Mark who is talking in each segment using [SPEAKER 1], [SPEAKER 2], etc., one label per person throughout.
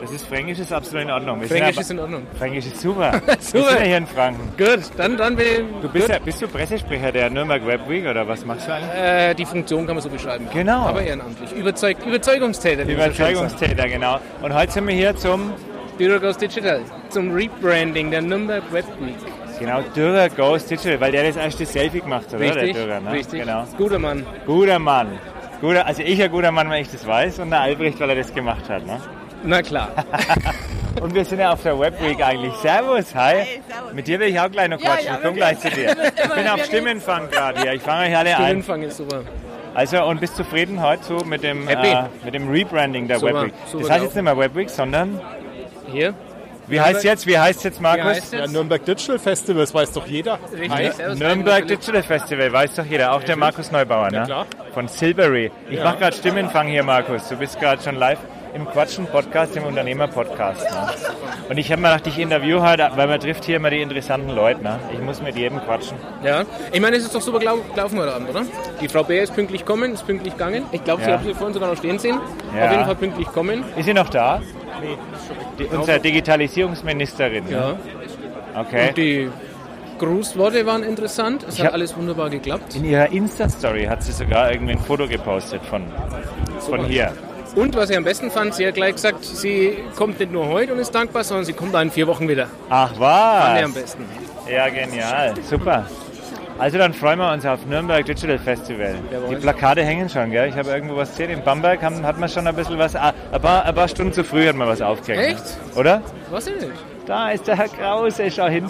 [SPEAKER 1] Das ist Fränkisch ist absolut in Ordnung. Wir sind
[SPEAKER 2] Fränkisch
[SPEAKER 1] aber-
[SPEAKER 2] ist in Ordnung.
[SPEAKER 1] Fränkisch ist super. Wir
[SPEAKER 2] Super.
[SPEAKER 1] sind ja hier in Franken.
[SPEAKER 2] Gut, dann, dann bin
[SPEAKER 1] Du bist, ja, bist du Pressesprecher der Nürnberg Web Week oder was machst du eigentlich?
[SPEAKER 2] äh, die Funktion kann man so beschreiben.
[SPEAKER 1] Genau.
[SPEAKER 2] Aber ehrenamtlich. Überzeugt, Überzeugungstäter. wie man so schön sagt.
[SPEAKER 1] Überzeugungstäter, genau. Und heute sind wir hier zum
[SPEAKER 2] Bureau Goes Digital. Zum Rebranding der Nürnberg Web Week.
[SPEAKER 1] genau Dürrer Goes Digital, weil der das erste Selfie gemacht hat, oder? Der
[SPEAKER 2] Richtig,
[SPEAKER 1] Dürrer, ne?
[SPEAKER 2] richtig.
[SPEAKER 1] Genau.
[SPEAKER 2] Guter Mann.
[SPEAKER 1] Guter Mann. Guter, also ich ein guter Mann, wenn ich das weiß und der Albrecht, weil er das gemacht hat. Ne?
[SPEAKER 2] Na klar.
[SPEAKER 1] Und wir sind ja auf der Web Week eigentlich. Servus, hi.
[SPEAKER 3] Hey, servus.
[SPEAKER 1] Mit dir will ich auch gleich noch
[SPEAKER 3] Ja,
[SPEAKER 1] quatschen.
[SPEAKER 3] ja,
[SPEAKER 1] ich komme gleich
[SPEAKER 3] wirklich.
[SPEAKER 1] zu dir. Ich bin
[SPEAKER 3] Wir
[SPEAKER 1] auf
[SPEAKER 3] reden.
[SPEAKER 1] Stimmenfang gerade hier. Ich fange euch alle
[SPEAKER 2] Der
[SPEAKER 1] ein.
[SPEAKER 2] Anfang ist super.
[SPEAKER 1] Also und bist zufrieden heute so mit dem,
[SPEAKER 2] Happy.
[SPEAKER 1] äh, mit dem Rebranding der
[SPEAKER 2] Super,
[SPEAKER 1] Web Week?
[SPEAKER 2] super
[SPEAKER 1] das heißt
[SPEAKER 2] gelaufen.
[SPEAKER 1] jetzt nicht mehr Web Week, sondern
[SPEAKER 2] Hier.
[SPEAKER 1] wie heißt jetzt? Wie heißt jetzt Markus?
[SPEAKER 2] heißt jetzt?
[SPEAKER 4] Ja, Nürnberg Digital Festival, das weiß doch jeder.
[SPEAKER 2] Richtig.
[SPEAKER 4] Hi.
[SPEAKER 2] Servus,
[SPEAKER 1] Nürnberg
[SPEAKER 2] Markus.
[SPEAKER 1] Digital Festival, weiß doch jeder, auch der Markus Neubauer, ne?
[SPEAKER 4] Ja, klar.
[SPEAKER 1] Von Silbury. Ich
[SPEAKER 4] Ja.
[SPEAKER 1] mache gerade Stimmenfang hier, Markus. Du bist gerade schon live im Quatschen-Podcast, im Unternehmer-Podcast. Ne? Und ich habe mir gedacht, ich interview heute, weil man trifft hier immer die interessanten Leute. Ne? Ich muss mit jedem quatschen.
[SPEAKER 2] Ja. Ich meine, es ist doch super gelau- gelaufen heute Abend, oder? Die Frau Bär ist pünktlich kommen, ist pünktlich gegangen. Ich glaube, sie
[SPEAKER 1] Ja.
[SPEAKER 2] hat sie vorhin sogar noch stehen sehen.
[SPEAKER 1] Ja.
[SPEAKER 2] Auf jeden Fall pünktlich kommen.
[SPEAKER 1] Ist sie noch da? Die, unsere Digitalisierungsministerin. ne?
[SPEAKER 2] Ja.
[SPEAKER 1] Okay.
[SPEAKER 2] Die Grußworte waren interessant. Es
[SPEAKER 1] hab-
[SPEAKER 2] hat alles wunderbar geklappt.
[SPEAKER 1] In ihrer Insta-Story hat sie sogar irgendwie ein Foto gepostet von, von hier.
[SPEAKER 2] Und was ich am besten fand, sie hat gleich gesagt, sie kommt nicht nur heute und ist dankbar, sondern sie kommt da in vier Wochen wieder.
[SPEAKER 1] Ach
[SPEAKER 2] Fand ich am
[SPEAKER 1] was!
[SPEAKER 2] besten.
[SPEAKER 1] Ja, genial. Super. Also dann freuen wir uns auf Nürnberg Digital Festival.
[SPEAKER 2] Jawohl.
[SPEAKER 1] Die Plakate hängen schon, gell? Ich habe irgendwo was gesehen. In Bamberg haben, hat man schon ein bisschen was... ah, Ein paar, ein paar Stunden zu früh hat man was aufgehängt. ne?
[SPEAKER 2] Echt?
[SPEAKER 1] Oder?
[SPEAKER 2] Was denn?
[SPEAKER 1] Da ist der Herr Krause, schau hin.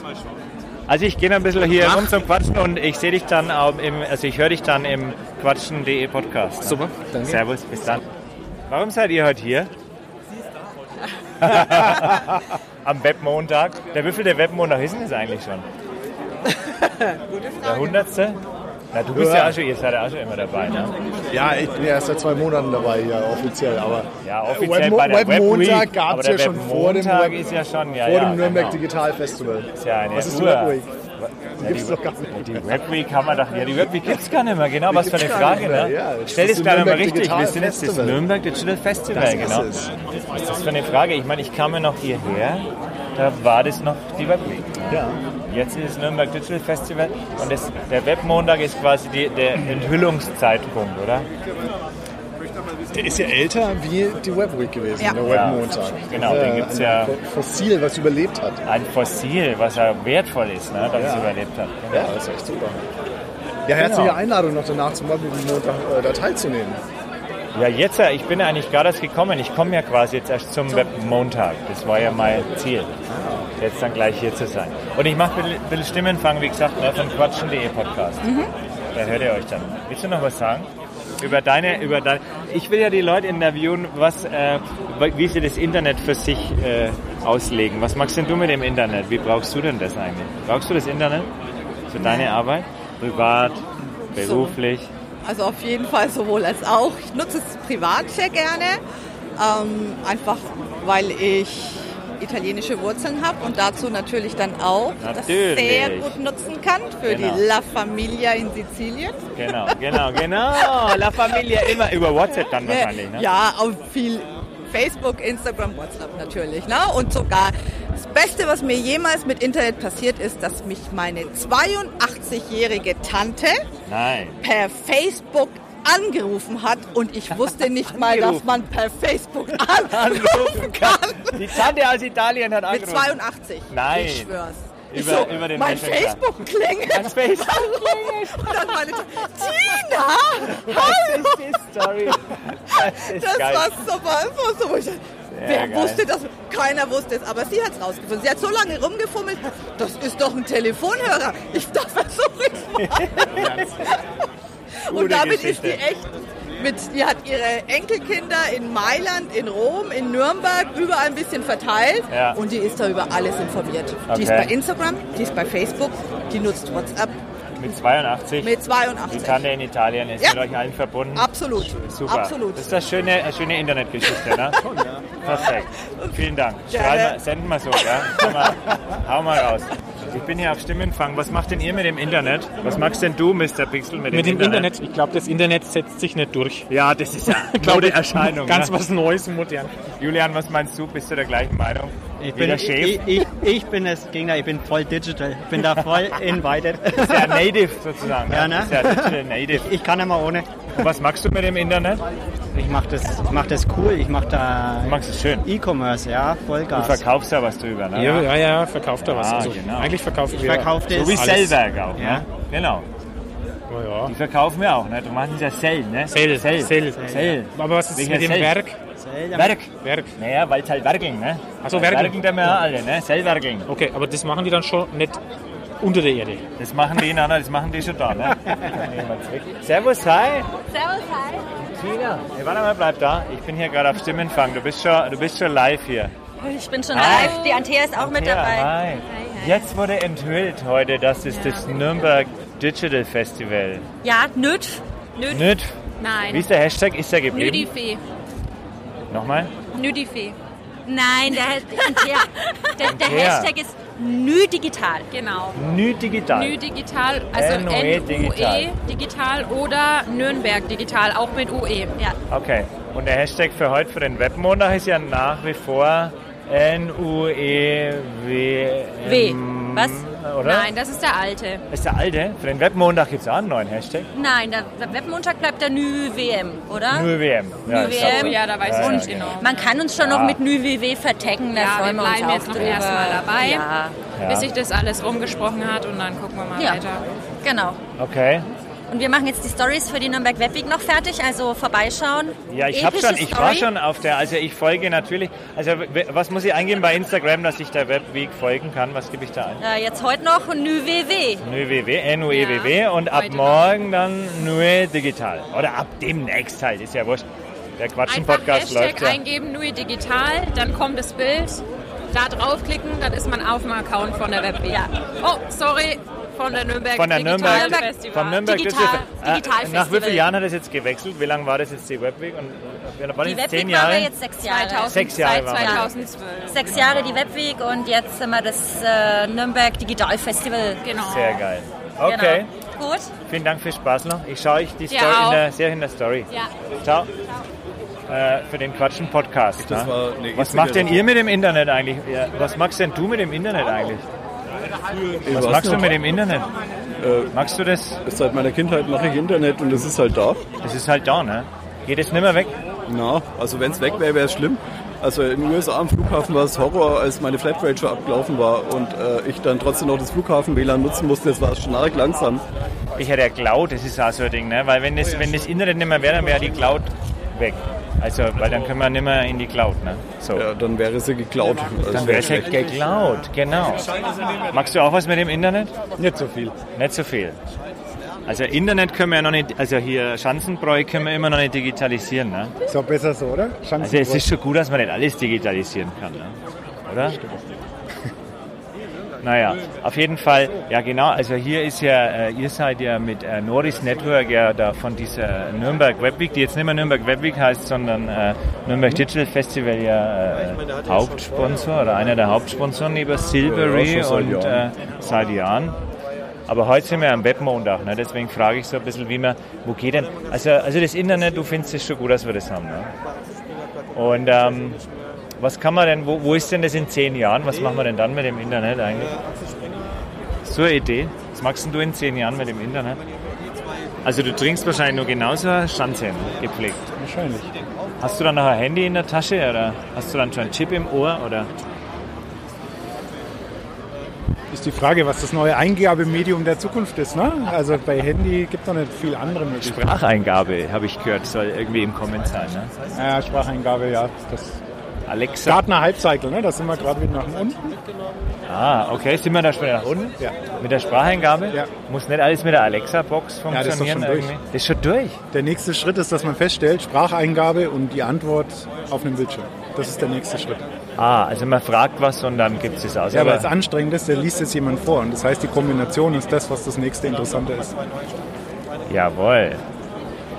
[SPEAKER 1] Also ich gehe noch ein bisschen hier
[SPEAKER 2] Mach.
[SPEAKER 1] rum zum Quatschen und ich sehe dich dann auch im, also ich höre dich dann im quatschen.de Podcast. ne?
[SPEAKER 2] Super, danke.
[SPEAKER 1] Servus, bis dann. Warum seid ihr heute hier? Am Webmontag. Der Wieviel der Webmontag ist denn das eigentlich schon? Der hundertste? Na, du bist ja,
[SPEAKER 4] Ja.
[SPEAKER 1] auch schon, ihr seid ja auch schon immer dabei, ne?
[SPEAKER 4] Ja, ich bin ja erst seit zwei Monaten dabei hier offiziell, aber
[SPEAKER 1] Ja,
[SPEAKER 4] äh,
[SPEAKER 1] offiziell
[SPEAKER 4] Webmo-
[SPEAKER 1] bei der Web
[SPEAKER 4] Webmontag
[SPEAKER 1] Week,
[SPEAKER 4] gab
[SPEAKER 1] aber
[SPEAKER 4] es
[SPEAKER 1] der
[SPEAKER 4] ja schon vor dem,
[SPEAKER 1] Webmontag
[SPEAKER 4] Web-
[SPEAKER 1] ist ja schon, ja,
[SPEAKER 4] vor
[SPEAKER 1] ja,
[SPEAKER 4] dem Nürnberg
[SPEAKER 1] genau.
[SPEAKER 4] Digital Festival.
[SPEAKER 1] Ist ja eine
[SPEAKER 4] Was ist die
[SPEAKER 1] Uhr.
[SPEAKER 4] Web Week?
[SPEAKER 1] Ja,
[SPEAKER 4] Gibt's
[SPEAKER 1] die-
[SPEAKER 4] doch gar nicht.
[SPEAKER 1] Die Web Week haben wir doch. Ja, die Web Week gibt es gar nicht mehr, genau. Was für eine
[SPEAKER 4] gibt's gar
[SPEAKER 1] Frage,
[SPEAKER 4] nicht mehr,
[SPEAKER 1] ne?
[SPEAKER 4] ja. Das
[SPEAKER 1] Stell
[SPEAKER 4] ist
[SPEAKER 1] das
[SPEAKER 4] das
[SPEAKER 1] gerade mal
[SPEAKER 4] Nürnberg
[SPEAKER 1] richtig.
[SPEAKER 4] Digital
[SPEAKER 1] Wir sind jetzt das
[SPEAKER 4] Festival.
[SPEAKER 1] Nürnberg Digital Festival,
[SPEAKER 4] Das ist
[SPEAKER 1] genau.
[SPEAKER 4] es.
[SPEAKER 1] Was ist das für eine Frage? Ich meine, ich kam ja noch hierher, da war das noch die Web Week.
[SPEAKER 4] Ja.
[SPEAKER 1] Jetzt ist es Nürnberg Digital Festival und das, der Webmontag ist quasi die, der Enthüllungszeitpunkt, oder?
[SPEAKER 4] Der ist ja älter wie die Web Week gewesen, ne,
[SPEAKER 3] Ja.
[SPEAKER 4] der
[SPEAKER 1] Ja.
[SPEAKER 4] Webmontag.
[SPEAKER 1] Genau, den gibt's
[SPEAKER 4] Äh, ein
[SPEAKER 1] ja-
[SPEAKER 4] Fossil, was überlebt hat.
[SPEAKER 1] Ein Fossil, was ja wertvoll ist, ne? dass es
[SPEAKER 4] Ja.
[SPEAKER 1] überlebt hat. Genau.
[SPEAKER 4] Ja, das ist echt super. Ja, herzliche
[SPEAKER 1] Genau.
[SPEAKER 4] Einladung noch danach zum Web Week Montag äh, da teilzunehmen.
[SPEAKER 1] Ja, jetzt, äh, ich bin ja eigentlich gerade erst gekommen. Ich komme ja quasi jetzt erst zum Webmontag. Das war ja mein Ziel, jetzt dann gleich hier zu sein. Und ich mache ein bisschen Stimmenfang, wie gesagt, ne, von quatschen.de Podcast. Da hört ihr euch dann. Willst du noch was sagen? Über deine, über deine. Ich will ja die Leute interviewen, was, äh, wie sie das Internet für sich äh, auslegen. Was magst denn du mit dem Internet? Wie brauchst du denn das eigentlich? Brauchst du das Internet für deine Arbeit? Privat, beruflich?
[SPEAKER 3] Also auf jeden Fall sowohl als auch. Ich nutze es privat sehr gerne, ähm, einfach weil ich italienische Wurzeln habe und dazu natürlich dann auch
[SPEAKER 1] Natürlich.
[SPEAKER 3] das sehr gut nutzen kann für
[SPEAKER 1] Genau.
[SPEAKER 3] die La Familia in Sizilien.
[SPEAKER 1] Genau, genau, genau. La Familia immer über WhatsApp dann wahrscheinlich, ne?
[SPEAKER 3] Ja, auf viel Facebook, Instagram, WhatsApp natürlich. Ne? Und sogar das Beste, was mir jemals mit Internet passiert ist, dass mich meine 82-jährige Tante
[SPEAKER 1] Nein.
[SPEAKER 3] per Facebook angerufen hat und ich wusste nicht mal, dass
[SPEAKER 1] Angerufen.
[SPEAKER 3] man per Facebook anrufen kann.
[SPEAKER 1] Die Tante aus Italien hat
[SPEAKER 3] Mit
[SPEAKER 1] angerufen.
[SPEAKER 3] 82.
[SPEAKER 1] Nein.
[SPEAKER 3] Ich schwör's. Ich
[SPEAKER 1] Über-
[SPEAKER 3] so,
[SPEAKER 1] über den
[SPEAKER 3] mein
[SPEAKER 1] Messenger.
[SPEAKER 3] Facebook klingelt.
[SPEAKER 1] Mein Facebook
[SPEAKER 3] klingelt. Und dann meine Ta- Tina!
[SPEAKER 1] Das ist die Story. Das ist
[SPEAKER 3] Das
[SPEAKER 1] geil.
[SPEAKER 3] war super. Das war so. Ich, wer
[SPEAKER 1] geil.
[SPEAKER 3] wusste das? Keiner wusste es, aber sie hat es rausgefunden. Sie hat so lange rumgefummelt. Das ist doch ein Telefonhörer. Ich dachte, versuche ich mal.
[SPEAKER 1] Gute
[SPEAKER 3] Und damit ist
[SPEAKER 1] Geschichte.
[SPEAKER 3] die echt. Mit, die hat ihre Enkelkinder in Mailand, in Rom, in Nürnberg, überall ein bisschen verteilt.
[SPEAKER 1] Ja.
[SPEAKER 3] Und die ist da über alles informiert. Die ist
[SPEAKER 1] Okay.
[SPEAKER 3] bei Instagram, die ist bei Facebook, die nutzt WhatsApp
[SPEAKER 1] Mit 82.
[SPEAKER 3] mit
[SPEAKER 1] die
[SPEAKER 3] 82.
[SPEAKER 1] Tante in Italien ist
[SPEAKER 3] Ja.
[SPEAKER 1] mit euch allen verbunden.
[SPEAKER 3] Absolut.
[SPEAKER 1] Super.
[SPEAKER 3] Absolut.
[SPEAKER 1] Das ist eine schöne, eine schöne Internetgeschichte, ne? Perfekt. Vielen Dank.
[SPEAKER 3] Gerne.
[SPEAKER 1] Schreiben wir- Senden wir so, ja? Hau mal, hau mal raus. Ich bin hier auf Stimmenfang. Was macht denn ihr mit dem Internet? Was magst denn du, Mr. Pixel, mit dem,
[SPEAKER 5] Mit dem
[SPEAKER 1] Internet?
[SPEAKER 5] Internet, ich glaube, das Internet setzt sich nicht durch.
[SPEAKER 1] Ja, das ist ja
[SPEAKER 5] Glaub ich,
[SPEAKER 1] eine Erscheinung.
[SPEAKER 5] Ganz
[SPEAKER 1] ne?
[SPEAKER 5] was Neues, modern.
[SPEAKER 1] Julian, was meinst du? Bist du der gleichen Meinung?
[SPEAKER 6] Ich
[SPEAKER 1] Wie
[SPEAKER 6] bin,
[SPEAKER 1] der
[SPEAKER 6] ich,
[SPEAKER 1] Chef,
[SPEAKER 6] ich, ich- ich bin das Gegner, ich bin voll digital. Ich bin da voll invited.
[SPEAKER 1] der Native sozusagen.
[SPEAKER 6] Ja,
[SPEAKER 1] ne?
[SPEAKER 6] ne?
[SPEAKER 1] Ist ja Digital Native.
[SPEAKER 6] Ich kann immer ohne.
[SPEAKER 1] Und was magst du mit dem Internet?
[SPEAKER 6] Ich mach das, ich mach das cool, ich mach da
[SPEAKER 1] Du magst es schön.
[SPEAKER 6] E-Commerce, ja,
[SPEAKER 1] Du
[SPEAKER 6] Vollgas.
[SPEAKER 1] verkaufst ja was drüber, ne?
[SPEAKER 5] Ja, ja, ja verkauft er was.
[SPEAKER 1] Ah,
[SPEAKER 5] also,
[SPEAKER 1] genau.
[SPEAKER 5] Eigentlich verkaufen
[SPEAKER 6] Ich
[SPEAKER 5] wir.
[SPEAKER 6] verkaufe das.
[SPEAKER 1] So wie
[SPEAKER 5] alles.
[SPEAKER 1] Sellwerk auch,
[SPEAKER 6] Ja.
[SPEAKER 1] ne? Genau.
[SPEAKER 5] Ja, ja.
[SPEAKER 1] Die verkaufen wir auch, ne? Du machst ja Sell, ne?
[SPEAKER 5] Sell,
[SPEAKER 1] Sell.
[SPEAKER 5] Sell.
[SPEAKER 1] Sell.
[SPEAKER 5] Aber was ist
[SPEAKER 1] Welcher
[SPEAKER 5] mit dem
[SPEAKER 1] Sell?
[SPEAKER 5] Werk?
[SPEAKER 6] Sell-
[SPEAKER 1] Werk.
[SPEAKER 5] Werk.
[SPEAKER 1] Naja, weil es halt werkeln, ne?
[SPEAKER 5] Ach so, werkeln.
[SPEAKER 1] Werkeln tun wir ja alle, ne? Sellwerkeln.
[SPEAKER 5] Okay, aber das machen die dann schon nicht unter der Erde.
[SPEAKER 1] Das machen die, nein, nein, das machen die schon da, ne? Servus, hi.
[SPEAKER 7] Servus, hi.
[SPEAKER 1] Tina. Hey, warte mal, bleib da. Ich bin hier gerade auf Stimmenfang. Du bist schon, du bist schon live hier.
[SPEAKER 7] Ich bin schon
[SPEAKER 1] Hi.
[SPEAKER 7] live. Die Antea ist auch mit
[SPEAKER 1] Ja,
[SPEAKER 7] dabei.
[SPEAKER 1] hi.
[SPEAKER 7] hi.
[SPEAKER 1] Jetzt wurde enthüllt heute, dass es das Nürnberg Digital Festival.
[SPEAKER 7] Ja, nöt. Nöt.
[SPEAKER 1] Nüt. Wie
[SPEAKER 7] Nein.
[SPEAKER 1] ist der Hashtag? Ist der geblieben?
[SPEAKER 7] Nüdifee.
[SPEAKER 1] Nochmal?
[SPEAKER 7] Nüdifee. Nein, der, der, Antea. der, der
[SPEAKER 1] Antea.
[SPEAKER 7] Hashtag ist nüdigital. Genau.
[SPEAKER 1] Nü digital.
[SPEAKER 8] Nü digital, also
[SPEAKER 1] NOE
[SPEAKER 8] NUE
[SPEAKER 1] E digital.
[SPEAKER 8] digital. oder Nürnberg digital, auch mit E. UE.
[SPEAKER 7] Ja.
[SPEAKER 1] Okay. Und der Hashtag für heute, für den Webmontag, ist ja nach wie vor N-U-E-W.
[SPEAKER 8] W. Was?
[SPEAKER 1] Mhm, Oder?
[SPEAKER 8] Nein, das ist der alte.
[SPEAKER 1] Ist der alte? Für den Webmontag gibt es auch einen neuen Hashtag.
[SPEAKER 7] Nein, der Webmontag bleibt der NÜWM, oder?
[SPEAKER 1] Nur WM.
[SPEAKER 7] Nur
[SPEAKER 1] ich glaub
[SPEAKER 7] WM.
[SPEAKER 1] so.
[SPEAKER 8] Oh ja, da weiß
[SPEAKER 1] Ja,
[SPEAKER 8] ich
[SPEAKER 1] ja,
[SPEAKER 8] nicht
[SPEAKER 1] ja.
[SPEAKER 8] genau.
[SPEAKER 7] Man kann uns schon
[SPEAKER 1] Ja.
[SPEAKER 7] noch mit NÜWW vertecken, da
[SPEAKER 8] Ja,
[SPEAKER 7] freuen
[SPEAKER 8] wir
[SPEAKER 7] wir,
[SPEAKER 8] bleiben
[SPEAKER 7] uns
[SPEAKER 8] jetzt
[SPEAKER 7] auch
[SPEAKER 8] noch
[SPEAKER 7] drüber.
[SPEAKER 8] erstmal dabei.
[SPEAKER 7] Ja,
[SPEAKER 1] Ja.
[SPEAKER 8] Bis sich das alles rumgesprochen hat und dann gucken wir mal
[SPEAKER 7] Ja.
[SPEAKER 8] weiter.
[SPEAKER 7] genau.
[SPEAKER 1] Okay.
[SPEAKER 7] Und wir machen jetzt die Stories für die Nürnberg Webweek noch fertig, also vorbeischauen.
[SPEAKER 1] Ja, ich habe
[SPEAKER 7] Epische
[SPEAKER 1] schon, ich war
[SPEAKER 7] Story.
[SPEAKER 1] schon auf der, also ich folge natürlich, also w- was muss ich eingeben bei Instagram, dass ich der Webweek folgen kann? Was gebe ich da ein?
[SPEAKER 7] Äh, jetzt heute noch NÜWW.
[SPEAKER 1] NUEWW, NUEWW
[SPEAKER 8] Ja,
[SPEAKER 1] E und ab
[SPEAKER 8] heute
[SPEAKER 1] morgen dann NUE Digital. Oder ab demnächst halt, ist ja wurscht. Der
[SPEAKER 8] Einfach
[SPEAKER 1] Quatschen-Podcast läuft
[SPEAKER 8] Hashtag
[SPEAKER 1] ja.
[SPEAKER 8] eingeben, NUE digital, dann kommt das Bild, da draufklicken, dann ist man auf dem Account von der Webweg.
[SPEAKER 7] Ja.
[SPEAKER 8] Oh, sorry, von der Nürnberg
[SPEAKER 1] Von der
[SPEAKER 8] äh, digital
[SPEAKER 1] Nürnberg,
[SPEAKER 8] Festival.
[SPEAKER 1] vom Nürnberg
[SPEAKER 7] Digital-
[SPEAKER 1] Digital, Äh,
[SPEAKER 7] Digital
[SPEAKER 1] Nach wie vielen
[SPEAKER 7] Festival.
[SPEAKER 1] Jahren hat es jetzt gewechselt? Wie lange war das jetzt die Webweek? Und äh, waren
[SPEAKER 7] Die
[SPEAKER 1] jetzt
[SPEAKER 7] Webweek
[SPEAKER 1] zehn
[SPEAKER 7] machen wir
[SPEAKER 1] Jahre?
[SPEAKER 7] jetzt sechs Jahre.
[SPEAKER 8] 2000,
[SPEAKER 1] Sechs Jahre
[SPEAKER 8] seit
[SPEAKER 1] waren wir.
[SPEAKER 8] 2012.
[SPEAKER 7] Sechs Jahre die Webweg und jetzt sind wir das äh, Nürnberg Digital Festival.
[SPEAKER 8] Genau.
[SPEAKER 1] Sehr geil. Okay,
[SPEAKER 7] Genau. Gut.
[SPEAKER 1] vielen Dank fürs Spaß noch. Ich schaue euch die
[SPEAKER 8] Dir
[SPEAKER 1] Story in
[SPEAKER 8] auch.
[SPEAKER 1] der, sehr in der Story.
[SPEAKER 8] Ja.
[SPEAKER 1] Ciao. Äh, für den Quatschen-Podcast.
[SPEAKER 9] Das
[SPEAKER 1] ne?
[SPEAKER 9] war eine
[SPEAKER 1] Was
[SPEAKER 9] Geste
[SPEAKER 1] macht denn
[SPEAKER 9] gewesen.
[SPEAKER 1] ihr mit dem Internet eigentlich? Ja, Was magst denn du mit dem Internet eigentlich? Was magst du mit dem Internet? Magst du das?
[SPEAKER 9] Äh, Seit meiner Kindheit mache ich Internet und es ist halt da.
[SPEAKER 1] Das ist halt da, ne? Geht es nimmer weg?
[SPEAKER 9] Na, also wenn es weg wäre, wäre es schlimm. Also in den USA am Flughafen war es Horror, als meine Flatrate schon abgelaufen war und äh, ich dann trotzdem noch das Flughafen-WLAN nutzen musste. Das war es schon arg langsam.
[SPEAKER 1] Ich hätte ja Cloud, das ist auch so ein Ding, ne? Weil wenn das, wenn das Internet nimmer wäre, dann wäre die Cloud weg. Also, weil dann können wir nimmer in die Cloud, ne? So.
[SPEAKER 9] Ja, dann wäre sie geklaut. Also
[SPEAKER 1] Dann wäre es ja geklaut, genau. Magst du auch was mit dem Internet?
[SPEAKER 9] nicht so viel.
[SPEAKER 1] Nicht so viel. Also Internet können wir ja noch nicht, also hier Schanzenbräu können wir immer noch nicht digitalisieren, ne?
[SPEAKER 10] So besser so, oder? Chancen
[SPEAKER 1] Also es ist schon gut, dass man nicht alles digitalisieren kann, ne? oder? Naja, auf jeden Fall, ja genau, also hier ist ja, äh, ihr seid ja mit äh, Noris Network ja da von dieser Nürnberg Webweek, die jetzt nicht mehr Nürnberg Webweek heißt, sondern äh, Nürnberg
[SPEAKER 9] Hm?
[SPEAKER 1] Digital Festival ja äh, Hauptsponsor oder einer der Hauptsponsoren über Silvery
[SPEAKER 9] Ja, schon seit
[SPEAKER 1] und äh,
[SPEAKER 9] Jahren.
[SPEAKER 1] seit Jahren. Aber heute sind wir am Webmontag, ne? deswegen frage ich so ein bisschen, wie man, wo geht denn, also, also das Internet, du findest es schon gut, dass wir das haben, ne? Und ähm, was kann man denn, wo, wo ist denn das in zehn Jahren? Was machen wir denn dann mit dem Internet eigentlich? So eine Idee. Was magst denn du in zehn Jahren mit dem Internet? Also du trinkst wahrscheinlich nur genauso Schanze gepflegt.
[SPEAKER 10] wahrscheinlich.
[SPEAKER 1] Hast du dann noch ein Handy in der Tasche oder hast du dann schon einen Chip im Ohr oder?
[SPEAKER 10] Ist die Frage, was das neue Eingabemedium der Zukunft ist, ne? Also bei Handy gibt es noch nicht viel andere Möglichkeiten.
[SPEAKER 1] Spracheingabe habe ich gehört, soll irgendwie im Comment sein. Ne?
[SPEAKER 10] Ja, Spracheingabe, ja. Das
[SPEAKER 1] Alexa.
[SPEAKER 10] Gartner Halbcycle, ne? Da sind wir gerade wieder nach unten.
[SPEAKER 1] Ah, okay, sind wir da schon nach unten?
[SPEAKER 10] Ja.
[SPEAKER 1] Mit der Spracheingabe?
[SPEAKER 10] Ja.
[SPEAKER 1] Muss nicht alles mit der Alexa-Box
[SPEAKER 10] Ja,
[SPEAKER 1] funktionieren
[SPEAKER 10] das ist doch schon durch.
[SPEAKER 1] irgendwie? Das ist schon durch.
[SPEAKER 10] Der nächste Schritt ist, dass man feststellt, Spracheingabe und die Antwort auf einem Bildschirm. Das ist der nächste Schritt.
[SPEAKER 1] Ah, also man fragt was und dann gibt es das aus.
[SPEAKER 10] Ja, aber das Anstrengende ist, der liest es jemand vor. Und das heißt, die Kombination ist das, was das nächste Interessante ist.
[SPEAKER 1] Jawohl.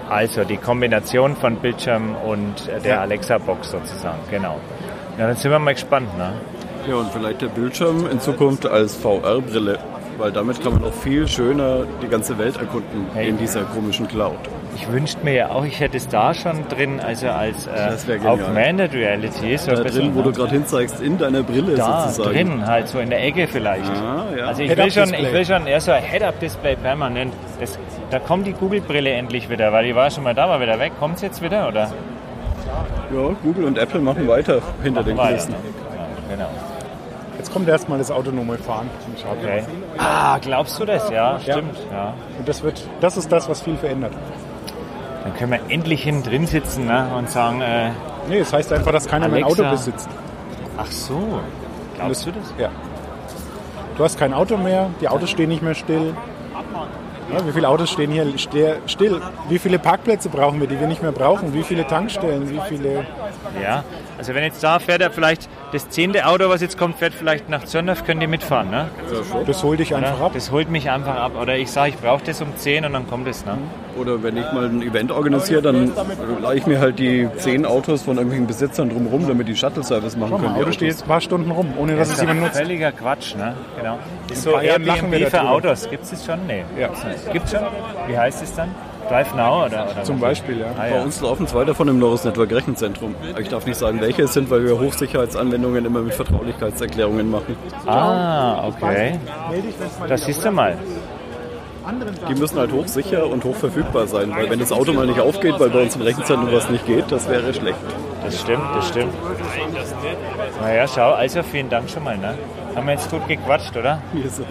[SPEAKER 1] Also die Kombination von Bildschirm und äh, der
[SPEAKER 10] Ja.
[SPEAKER 1] Alexa-Box sozusagen, genau. Ja, dann sind wir mal gespannt, ne?
[SPEAKER 9] Ja, und vielleicht der Bildschirm in Zukunft als VR-Brille, weil damit kann man auch viel schöner die ganze Welt erkunden
[SPEAKER 1] Hey.
[SPEAKER 9] in dieser komischen Cloud.
[SPEAKER 1] Ich wünschte mir ja auch, ich hätte es da schon drin, also als
[SPEAKER 9] Das
[SPEAKER 1] äh,
[SPEAKER 9] wär genial.
[SPEAKER 1] Augmented Reality. So
[SPEAKER 9] Da
[SPEAKER 1] ein bisschen,
[SPEAKER 9] drin, wo
[SPEAKER 1] ne?
[SPEAKER 9] du gerade hinzeigst, in deiner Brille
[SPEAKER 1] da
[SPEAKER 9] sozusagen.
[SPEAKER 1] drin, halt so in der Ecke vielleicht.
[SPEAKER 9] Ah, ja.
[SPEAKER 1] Also ich will, schon,
[SPEAKER 10] Head-Up-Display.
[SPEAKER 1] ich will schon eher so ein Head-Up-Display permanent. Das, da kommt die Google-Brille endlich wieder, weil die war schon mal da, war wieder weg. Kommt jetzt wieder, oder?
[SPEAKER 9] Ja, Google und Apple machen weiter hinter den
[SPEAKER 1] War ja,
[SPEAKER 9] Kulissen.
[SPEAKER 1] ne? Genau.
[SPEAKER 10] Jetzt kommt erstmal das autonome Fahren. zum Schaden.
[SPEAKER 1] Okay. Ah, glaubst du das? Ja, stimmt. Ja.
[SPEAKER 10] Und das, wird, das ist das, was viel verändert.
[SPEAKER 1] Dann können wir endlich hinten drin sitzen ne? und sagen, äh,
[SPEAKER 10] Nee, das heißt einfach, dass keiner
[SPEAKER 1] Alexa.
[SPEAKER 10] mein Auto besitzt.
[SPEAKER 1] ach so, glaubst du das?
[SPEAKER 10] Ja. Du hast kein Auto mehr, die Autos stehen nicht mehr still. Ja, wie viele Autos stehen hier ste- still? Wie viele Parkplätze brauchen wir, die wir nicht mehr brauchen? Wie viele Tankstellen? Wie viele?
[SPEAKER 1] Ja, also wenn jetzt da fährt er vielleicht, das zehnte Auto, was jetzt kommt, fährt vielleicht nach Zürndorf, könnt ihr mitfahren, ne?
[SPEAKER 10] Das hol dich einfach
[SPEAKER 1] Oder?
[SPEAKER 10] ab.
[SPEAKER 1] Das holt mich einfach ab. Oder ich sage, ich brauche das um 10 und dann kommt es, ne?
[SPEAKER 9] Oder wenn ich mal ein Event organisiere, dann leihe ich mir halt die zehn Autos von irgendwelchen Besitzern drumherum, damit die Shuttle-Service machen können.
[SPEAKER 10] Ein
[SPEAKER 9] die
[SPEAKER 10] Auto
[SPEAKER 9] Autos.
[SPEAKER 10] steht jetzt ein paar Stunden rum, ohne dass es jemand nutzt.
[SPEAKER 1] Völliger Quatsch, ne? Genau. Das ist
[SPEAKER 10] In
[SPEAKER 1] so
[SPEAKER 10] ein paar Jahren lachen wir
[SPEAKER 1] Airbnb für
[SPEAKER 10] darüber.
[SPEAKER 1] Autos. Gibt es das schon? Nee.
[SPEAKER 10] Ja.
[SPEAKER 1] Gibt es schon? Wie heißt es dann? Drive Now oder? oder
[SPEAKER 10] Zum
[SPEAKER 1] was?
[SPEAKER 10] Beispiel, ja.
[SPEAKER 1] Ah,
[SPEAKER 9] Bei
[SPEAKER 1] ja.
[SPEAKER 9] uns laufen zwei davon im Norris Network Rechenzentrum. Ich darf nicht sagen, welche es sind, weil wir Hochsicherheitsanwendungen immer mit Vertraulichkeitserklärungen machen.
[SPEAKER 1] ah, okay.
[SPEAKER 10] Meld dich, wenn's mal
[SPEAKER 1] Das
[SPEAKER 10] wieder-
[SPEAKER 1] siehst du mal.
[SPEAKER 9] Die müssen halt hochsicher und hochverfügbar sein, weil wenn das Auto mal nicht aufgeht, weil bei uns im Rechenzentrum was nicht geht, das wäre schlecht.
[SPEAKER 1] Das stimmt, das stimmt. Naja, schau, also vielen Dank schon mal, ne? Haben wir jetzt gut gequatscht, oder?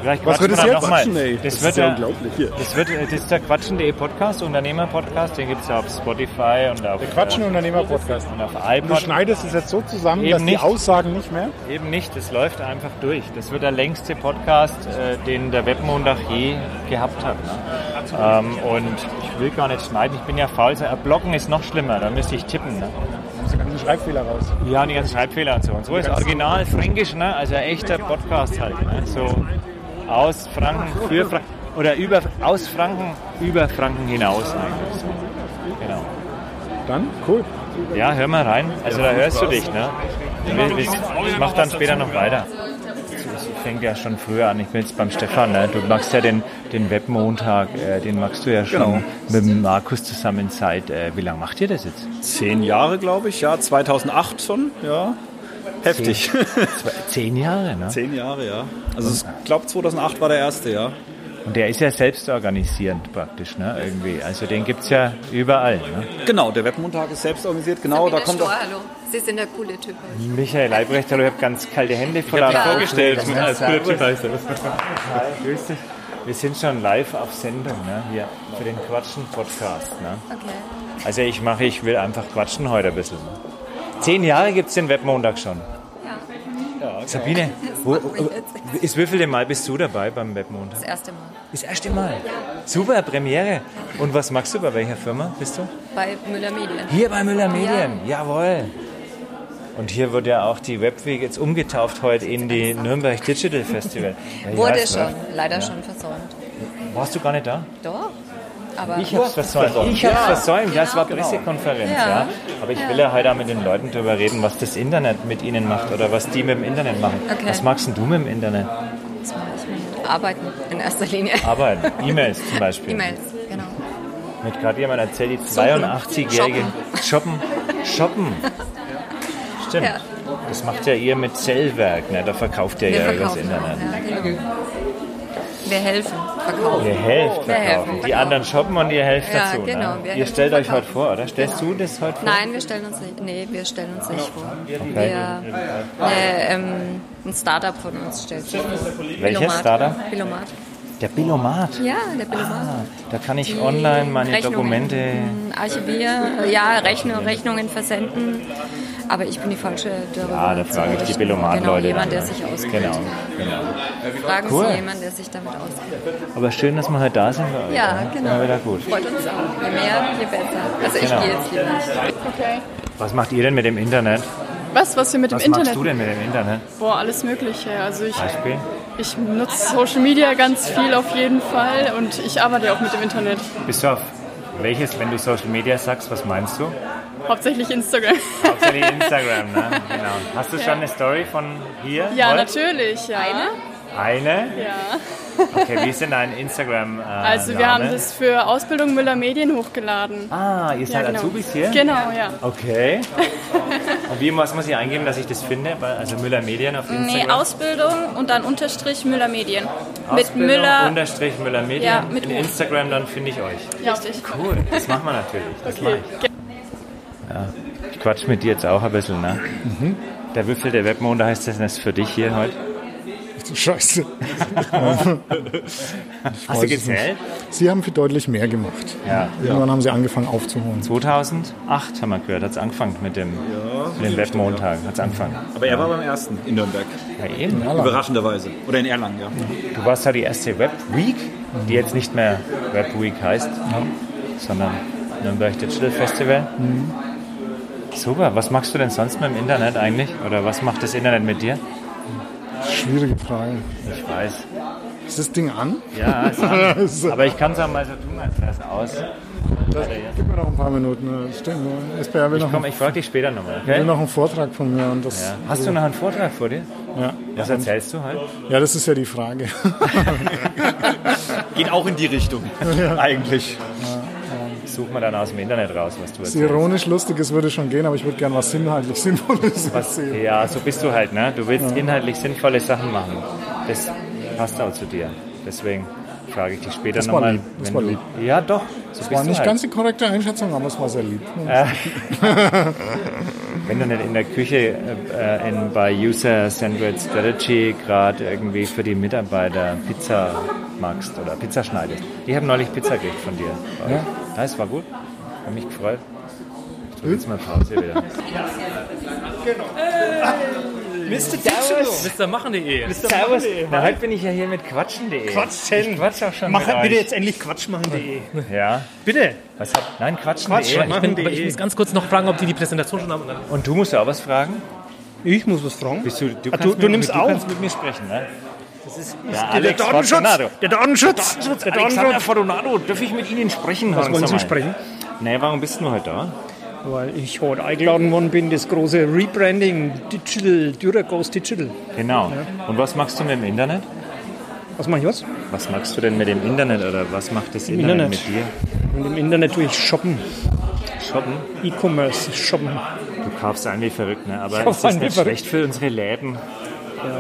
[SPEAKER 1] Vielleicht
[SPEAKER 10] Was
[SPEAKER 1] quatschen
[SPEAKER 10] wird
[SPEAKER 1] wir
[SPEAKER 10] es
[SPEAKER 1] dann
[SPEAKER 10] jetzt?
[SPEAKER 1] noch mal.
[SPEAKER 9] Quatschen, ey.
[SPEAKER 1] Das,
[SPEAKER 9] Das
[SPEAKER 1] wird
[SPEAKER 9] ist ja unglaublich hier.
[SPEAKER 1] Das, wird, das ist der quatschende Podcast, Unternehmer-Podcast. Den gibt es ja auf Spotify und auf,
[SPEAKER 10] Der Quatschen Unternehmer-Podcast.
[SPEAKER 1] äh, und auf
[SPEAKER 10] Du
[SPEAKER 1] iPod.
[SPEAKER 10] schneidest es jetzt so zusammen,
[SPEAKER 1] Eben
[SPEAKER 10] dass die
[SPEAKER 1] nicht.
[SPEAKER 10] Aussagen nicht mehr.
[SPEAKER 1] Eben nicht, das läuft einfach durch. Das wird der längste Podcast, äh, den der Webmontag je gehabt hat. Ne? Ähm, und ich will gar nicht schneiden, ich bin ja faul. Äh, Blocken ist noch schlimmer, da müsste ich tippen. Ne?
[SPEAKER 10] Da muss der ganze Schreibfehler raus.
[SPEAKER 1] Ja, und die ganzen Schreibfehler und so. Und so ist original fränkisch, ne? also ein echter Podcast halt. Ne? So aus Franken, für Franken oder über, aus Franken, über Franken hinaus eigentlich. So. Genau.
[SPEAKER 10] Dann? Cool.
[SPEAKER 1] Ja, hör mal rein. Also da hörst du dich. Ne? Wir- wir- Ich mach dann später noch weiter. Ich fängt ja schon früher an. Ich bin jetzt beim Stefan. Ne? Du magst ja den, den Webmontag, äh, den magst du ja schon
[SPEAKER 11] Genau.
[SPEAKER 1] mit dem Markus zusammen seit, äh, wie lange macht ihr das jetzt?
[SPEAKER 11] Zehn Jahre, glaube ich, ja. 2008 schon, ja. Heftig.
[SPEAKER 1] Zehn Jahre, ne?
[SPEAKER 11] Zehn Jahre, ja. Also ich glaube 2008 war der erste, ja.
[SPEAKER 1] Und der ist ja selbst organisierend praktisch, ne? Irgendwie. Also den gibt's ja überall. Ne?
[SPEAKER 11] Genau, der Webmontag ist selbst organisiert, genau, da kommt auch...
[SPEAKER 12] hallo. Sie sind der coole Typ.
[SPEAKER 1] Michael Leibrecht, hallo, ich habe ganz kalte Hände voll ich
[SPEAKER 12] dich
[SPEAKER 1] vorgestellt. Als Hi, grüß dich. Wir sind schon live auf Sendung, ne? Hier für den Quatschen-Podcast. Ne?
[SPEAKER 8] Okay.
[SPEAKER 1] Also ich mache, ich will einfach quatschen heute ein bisschen. Ne? Zehn Jahre gibt's den Webmontag schon. Sabine, wo, wo, ist wievielte Mal bist du dabei beim Webmontag?
[SPEAKER 8] Das erste Mal.
[SPEAKER 1] Das erste Mal. Super, Premiere. Und was magst du, bei welcher Firma bist du?
[SPEAKER 12] Bei Müller Medien.
[SPEAKER 1] Hier bei Müller Medien, jawohl. Und hier wird ja auch die Webweg jetzt umgetauft heute in die Nürnberg Digital Festival. Ja, ich
[SPEAKER 12] genau. Wurde
[SPEAKER 1] weiß,
[SPEAKER 12] schon,
[SPEAKER 1] ne?
[SPEAKER 12] leider schon versäumt.
[SPEAKER 1] Warst du gar nicht da?
[SPEAKER 12] Doch. Aber genau.
[SPEAKER 1] Ich hab's versäumt. Ich hab's versäumt. Ja, es war Pressekonferenz. Ja.
[SPEAKER 12] Ja.
[SPEAKER 1] Aber ich will ja heute auch mit den Leuten darüber reden, was das Internet mit ihnen macht oder was die mit dem Internet machen.
[SPEAKER 12] Okay.
[SPEAKER 1] Was magst denn du mit dem Internet?
[SPEAKER 12] das mache ich mit Arbeiten in erster Linie.
[SPEAKER 1] Arbeiten. E-Mails zum Beispiel.
[SPEAKER 12] E-Mails, genau.
[SPEAKER 1] Mir hat gerade jemand erzählt, die 82-jährige shoppen. shoppen. Stimmt.
[SPEAKER 12] Ja.
[SPEAKER 1] Das macht ja ihr mit Zellwerk, ne? da verkauft ihr ja übers
[SPEAKER 12] verkaufen
[SPEAKER 1] Internet.
[SPEAKER 12] auch, ja, genau. Wir helfen, verkaufen.
[SPEAKER 1] Ihr helft
[SPEAKER 12] Wir helfen,
[SPEAKER 1] verkaufen. Die
[SPEAKER 12] genau.
[SPEAKER 1] anderen shoppen und ihr helft
[SPEAKER 12] Ja,
[SPEAKER 1] dazu.
[SPEAKER 12] genau, wir
[SPEAKER 1] ne? Ihr
[SPEAKER 12] helfen
[SPEAKER 1] stellt euch heute
[SPEAKER 12] verkaufen.
[SPEAKER 1] vor, oder? Stellst du das heute vor?
[SPEAKER 12] genau. Nein, wir stellen uns nicht, nee, wir stellen uns nicht vor.
[SPEAKER 1] Okay.
[SPEAKER 12] Wir, äh, ähm, ein Startup von uns stellt sich vor.
[SPEAKER 1] Welches
[SPEAKER 12] Billomat.
[SPEAKER 1] Startup? Ah.
[SPEAKER 12] Billomat.
[SPEAKER 1] Der Billomat.
[SPEAKER 12] Ja, der Billomat.
[SPEAKER 1] Da kann ich online meine
[SPEAKER 12] Rechnungen, Mhm.
[SPEAKER 1] Dokumente.
[SPEAKER 12] mh, Archivieren, ja, Rechnung, Rechnungen versenden. Aber ich bin die falsche darüber.
[SPEAKER 1] Ah, da
[SPEAKER 12] zu
[SPEAKER 1] frage ich die
[SPEAKER 12] berichten.
[SPEAKER 1] Billomat-Leute.
[SPEAKER 12] Genau, jemand,
[SPEAKER 1] dann,
[SPEAKER 12] der
[SPEAKER 1] ne?
[SPEAKER 12] sich auskennt.
[SPEAKER 1] Genau, genau.
[SPEAKER 12] Fragen
[SPEAKER 1] Cool.
[SPEAKER 12] Sie jemanden, der sich damit auskennt.
[SPEAKER 1] Aber schön, dass wir heute da sind. bei euch,
[SPEAKER 12] Ja,
[SPEAKER 1] ne?
[SPEAKER 12] genau.
[SPEAKER 1] Ja, wieder gut.
[SPEAKER 12] Freut uns auch. Je mehr, je besser. Also ich
[SPEAKER 1] Genau.
[SPEAKER 12] gehe jetzt lieber nicht.
[SPEAKER 13] Okay.
[SPEAKER 1] Was macht ihr denn mit dem Internet?
[SPEAKER 13] Was, was wir mit dem
[SPEAKER 1] Was machst
[SPEAKER 13] Internet?
[SPEAKER 1] du denn mit dem Internet?
[SPEAKER 13] Boah, alles Mögliche. Also ich,
[SPEAKER 1] Beispiel?
[SPEAKER 13] ich nutze Social Media ganz viel auf jeden Fall und ich arbeite auch mit dem Internet.
[SPEAKER 1] Bist du auf welches, wenn du Social Media sagst, was meinst du?
[SPEAKER 13] Hauptsächlich Instagram.
[SPEAKER 1] Hauptsächlich Instagram, ne? Genau. Hast du
[SPEAKER 13] Ja.
[SPEAKER 1] schon eine Story von hier?
[SPEAKER 13] Ja,
[SPEAKER 1] Volt?
[SPEAKER 13] natürlich. Ja. Eine?
[SPEAKER 1] Eine?
[SPEAKER 13] Ja.
[SPEAKER 1] Okay, wir sind ein Instagram. Äh,
[SPEAKER 13] Also wir
[SPEAKER 1] Name.
[SPEAKER 13] haben das für Ausbildung Müller Medien hochgeladen.
[SPEAKER 1] Ah, ihr seid Azubis hier?
[SPEAKER 13] Genau, ja.
[SPEAKER 1] Okay. Und wie was muss ich eingeben, dass ich das finde? Bei- Also Müller Medien auf
[SPEAKER 12] Nee,
[SPEAKER 1] Instagram.
[SPEAKER 12] Ausbildung und dann Unterstrich Müller Medien. Mit
[SPEAKER 1] Ausbildung
[SPEAKER 12] Müller.
[SPEAKER 1] Unterstrich Müller Medien.
[SPEAKER 12] Ja, mit
[SPEAKER 1] In
[SPEAKER 12] U.
[SPEAKER 1] Instagram, dann finde ich euch.
[SPEAKER 12] Ja, richtig.
[SPEAKER 1] Cool, das machen wir natürlich. Das mache ich. Ja. Ich quatsch mit dir jetzt auch ein bisschen, ne? Der Würfel der Webmonde heißt das, das ist für dich hier heute.
[SPEAKER 4] Scheiße.
[SPEAKER 1] Hast du gezählt?
[SPEAKER 4] Sie haben viel deutlich mehr gemacht.
[SPEAKER 1] Ja.
[SPEAKER 4] Irgendwann haben sie angefangen aufzuholen.
[SPEAKER 1] 2008 haben wir gehört, hat es angefangen mit dem, mit dem Webmontag. Hat es angefangen.
[SPEAKER 14] Aber er war beim ersten in Nürnberg.
[SPEAKER 1] Ja, eben.
[SPEAKER 14] Überraschenderweise. Oder in Erlangen, ja.
[SPEAKER 1] Du warst ja die erste Web Week, die jetzt nicht mehr Web Week heißt, sondern Nürnberg Digital Festival. Super, was machst du denn sonst mit dem Internet eigentlich? Oder was macht das Internet mit dir?
[SPEAKER 4] Schwierige Frage.
[SPEAKER 1] Ich weiß.
[SPEAKER 4] Ist das Ding an?
[SPEAKER 1] Ja, ist an. aber ich kann es auch mal so tun, als wäre es aus.
[SPEAKER 4] Das, gib mir noch ein paar Minuten. ne? Stimmt. ne? SBR will
[SPEAKER 1] Ich,
[SPEAKER 4] noch,
[SPEAKER 1] komm,
[SPEAKER 4] einen-
[SPEAKER 1] ich frage dich später nochmal,
[SPEAKER 4] will
[SPEAKER 1] okay?
[SPEAKER 4] noch einen Vortrag von mir. Und das,
[SPEAKER 1] Ja. Hast du noch einen Vortrag vor dir?
[SPEAKER 4] Ja.
[SPEAKER 1] Was erzählst du halt?
[SPEAKER 4] Ja, das ist ja die Frage.
[SPEAKER 14] Geht auch in die Richtung,
[SPEAKER 4] Ja.
[SPEAKER 14] eigentlich.
[SPEAKER 1] Such mal dann aus dem Internet raus, was du
[SPEAKER 4] Das
[SPEAKER 1] erzählst.
[SPEAKER 4] ist ironisch lustig, es würde schon gehen, aber ich würde gerne was inhaltlich Sinnvolles
[SPEAKER 1] Was,
[SPEAKER 4] erzählen.
[SPEAKER 1] ja, so bist du halt, ne? Du willst inhaltlich sinnvolle Sachen machen. Das passt auch zu dir. Deswegen frage ich dich später
[SPEAKER 4] Das war
[SPEAKER 1] nochmal.
[SPEAKER 4] lieb, das war
[SPEAKER 1] du,
[SPEAKER 4] lieb.
[SPEAKER 1] Ja, doch. So
[SPEAKER 4] Das
[SPEAKER 1] bist
[SPEAKER 4] war
[SPEAKER 1] du
[SPEAKER 4] nicht
[SPEAKER 1] halt.
[SPEAKER 4] ganz die korrekte Einschätzung, aber es war sehr lieb.
[SPEAKER 1] Äh, Wenn du nicht in der Küche äh, in, bei User Sandwich Strategy gerade irgendwie für die Mitarbeiter Pizza magst oder Pizza schneidest. Ich habe neulich Pizza gekriegt von dir.
[SPEAKER 4] Ja.
[SPEAKER 1] Ja, es war gut. Hat mich gefreut. Ich
[SPEAKER 6] Hm?
[SPEAKER 1] drücke jetzt mal Pause wieder.
[SPEAKER 6] Genau.
[SPEAKER 1] Äh,
[SPEAKER 6] Mr. Servus. Mr. Machen.de.
[SPEAKER 1] Servus. Na, heute bin ich ja hier mit quatschen.de.
[SPEAKER 6] Quatschen.
[SPEAKER 1] Ich quatsch auch schon
[SPEAKER 6] Mach
[SPEAKER 1] mit
[SPEAKER 6] bitte
[SPEAKER 1] euch.
[SPEAKER 6] jetzt endlich quatschmachen.de.
[SPEAKER 1] Ja.
[SPEAKER 6] E. Bitte.
[SPEAKER 1] Was hab, nein, quatschen. E.
[SPEAKER 6] Quatsch, ich, bin,
[SPEAKER 1] Quatschen.
[SPEAKER 6] ich muss ganz kurz noch fragen, ob die die Präsentation schon haben. und dann-
[SPEAKER 1] Und du musst ja auch was fragen.
[SPEAKER 6] Ich muss was fragen.
[SPEAKER 1] Bist du, du,
[SPEAKER 6] Ah,
[SPEAKER 1] kannst
[SPEAKER 6] du-
[SPEAKER 1] mit,
[SPEAKER 6] du nimmst
[SPEAKER 1] du
[SPEAKER 6] auf.
[SPEAKER 1] kannst mit mir sprechen, ne?
[SPEAKER 6] Das ist,
[SPEAKER 1] Ja,
[SPEAKER 6] ist der, der
[SPEAKER 1] Alex
[SPEAKER 6] Datenschutz.
[SPEAKER 1] Fortunato.
[SPEAKER 6] Der Datenschutz. Der
[SPEAKER 1] Alexander
[SPEAKER 6] Datenschutz.
[SPEAKER 1] Fortunato, darf ich mit Ihnen sprechen?
[SPEAKER 6] Was
[SPEAKER 1] Hans
[SPEAKER 6] wollen Sie
[SPEAKER 1] Sommer?
[SPEAKER 6] sprechen?
[SPEAKER 1] Nee, warum bist du heute da?
[SPEAKER 6] Weil ich heute eingeladen worden bin, das große Rebranding Digital, Durago's Digital.
[SPEAKER 1] Genau.
[SPEAKER 6] Ja.
[SPEAKER 1] Und was machst du mit dem Internet?
[SPEAKER 6] Was mache ich was?
[SPEAKER 1] Was machst du denn mit dem Internet oder was macht das
[SPEAKER 6] Im
[SPEAKER 1] Internet,
[SPEAKER 6] Internet.
[SPEAKER 1] mit
[SPEAKER 6] Und im Internet tue ich shoppen.
[SPEAKER 1] dir? Shoppen?
[SPEAKER 6] E-Commerce shoppen.
[SPEAKER 1] Du kaufst ein wie verrückt, ne?
[SPEAKER 6] Ich
[SPEAKER 1] Aber
[SPEAKER 6] kauf
[SPEAKER 1] ist das
[SPEAKER 6] ein wie
[SPEAKER 1] nicht
[SPEAKER 6] verrückt.
[SPEAKER 1] schlecht für unsere Läden?
[SPEAKER 6] Ja.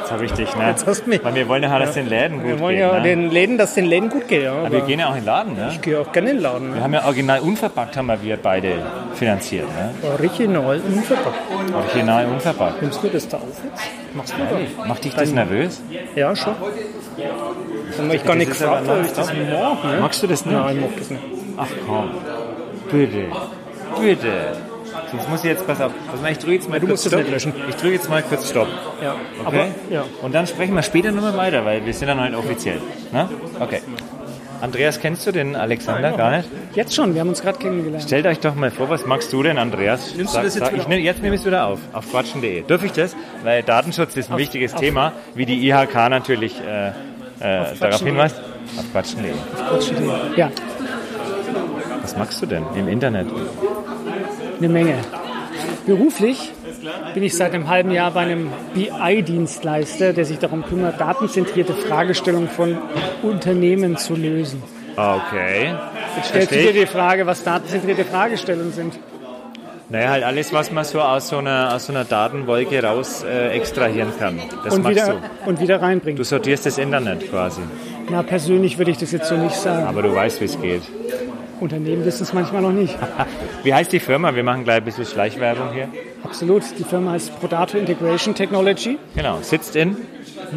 [SPEAKER 1] Jetzt habe ich dich, ne?
[SPEAKER 6] Jetzt hast du mich.
[SPEAKER 1] Weil wir wollen ja, halt, dass den Läden gut
[SPEAKER 6] Wir wollen
[SPEAKER 1] geht,
[SPEAKER 6] ja
[SPEAKER 1] ne?
[SPEAKER 6] den Läden, dass den Läden gut geht. Ja,
[SPEAKER 1] Aber wir gehen ja auch in den Laden, ne?
[SPEAKER 6] ich gehe auch gerne in den Laden.
[SPEAKER 1] Wir
[SPEAKER 6] Ne?
[SPEAKER 1] haben ja original unverpackt, haben wir wir beide finanziert, ne?
[SPEAKER 6] Original unverpackt.
[SPEAKER 1] Original unverpackt.
[SPEAKER 6] Nimmst du das da auf jetzt? Machst du das?
[SPEAKER 1] Macht dich das nervös?
[SPEAKER 6] Ja, schon. Dann ich
[SPEAKER 1] Das
[SPEAKER 6] gar nicht
[SPEAKER 1] ist aber
[SPEAKER 6] gefragt, ob ich das
[SPEAKER 1] nonstop.
[SPEAKER 6] mag. Ne?
[SPEAKER 1] Magst du das nicht?
[SPEAKER 6] Nein, ich mag das nicht.
[SPEAKER 1] Ach komm, bitte, bitte. Sonst muss ich jetzt, pass auf, pass mal, ich drücke jetzt mal
[SPEAKER 6] Du
[SPEAKER 1] kurz
[SPEAKER 6] musst das
[SPEAKER 1] Stopp.
[SPEAKER 6] nicht löschen.
[SPEAKER 1] Ich drücke jetzt mal kurz Stopp.
[SPEAKER 6] Ja.
[SPEAKER 1] Okay?
[SPEAKER 6] Aber, ja.
[SPEAKER 1] Und dann sprechen wir später nochmal weiter, weil wir sind dann halt offiziell. Ne? Okay. Andreas, kennst du den Alexander gar nicht?
[SPEAKER 6] Jetzt schon, wir haben uns gerade kennengelernt.
[SPEAKER 1] Stellt euch doch mal vor, was magst du denn, Andreas?
[SPEAKER 6] Nimmst du das jetzt wieder
[SPEAKER 1] ich, nehm- Jetzt nehme ich es wieder auf, auf quatschen.de. Dürf ich das? Weil Datenschutz ist ein wichtiges
[SPEAKER 6] auf-
[SPEAKER 1] Thema, wie die IHK natürlich äh, äh, darauf
[SPEAKER 6] quatschen.de.
[SPEAKER 1] hinweist. Auf quatschen.de.
[SPEAKER 6] Ja,
[SPEAKER 1] Was magst du denn im Internet?
[SPEAKER 6] eine Menge. Beruflich bin ich seit einem halben Jahr bei einem BI-Dienstleister, der sich darum kümmert, datenzentrierte Fragestellungen von Unternehmen zu lösen.
[SPEAKER 1] Ah, Okay.
[SPEAKER 6] Jetzt stellst du
[SPEAKER 1] Verstehe
[SPEAKER 6] dir
[SPEAKER 1] ich.
[SPEAKER 6] die Frage, was datenzentrierte Fragestellungen sind.
[SPEAKER 1] Naja, halt alles, was man so aus so einer, aus so einer Datenwolke raus äh, extrahieren kann. Das
[SPEAKER 6] und,
[SPEAKER 1] machst
[SPEAKER 6] wieder,
[SPEAKER 1] du.
[SPEAKER 6] und wieder
[SPEAKER 1] Du
[SPEAKER 6] reinbringen.
[SPEAKER 1] sortierst das Internet quasi.
[SPEAKER 6] Na, persönlich würde ich das jetzt so nicht sagen.
[SPEAKER 1] Aber du weißt, wie es geht.
[SPEAKER 6] Unternehmen wissen es manchmal noch nicht.
[SPEAKER 1] Wie heißt die Firma? Wir machen gleich ein bisschen Schleichwerbung hier.
[SPEAKER 6] Absolut. Die Firma heißt Prodato Integration Technology.
[SPEAKER 1] Genau. Sitzt in?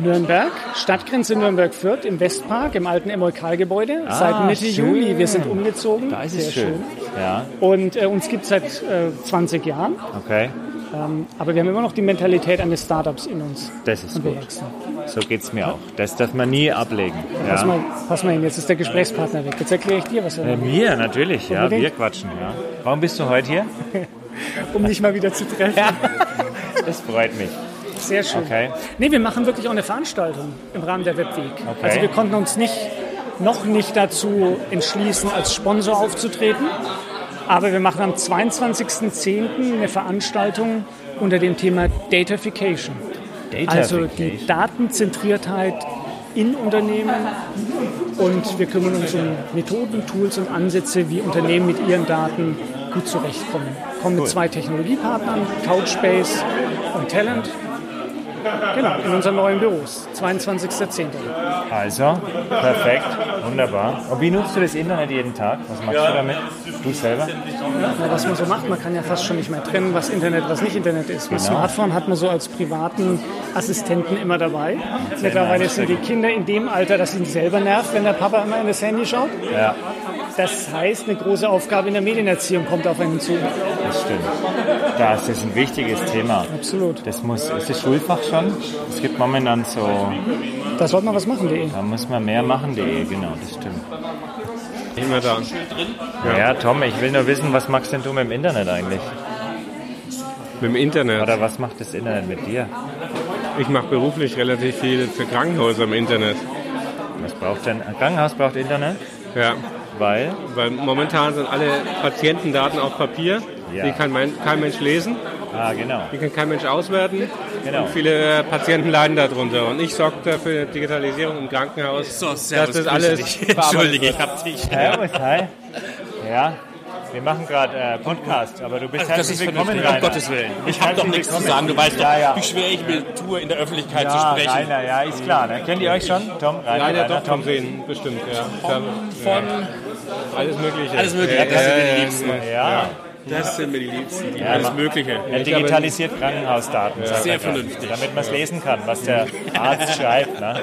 [SPEAKER 6] Nürnberg, Stadtgrenze Nürnberg-Fürth im Westpark, im alten MLK-Gebäude, seit Mitte
[SPEAKER 1] Ah, schön.
[SPEAKER 6] Juli. Wir sind umgezogen.
[SPEAKER 1] Da ist
[SPEAKER 6] Sehr
[SPEAKER 1] es schön. Ja,
[SPEAKER 6] Und äh, uns gibt es seit äh, 20 Jahren.
[SPEAKER 1] okay.
[SPEAKER 6] Ähm, aber wir haben immer noch die Mentalität eines Startups in uns.
[SPEAKER 1] Das ist
[SPEAKER 6] und wir
[SPEAKER 1] gut.
[SPEAKER 6] wachsen.
[SPEAKER 1] So geht's mir auch. Das darf man nie ablegen.
[SPEAKER 6] Pass,
[SPEAKER 1] Ja.
[SPEAKER 6] mal, pass mal hin, jetzt ist der Gesprächspartner weg. Jetzt erkläre ich dir, was wir
[SPEAKER 1] Äh,
[SPEAKER 6] machen.
[SPEAKER 1] Mir natürlich, ja.
[SPEAKER 6] Unbedingt.
[SPEAKER 1] Wir quatschen, ja. Warum bist du heute hier?
[SPEAKER 6] Um dich mal wieder zu treffen.
[SPEAKER 1] Das freut mich.
[SPEAKER 6] Sehr schön.
[SPEAKER 1] Okay.
[SPEAKER 6] Nee, wir machen wirklich auch eine Veranstaltung im Rahmen der Webweg.
[SPEAKER 1] Okay.
[SPEAKER 6] Also wir konnten uns nicht, noch nicht dazu entschließen, als Sponsor aufzutreten. Aber wir machen am 22.10. eine Veranstaltung unter dem Thema Datafication. Also die Datenzentriertheit in Unternehmen und wir kümmern uns um Methoden, Tools und Ansätze, wie Unternehmen mit ihren Daten gut zurechtkommen. Wir kommen mit zwei Technologiepartnern, Couchbase und Talent. Genau, in unseren neuen Büros, 22.10.
[SPEAKER 1] Also, perfekt, wunderbar. Und wie nutzt du das Internet jeden Tag? Was machst du damit? Du selber?
[SPEAKER 6] Na, was man so macht, man kann ja fast schon nicht mehr trennen, was Internet, was nicht Internet ist. Das
[SPEAKER 1] Genau.
[SPEAKER 6] Smartphone hat man so als privaten Assistenten immer dabei.
[SPEAKER 1] Selber
[SPEAKER 6] Mittlerweile sind die
[SPEAKER 1] einstecken.
[SPEAKER 6] Kinder in dem Alter, dass ihnen selber nervt, wenn der Papa immer in das Handy schaut.
[SPEAKER 1] Ja,
[SPEAKER 6] Das heißt, eine große Aufgabe in der Medienerziehung kommt auf einen zu.
[SPEAKER 1] das stimmt. Das ist ein wichtiges Thema.
[SPEAKER 6] Absolut.
[SPEAKER 1] Das muss, ist das Schulfach schon? Es gibt momentan so,
[SPEAKER 6] Da sollte man was machen, E. die.
[SPEAKER 1] da muss man mehr machen.de, genau, das stimmt.
[SPEAKER 2] Immer da.
[SPEAKER 1] Ja. ja, Tom, ich will nur wissen, was machst denn du mit dem Internet eigentlich?
[SPEAKER 2] Mit dem Internet.
[SPEAKER 1] Oder was macht das Internet mit dir?
[SPEAKER 2] Ich mache beruflich relativ viel für Krankenhäuser im Internet.
[SPEAKER 1] Was braucht denn? Ein Krankenhaus braucht Internet?
[SPEAKER 2] Ja.
[SPEAKER 1] Weil?
[SPEAKER 2] Weil momentan sind alle Patientendaten auf Papier.
[SPEAKER 1] Ja.
[SPEAKER 2] Die kann mein, kein Mensch lesen.
[SPEAKER 1] Ah, genau.
[SPEAKER 2] Die kann kein Mensch auswerten.
[SPEAKER 1] Genau.
[SPEAKER 2] Und viele äh, Patienten leiden darunter. Und ich sorge dafür Digitalisierung im Krankenhaus. So,
[SPEAKER 1] servus,
[SPEAKER 2] das ist
[SPEAKER 1] grüße
[SPEAKER 2] alles.
[SPEAKER 1] dich. Entschuldige,
[SPEAKER 2] ich hab dich.
[SPEAKER 1] Servus, hi. Ja, wir machen gerade äh, Podcast, aber du bist
[SPEAKER 5] Also das
[SPEAKER 1] herzlich
[SPEAKER 5] ist
[SPEAKER 1] willkommen,
[SPEAKER 5] vernünftig, um
[SPEAKER 1] Rainer.
[SPEAKER 5] Gottes Willen.
[SPEAKER 1] Du bist
[SPEAKER 5] Ich habe doch
[SPEAKER 1] herzlich
[SPEAKER 5] nichts zu
[SPEAKER 1] willkommen.
[SPEAKER 5] sagen. Du weißt
[SPEAKER 1] ja, ja.
[SPEAKER 5] doch, wie schwer ich mir tue, in der Öffentlichkeit
[SPEAKER 1] ja,
[SPEAKER 5] zu sprechen.
[SPEAKER 1] Rainer, ja, ist klar. Ne? Kennt ihr euch schon? Tom, Rainer,
[SPEAKER 2] Rainer, doch,
[SPEAKER 1] Tom.
[SPEAKER 2] vom Sehen, bestimmt. Ja.
[SPEAKER 5] Tom von-
[SPEAKER 2] Alles Mögliche.
[SPEAKER 5] Alles Mögliche, das sind mir die Liebsten.
[SPEAKER 1] Ja.
[SPEAKER 5] Das sind mir die Liebsten. Die
[SPEAKER 1] Ja,
[SPEAKER 5] alles
[SPEAKER 1] aber-
[SPEAKER 5] Mögliche.
[SPEAKER 1] Er digitalisiert Krankenhausdaten.
[SPEAKER 5] Ja.
[SPEAKER 1] sagt er
[SPEAKER 5] Sehr
[SPEAKER 1] gerade.
[SPEAKER 5] vernünftig.
[SPEAKER 1] Damit man es lesen kann, was der Arzt schreibt. Ne?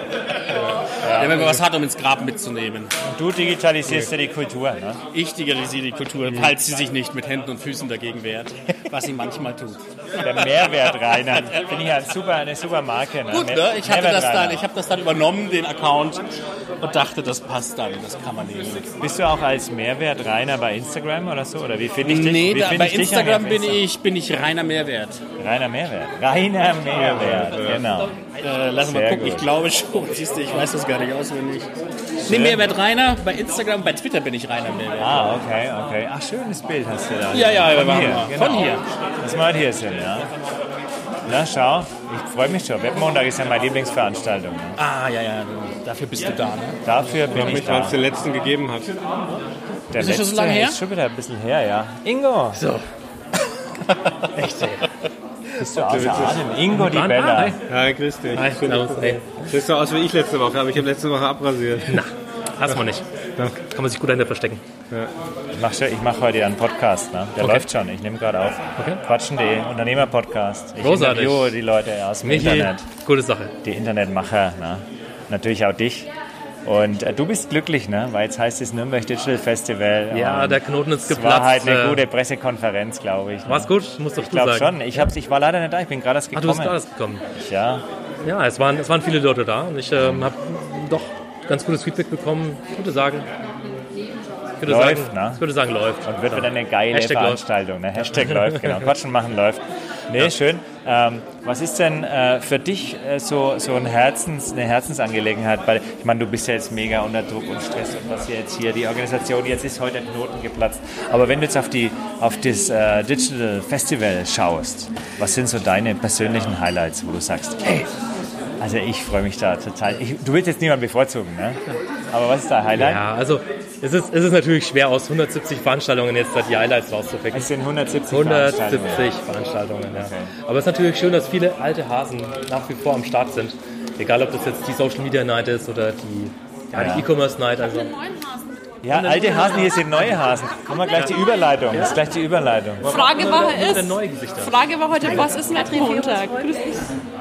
[SPEAKER 5] Ja, wenn man was hat, um ins Grab mitzunehmen.
[SPEAKER 1] Und du digitalisierst ja die Kultur, ne?
[SPEAKER 5] Ich digitalisiere die Kultur, falls sie sich nicht mit Händen und Füßen dagegen wehrt, was sie manchmal tut.
[SPEAKER 1] Der Mehrwert, Rainer. Finde ich ja super, eine super Marke. Ne?
[SPEAKER 5] Gut, ne? Ich, hatte das dann, ich habe das dann übernommen, den Account, und dachte, das passt dann, das kann man nehmen.
[SPEAKER 1] Bist du auch als Mehrwert Rainer bei Instagram oder so? Oder wie finde ich dich?
[SPEAKER 5] Nee,
[SPEAKER 1] wie
[SPEAKER 5] da,
[SPEAKER 1] finde
[SPEAKER 5] bei
[SPEAKER 1] ich dich
[SPEAKER 5] Instagram
[SPEAKER 1] eigentlich auf
[SPEAKER 5] bin ich, bin ich reiner Mehrwert.
[SPEAKER 1] Reiner Mehrwert. Reiner Mehrwert, genau.
[SPEAKER 5] Äh, lass mal
[SPEAKER 1] Sehr
[SPEAKER 5] gucken,
[SPEAKER 1] gut.
[SPEAKER 5] ich glaube schon, siehst du, ich weiß das gar nicht auswendig. Nee, Mehrwert Rainer, bei Instagram, bei Twitter bin ich Rainer Mehrwert.
[SPEAKER 1] Ah, okay, okay. Ach, schönes Bild hast du da.
[SPEAKER 5] Ja, ja,
[SPEAKER 1] von
[SPEAKER 5] wir machen
[SPEAKER 1] hier. genau.
[SPEAKER 5] mal. Von hier.
[SPEAKER 1] Dass wir halt hier sind, ja. Na, schau, ich freue mich schon. Webmontag ist ja meine Lieblingsveranstaltung. Ne?
[SPEAKER 5] Ah, ja, ja, dafür bist du da, ne?
[SPEAKER 1] Dafür bin
[SPEAKER 2] Frag
[SPEAKER 1] ich
[SPEAKER 2] mich,
[SPEAKER 1] da.
[SPEAKER 2] wann es den letzten gegeben hat.
[SPEAKER 1] Der
[SPEAKER 5] Ist es schon so
[SPEAKER 1] letzte
[SPEAKER 5] lange her?
[SPEAKER 1] Ist schon wieder ein bisschen her, ja. Ingo. So. Echt, ey. Bist du außer Atem? Ingo die Bella.
[SPEAKER 2] Hi, grüß dich.
[SPEAKER 1] Hi,
[SPEAKER 2] Schön,
[SPEAKER 1] servus,
[SPEAKER 2] dass du-
[SPEAKER 1] hey.
[SPEAKER 2] Siehst du aus wie ich letzte Woche, aber ich habe letzte Woche abrasiert. Na,
[SPEAKER 1] hast man nicht.
[SPEAKER 2] Kann man sich gut dahinter verstecken. Ja.
[SPEAKER 1] Ich mache mach heute einen Podcast, ne? der
[SPEAKER 2] Okay.
[SPEAKER 1] läuft schon, ich nehme gerade auf. Quatschen.de, Unternehmer-Podcast. Ich
[SPEAKER 15] Großartig.
[SPEAKER 1] interviewe die Leute aus dem
[SPEAKER 15] Michi,
[SPEAKER 1] Internet. Gute Sache. Die Internetmacher, ne? natürlich auch dich. Und äh, du bist glücklich, ne? weil jetzt heißt es Nürnberg Digital Festival.
[SPEAKER 15] Ja,
[SPEAKER 1] Und
[SPEAKER 15] der Knoten ist
[SPEAKER 1] Es war
[SPEAKER 15] geplatzt,
[SPEAKER 1] halt eine
[SPEAKER 15] äh.
[SPEAKER 1] gute Pressekonferenz, glaube ich. Ne?
[SPEAKER 15] War's gut? Muss doch
[SPEAKER 1] Ich
[SPEAKER 15] du
[SPEAKER 1] glaube
[SPEAKER 15] sagen.
[SPEAKER 1] schon. Ich, hab's, ich war leider nicht da, ich bin gerade erst
[SPEAKER 15] Ah,
[SPEAKER 1] gekommen.
[SPEAKER 15] du bist gerade erst gekommen.
[SPEAKER 1] Ja.
[SPEAKER 15] Ja, es waren, es waren viele Leute da und ich ähm, habe doch ganz gutes Feedback bekommen. Ich würde sagen, ich würde
[SPEAKER 1] läuft,
[SPEAKER 15] sagen,
[SPEAKER 1] ne?
[SPEAKER 15] ich würde sagen, läuft.
[SPEAKER 1] Und wird
[SPEAKER 15] Ja.
[SPEAKER 1] wieder eine geile
[SPEAKER 15] Hashtag läuft.
[SPEAKER 1] Veranstaltung. Ne?
[SPEAKER 15] Ja.
[SPEAKER 1] Hashtag läuft, genau. Quatschen machen läuft. Nee, schön. Ähm, was ist denn äh, für dich äh, so, so ein Herzens, eine Herzensangelegenheit? Weil ich meine, du bist ja jetzt mega unter Druck und Stress und was hier jetzt hier, die Organisation, jetzt ist heute der Knoten geplatzt. Aber wenn du jetzt auf, die, auf das äh, Digital Festival schaust, was sind so deine persönlichen Highlights, wo du sagst, hey, also ich freue mich da total. Ich, du willst jetzt niemanden bevorzugen, ne? Aber was ist dein Highlight?
[SPEAKER 15] Ja, also es ist, es ist natürlich schwer, aus 170 Veranstaltungen jetzt da die Highlights rauszuficken.
[SPEAKER 1] Es sind 170
[SPEAKER 15] 170
[SPEAKER 1] Veranstaltungen.
[SPEAKER 15] Veranstaltungen, ja. Aber es ist natürlich schön, dass viele alte Hasen nach wie vor am Start sind. Egal, ob das jetzt die Social Media Night ist oder die ja,
[SPEAKER 1] Ja.
[SPEAKER 15] die E-Commerce Night. Also.
[SPEAKER 1] Ja, alte Hasen, hier sind neue Hasen. Haben wir gleich die Überleitung. Das ist gleich die Überleitung.
[SPEAKER 16] Frage war, ist,
[SPEAKER 15] Neue Gesichter.
[SPEAKER 16] Frage war heute, was ist mit Montag?
[SPEAKER 1] Genau.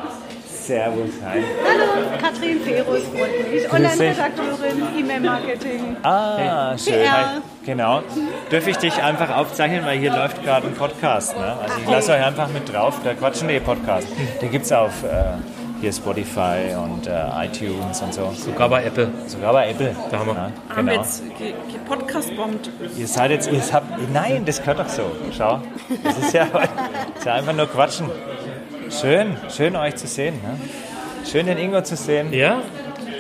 [SPEAKER 1] Servus, hi.
[SPEAKER 17] Hallo, Katrin Ferus freut mich. Online-Redakteurin, E-Mail-Marketing.
[SPEAKER 1] Ah, schön. Hi.
[SPEAKER 17] PR.
[SPEAKER 1] Genau. Dürfe ich dich einfach aufzeichnen, weil hier läuft gerade ein Podcast. Ne? Also ich lasse euch einfach mit drauf, der Quatschen.de Podcast. Den gibt es auf äh, hier Spotify und äh, iTunes und so. Sogar
[SPEAKER 15] bei Apple.
[SPEAKER 1] Sogar bei Apple.
[SPEAKER 15] Da haben wir.
[SPEAKER 1] Genau.
[SPEAKER 17] Podcast bombt.
[SPEAKER 1] Ihr seid jetzt, ihr habt, nein, das gehört doch so. Schau, das ist ja, das ist ja einfach nur Quatschen. Schön, schön euch zu sehen. Ne? Schön den Ingo zu sehen.
[SPEAKER 15] Ja,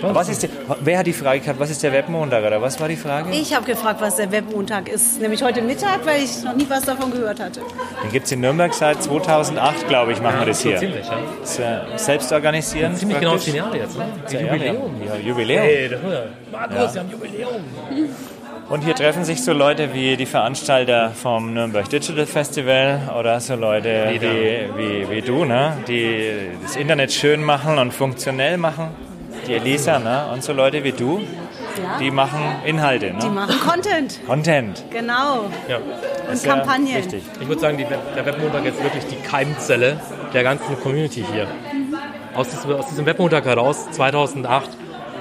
[SPEAKER 1] Was ist die, wer hat die Frage gehabt, was ist der Webmontag oder was war die Frage?
[SPEAKER 17] Ich habe gefragt, was der Webmontag ist, nämlich heute Mittag, weil ich noch nie was davon gehört hatte.
[SPEAKER 1] Den gibt es in Nürnberg seit 2008, glaube ich, machen wir das
[SPEAKER 15] so
[SPEAKER 1] hier.
[SPEAKER 15] ziemlich, ja.
[SPEAKER 1] Das, äh, selbst organisieren.
[SPEAKER 15] Ziemlich genau zehn Jahre jetzt, ne?
[SPEAKER 1] Zehn
[SPEAKER 15] Ja,
[SPEAKER 1] Jahre,
[SPEAKER 15] Jubiläum.
[SPEAKER 1] Ja, Jubiläum.
[SPEAKER 15] Hey, das- Markus,
[SPEAKER 1] Ja.
[SPEAKER 15] wir haben Jubiläum.
[SPEAKER 1] Und hier treffen sich so Leute wie die Veranstalter vom Nürnberg Digital Festival oder so Leute
[SPEAKER 15] Wie
[SPEAKER 1] wie,
[SPEAKER 15] da.
[SPEAKER 1] wie, wie du, ne? die das Internet schön machen und funktionell machen. Die Elisa ne? und so Leute wie du,
[SPEAKER 17] Ja.
[SPEAKER 1] die machen Inhalte. Ne?
[SPEAKER 17] Die machen Content,
[SPEAKER 1] Content.
[SPEAKER 17] genau.
[SPEAKER 15] Ja.
[SPEAKER 17] Und Kampagnen.
[SPEAKER 15] Ich würde sagen, die Web, der Webmontag ist wirklich die Keimzelle der ganzen Community hier. Aus diesem, aus diesem Webmontag heraus, 2008,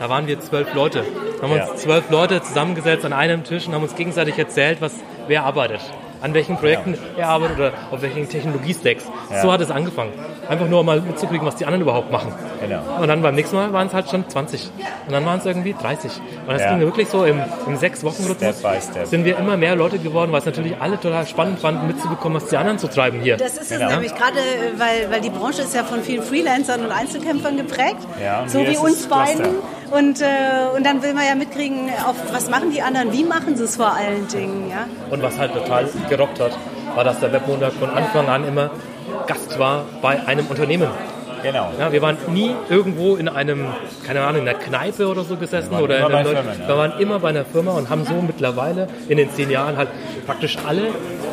[SPEAKER 15] da waren wir zwölf Leute. Da haben
[SPEAKER 1] Ja.
[SPEAKER 15] uns zwölf Leute zusammengesetzt an einem Tisch und haben uns gegenseitig erzählt, was wer arbeitet. An welchen Projekten er arbeitet oder auf welchen Technologiestacks.
[SPEAKER 1] Ja.
[SPEAKER 15] So hat es angefangen. Einfach nur um mal mitzukriegen, was die anderen überhaupt machen.
[SPEAKER 1] Genau.
[SPEAKER 15] Und dann beim nächsten Mal waren es halt schon 20. Und dann waren es irgendwie 30. Und das
[SPEAKER 1] Ja.
[SPEAKER 15] ging wirklich so im, im sechs Wochen Rhythmus
[SPEAKER 1] Step by step.
[SPEAKER 15] sind wir immer mehr Leute geworden, weil es natürlich alle total spannend fanden, mitzubekommen, was die anderen zu treiben hier.
[SPEAKER 17] Das ist es
[SPEAKER 1] Genau.
[SPEAKER 15] Ja. Genau.
[SPEAKER 17] nämlich gerade, äh, weil, weil die Branche ist ja von vielen Freelancern und Einzelkämpfern geprägt,
[SPEAKER 15] Ja, und
[SPEAKER 17] so
[SPEAKER 15] hier
[SPEAKER 17] wie
[SPEAKER 15] ist
[SPEAKER 17] uns
[SPEAKER 15] es Cluster.
[SPEAKER 17] beiden. Und, äh, und dann will man ja mitkriegen, auf, was machen die anderen, wie machen sie es vor allen Dingen. Ja?
[SPEAKER 15] Und was halt total gerockt hat, war, dass der Webmontag von Anfang an immer Gast war bei einem Unternehmen.
[SPEAKER 1] Genau.
[SPEAKER 15] Ja, wir waren nie irgendwo in einem, keine Ahnung, in einer Kneipe oder so gesessen
[SPEAKER 1] Wir waren
[SPEAKER 15] oder in
[SPEAKER 1] immer
[SPEAKER 15] einem
[SPEAKER 1] bei
[SPEAKER 15] Leuten-
[SPEAKER 1] Firmen, ja.
[SPEAKER 15] Wir waren immer bei einer Firma und haben so mittlerweile in den zehn Jahren halt praktisch alle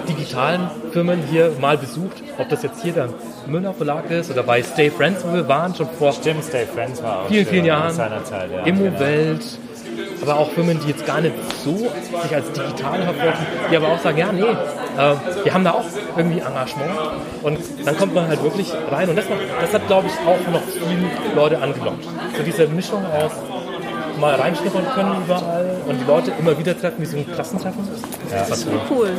[SPEAKER 15] digitalen Firmen hier mal besucht. Ob das jetzt hier der Müller Verlag ist oder bei Stay Friends, wo wir waren schon vor
[SPEAKER 1] Stimmt, Stay Friends war auch
[SPEAKER 15] vielen, vielen
[SPEAKER 1] schön
[SPEAKER 15] Jahren.
[SPEAKER 1] in seiner Zeit, ja,
[SPEAKER 15] Immowelt, aber auch Firmen, die jetzt gar nicht so sich als digital hervortun, die aber auch sagen, ja, nee, äh, wir haben da auch irgendwie Engagement. Und dann kommt man halt wirklich rein. Und das, macht, das hat, glaube ich, auch noch viele Leute angelockt. So diese Mischung aus mal reinschnuppern können überall und die Leute immer wieder treffen, wie so ein Klassentreffen.
[SPEAKER 1] Ja.
[SPEAKER 15] Das ist
[SPEAKER 17] Cool.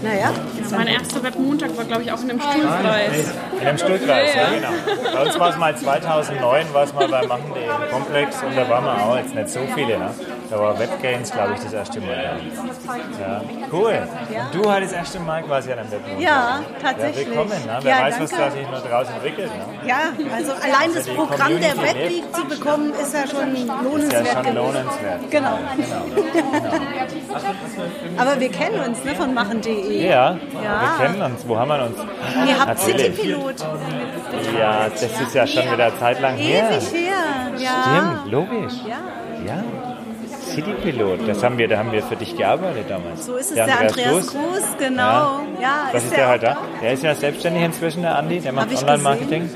[SPEAKER 17] Naja.
[SPEAKER 16] Mein erster Webmontag war, glaube ich, auch in einem Stuhlkreis.
[SPEAKER 1] In einem Stuhlkreis, ja,
[SPEAKER 16] Ja, ja.
[SPEAKER 1] genau. Bei uns war es mal 2009, war es mal bei Machen.de im Komplex und da waren wir auch jetzt nicht so viele. Ne? Da war Webgames, glaube ich, das erste Mal. Ja. Cool. Und du hattest das erste Mal quasi an einem Webmontag.
[SPEAKER 17] Ja, tatsächlich.
[SPEAKER 1] Ja, willkommen. Ne? Wer
[SPEAKER 17] Ja,
[SPEAKER 1] weiß, was da
[SPEAKER 17] danke.
[SPEAKER 1] sich noch draus entwickelt. Ne?
[SPEAKER 17] Ja, also allein das
[SPEAKER 1] Die
[SPEAKER 17] Programm der
[SPEAKER 1] Community
[SPEAKER 17] Web Week zu bekommen, ist ja schon
[SPEAKER 1] Ist
[SPEAKER 17] lohnenswert.
[SPEAKER 1] ja schon
[SPEAKER 17] gewesen.
[SPEAKER 1] lohnenswert. Genau.
[SPEAKER 17] Genau. Aber wir kennen uns ne, von machen.de.
[SPEAKER 1] Ja,
[SPEAKER 17] Ja.
[SPEAKER 1] wir kennen uns. Wo haben wir uns?
[SPEAKER 17] Ihr habt
[SPEAKER 1] Natürlich.
[SPEAKER 17] Citypilot.
[SPEAKER 1] Ja, das ist ja schon wieder zeitlang her.
[SPEAKER 17] Ewig her. Ja.
[SPEAKER 1] Stimmt, logisch.
[SPEAKER 17] Ja.
[SPEAKER 1] Ja. Citypilot, das haben wir, da haben wir für dich gearbeitet damals.
[SPEAKER 17] So ist es der, Andreas Groß, genau. Ja,
[SPEAKER 1] das
[SPEAKER 17] ist
[SPEAKER 1] ist der
[SPEAKER 17] der
[SPEAKER 1] heute. da? Der ist ja selbstständig inzwischen, der Andi, der macht
[SPEAKER 17] Hab ich
[SPEAKER 1] Online-Marketing.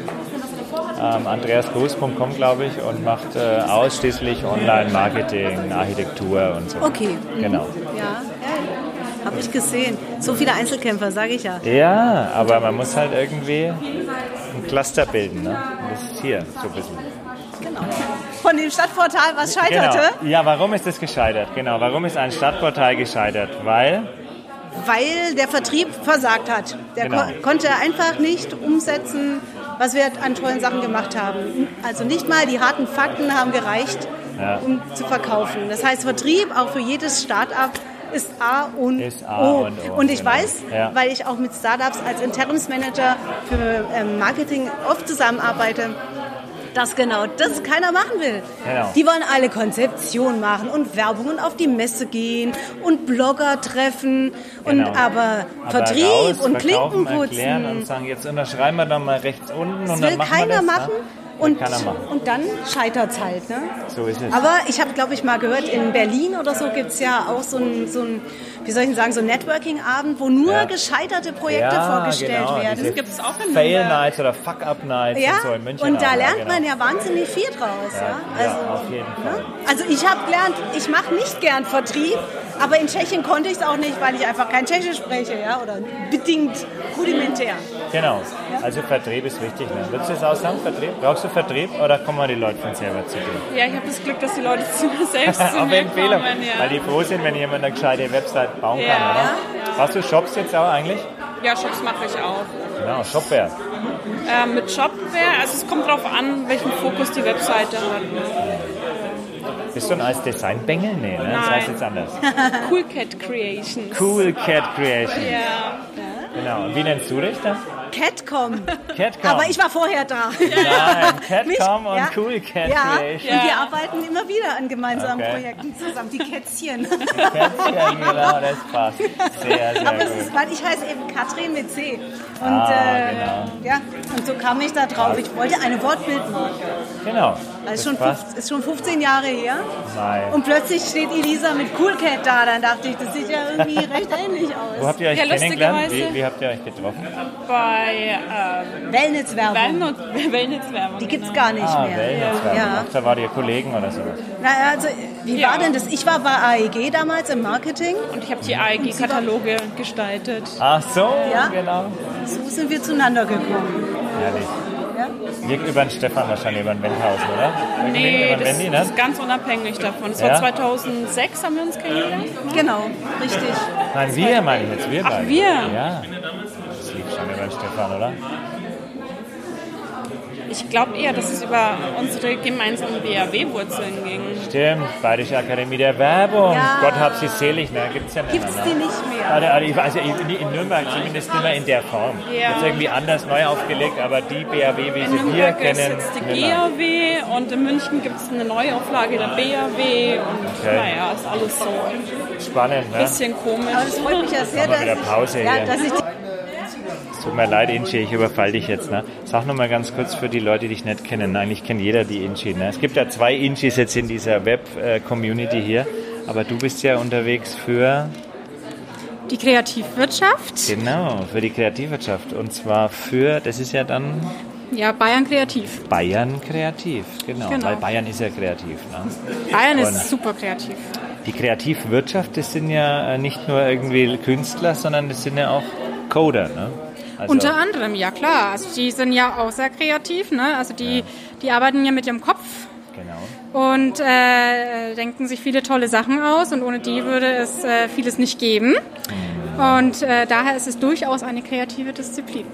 [SPEAKER 1] Ähm, AndreasGroß.com, glaube ich, und macht äh, ausschließlich Online-Marketing, Architektur und so.
[SPEAKER 17] Okay. Mhm.
[SPEAKER 1] Genau.
[SPEAKER 17] Ja, ja. habe ich gesehen. So viele Einzelkämpfer, sage ich ja.
[SPEAKER 1] Ja, aber man muss halt irgendwie ein Cluster bilden. Ne? Und das ist hier so ein bisschen.
[SPEAKER 17] Von dem Stadtportal, was scheiterte?
[SPEAKER 1] Genau. Ja, warum ist das gescheitert? Genau, warum ist ein Stadtportal gescheitert? Weil
[SPEAKER 17] Weil der Vertrieb versagt hat. Der
[SPEAKER 1] Genau.
[SPEAKER 17] ko konnte einfach nicht umsetzen, was wir an tollen Sachen gemacht haben. Also nicht mal die harten Fakten haben gereicht,
[SPEAKER 1] Ja.
[SPEAKER 17] um zu verkaufen. Das heißt, Vertrieb auch für jedes Start-up ist A und
[SPEAKER 1] Ist A
[SPEAKER 17] O.
[SPEAKER 1] und O,
[SPEAKER 17] Und ich
[SPEAKER 1] genau.
[SPEAKER 17] weiß,
[SPEAKER 1] Ja.
[SPEAKER 17] weil ich auch mit Startups als Interimsmanager für ähm, Marketing oft zusammenarbeite, dass genau das keiner machen will.
[SPEAKER 12] Genau.
[SPEAKER 17] Die wollen alle Konzeption machen und Werbung und auf die Messe gehen und Blogger treffen und
[SPEAKER 1] Genau.
[SPEAKER 17] aber, Vertrieb
[SPEAKER 1] raus, verkaufen,
[SPEAKER 17] und Klinken
[SPEAKER 1] erklären und
[SPEAKER 17] putzen.
[SPEAKER 1] sagen, jetzt unterschreiben wir dann mal rechts unten
[SPEAKER 17] Das
[SPEAKER 1] und dann
[SPEAKER 17] will
[SPEAKER 1] machen
[SPEAKER 17] keiner
[SPEAKER 1] wir das.
[SPEAKER 17] machen.
[SPEAKER 1] Ne?
[SPEAKER 17] Und,
[SPEAKER 1] Will keiner machen.
[SPEAKER 17] und dann scheitert es halt. Ne?
[SPEAKER 1] So ist es.
[SPEAKER 17] Aber ich habe, glaube ich, mal gehört, in Berlin oder so gibt es ja auch so einen, so ein, wie soll ich denn sagen, so einen Networking-Abend, wo nur
[SPEAKER 1] Ja.
[SPEAKER 17] gescheiterte Projekte
[SPEAKER 1] Ja,
[SPEAKER 17] vorgestellt
[SPEAKER 1] genau,
[SPEAKER 17] werden.
[SPEAKER 1] diese Das gibt's Fail Nights oder Fuck Up Nights
[SPEAKER 17] Ja,
[SPEAKER 1] und so in München.
[SPEAKER 17] und da
[SPEAKER 1] auch,
[SPEAKER 17] lernt
[SPEAKER 1] genau.
[SPEAKER 17] man ja wahnsinnig viel draus. Ja,
[SPEAKER 1] ja,
[SPEAKER 17] Also,
[SPEAKER 1] auf jeden Fall.
[SPEAKER 17] Also ich habe gelernt, ich mache nicht gern Vertrieb, aber in Tschechien konnte ich es auch nicht, weil ich einfach kein Tschechisch spreche, ja, oder bedingt rudimentär.
[SPEAKER 1] Genau. Also Vertrieb ist wichtig. Ne? Willst du das aussagen, Vertrieb? Brauchst du Vertrieb oder kommen die Leute von selber zu dir?
[SPEAKER 16] Ja, ich habe das Glück, dass die Leute zu mir selbst zu
[SPEAKER 1] Auf
[SPEAKER 16] mir
[SPEAKER 1] Empfehlung.
[SPEAKER 16] kommen. Ja.
[SPEAKER 1] Weil die froh sind, wenn jemand eine gescheite Website bauen
[SPEAKER 16] Ja.
[SPEAKER 1] kann, oder?
[SPEAKER 16] Ja.
[SPEAKER 1] Hast du Shops jetzt auch eigentlich?
[SPEAKER 16] ja, Shops mache ich auch.
[SPEAKER 1] Genau, Shopware.
[SPEAKER 16] Ähm, mit Shopware, also es kommt drauf an, welchen Fokus die Webseite hat. ne?
[SPEAKER 1] Bist du ein als Design-Bengel? Nee, ne? das
[SPEAKER 16] Nein.
[SPEAKER 1] heißt jetzt anders.
[SPEAKER 16] Ne? cool Cat Creations.
[SPEAKER 1] Cool Cat Creation.
[SPEAKER 16] Ja.
[SPEAKER 1] Genau. Und wie nennst du dich dann?
[SPEAKER 17] Catcom.
[SPEAKER 1] Catcom.
[SPEAKER 17] Aber ich war vorher da.
[SPEAKER 1] Nein, Catcom und
[SPEAKER 17] ja.
[SPEAKER 1] Cool Cat
[SPEAKER 17] ja, und
[SPEAKER 1] Creation.
[SPEAKER 17] wir arbeiten immer wieder an gemeinsamen
[SPEAKER 1] Okay.
[SPEAKER 17] Projekten zusammen, die Kätzchen.
[SPEAKER 1] Kätzchen, genau, das passt. Sehr, sehr
[SPEAKER 17] Aber es
[SPEAKER 1] gut.
[SPEAKER 17] ist, halt- weil ich heiße eben Katrin mit C. Und,
[SPEAKER 1] Ah,
[SPEAKER 17] äh,
[SPEAKER 1] genau.
[SPEAKER 17] ja, und so kam ich da drauf. Ich wollte eine Wortbildmarke.
[SPEAKER 1] Genau.
[SPEAKER 17] Also schon
[SPEAKER 1] das
[SPEAKER 17] 15, ist schon 15 Jahre her.
[SPEAKER 1] Nein.
[SPEAKER 17] Und plötzlich steht Elisa mit Cool Cat da. Dann dachte ich, das sieht ja irgendwie recht ähnlich aus.
[SPEAKER 1] Wo habt ihr euch
[SPEAKER 17] ja,
[SPEAKER 1] kennengelernt? Wie,
[SPEAKER 17] lustigerweise-
[SPEAKER 1] wie habt ihr euch getroffen?
[SPEAKER 16] Bei ähm,
[SPEAKER 17] Wellnesswerbung.
[SPEAKER 16] Wellnesswerbung. genau.
[SPEAKER 17] Die gibt's gar nicht
[SPEAKER 1] ah,
[SPEAKER 17] mehr.
[SPEAKER 1] Wellness
[SPEAKER 17] Ja.
[SPEAKER 1] Ach, da wart ihr Kollegen oder sowas.
[SPEAKER 17] Na, also, wie war denn das? Ich war bei AEG damals im Marketing.
[SPEAKER 16] Und ich habe die AEG-Kataloge gestaltet.
[SPEAKER 1] Ach so,
[SPEAKER 17] Ja,
[SPEAKER 1] genau.
[SPEAKER 17] So sind wir zueinander gekommen.
[SPEAKER 1] Herrlich.
[SPEAKER 17] Ja?
[SPEAKER 1] Liegt über den Stefan wahrscheinlich, über den Wendhausen, oder?
[SPEAKER 16] Nee,
[SPEAKER 1] über den
[SPEAKER 16] das
[SPEAKER 1] Wendy, ne?
[SPEAKER 16] ist ganz unabhängig davon. Das
[SPEAKER 1] Ja?
[SPEAKER 16] war 2006, haben wir uns kennengelernt.
[SPEAKER 17] Genau, richtig.
[SPEAKER 1] Nein, wir meine ich jetzt, wir
[SPEAKER 16] Ach,
[SPEAKER 1] beide.
[SPEAKER 16] wir.
[SPEAKER 1] Ja. Das liegt schon über den Stefan, oder?
[SPEAKER 16] Ich glaube eher, dass es über unsere gemeinsamen BAW-Wurzeln ging.
[SPEAKER 1] Stimmt, Bayerische Akademie der Werbung.
[SPEAKER 16] Ja.
[SPEAKER 1] Gott hab sie selig, ne? Gibt's ja nicht
[SPEAKER 16] Gibt's
[SPEAKER 1] mehr.
[SPEAKER 16] die
[SPEAKER 1] ne?
[SPEAKER 16] nicht mehr?
[SPEAKER 1] Also, also, ich weiß, ja, in, in Nürnberg zumindest nicht mehr in der Form.
[SPEAKER 16] Ja.
[SPEAKER 1] Jetzt irgendwie anders neu aufgelegt, aber die BAW, wie
[SPEAKER 16] In
[SPEAKER 1] sie wir
[SPEAKER 16] Nürnberg ist
[SPEAKER 1] kennen, genau.
[SPEAKER 16] jetzt die
[SPEAKER 1] nimmer.
[SPEAKER 16] GAW und in München gibt es eine Neuauflage der BAW und
[SPEAKER 1] Okay.
[SPEAKER 16] naja, ist alles so ein
[SPEAKER 1] Spannend, ne?
[SPEAKER 16] bisschen komisch.
[SPEAKER 17] Aber es freut mich ja sehr,
[SPEAKER 1] Machen wir
[SPEAKER 17] dass
[SPEAKER 1] wieder Pause
[SPEAKER 17] ich, ja,
[SPEAKER 1] hier.
[SPEAKER 17] dass ich die
[SPEAKER 1] Es Tut mir leid, Inchi, ich überfall dich jetzt. Ne? Sag noch mal ganz kurz für die Leute, die dich nicht kennen. Eigentlich kennt jeder die Inchi. Ne? Es gibt ja zwei Inchis jetzt in dieser Web-Community hier. Aber du bist ja unterwegs für,
[SPEAKER 12] Die Kreativwirtschaft,
[SPEAKER 1] genau, für die Kreativwirtschaft. Und zwar für, das ist ja dann
[SPEAKER 12] ja, Bayern Kreativ.
[SPEAKER 1] Bayern kreativ. Genau,
[SPEAKER 12] Genau.
[SPEAKER 1] weil Bayern ist ja kreativ. Ne?
[SPEAKER 12] Bayern
[SPEAKER 1] Und
[SPEAKER 12] ist super kreativ.
[SPEAKER 1] Die Kreativwirtschaft, das sind ja äh, nicht nur irgendwie Künstler, sondern das sind ja auch Coder. Ne? Also-
[SPEAKER 12] Unter anderem, ja klar. Also die sind ja auch sehr kreativ, ne? Also die, die arbeiten ja mit ihrem Kopf
[SPEAKER 1] Genau.
[SPEAKER 12] und äh, denken sich viele tolle Sachen aus und ohne die würde es äh, vieles nicht geben.
[SPEAKER 1] Mhm.
[SPEAKER 12] Und äh, daher ist es durchaus eine kreative Disziplin.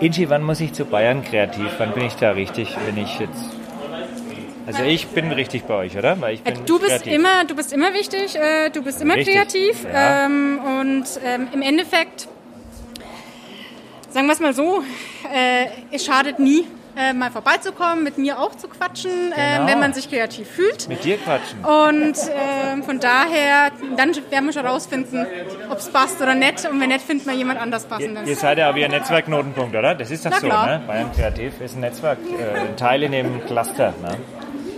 [SPEAKER 1] Inchi, wann muss ich zu Bayern kreativ? Wann bin ich da richtig, wenn ich jetzt. Also ich bin richtig bei euch, oder? Weil ich bin
[SPEAKER 12] Äh, Du bist
[SPEAKER 1] kreativ.
[SPEAKER 12] immer, du bist immer wichtig, äh, du bist immer
[SPEAKER 1] Richtig,
[SPEAKER 12] kreativ
[SPEAKER 1] ja.
[SPEAKER 12] ähm, und ähm, im Endeffekt, sagen wir es mal so, äh, es schadet nie, äh, mal vorbeizukommen, mit mir auch zu quatschen, äh,
[SPEAKER 1] Genau.
[SPEAKER 12] wenn man sich kreativ fühlt.
[SPEAKER 1] Mit dir quatschen.
[SPEAKER 12] Und ähm, von daher, dann werden wir schon rausfinden, ob es passt oder nicht. Und wenn nicht, findet man jemand anders
[SPEAKER 1] Ihr,
[SPEAKER 12] passendes.
[SPEAKER 1] ihr seid ja aber ihr Netzwerkknotenpunkt, oder? Das ist doch
[SPEAKER 12] Na
[SPEAKER 1] so,
[SPEAKER 12] klar.
[SPEAKER 1] ne? Bayern Kreativ ist ein Netzwerk, äh, ein Teil in dem Cluster, ne?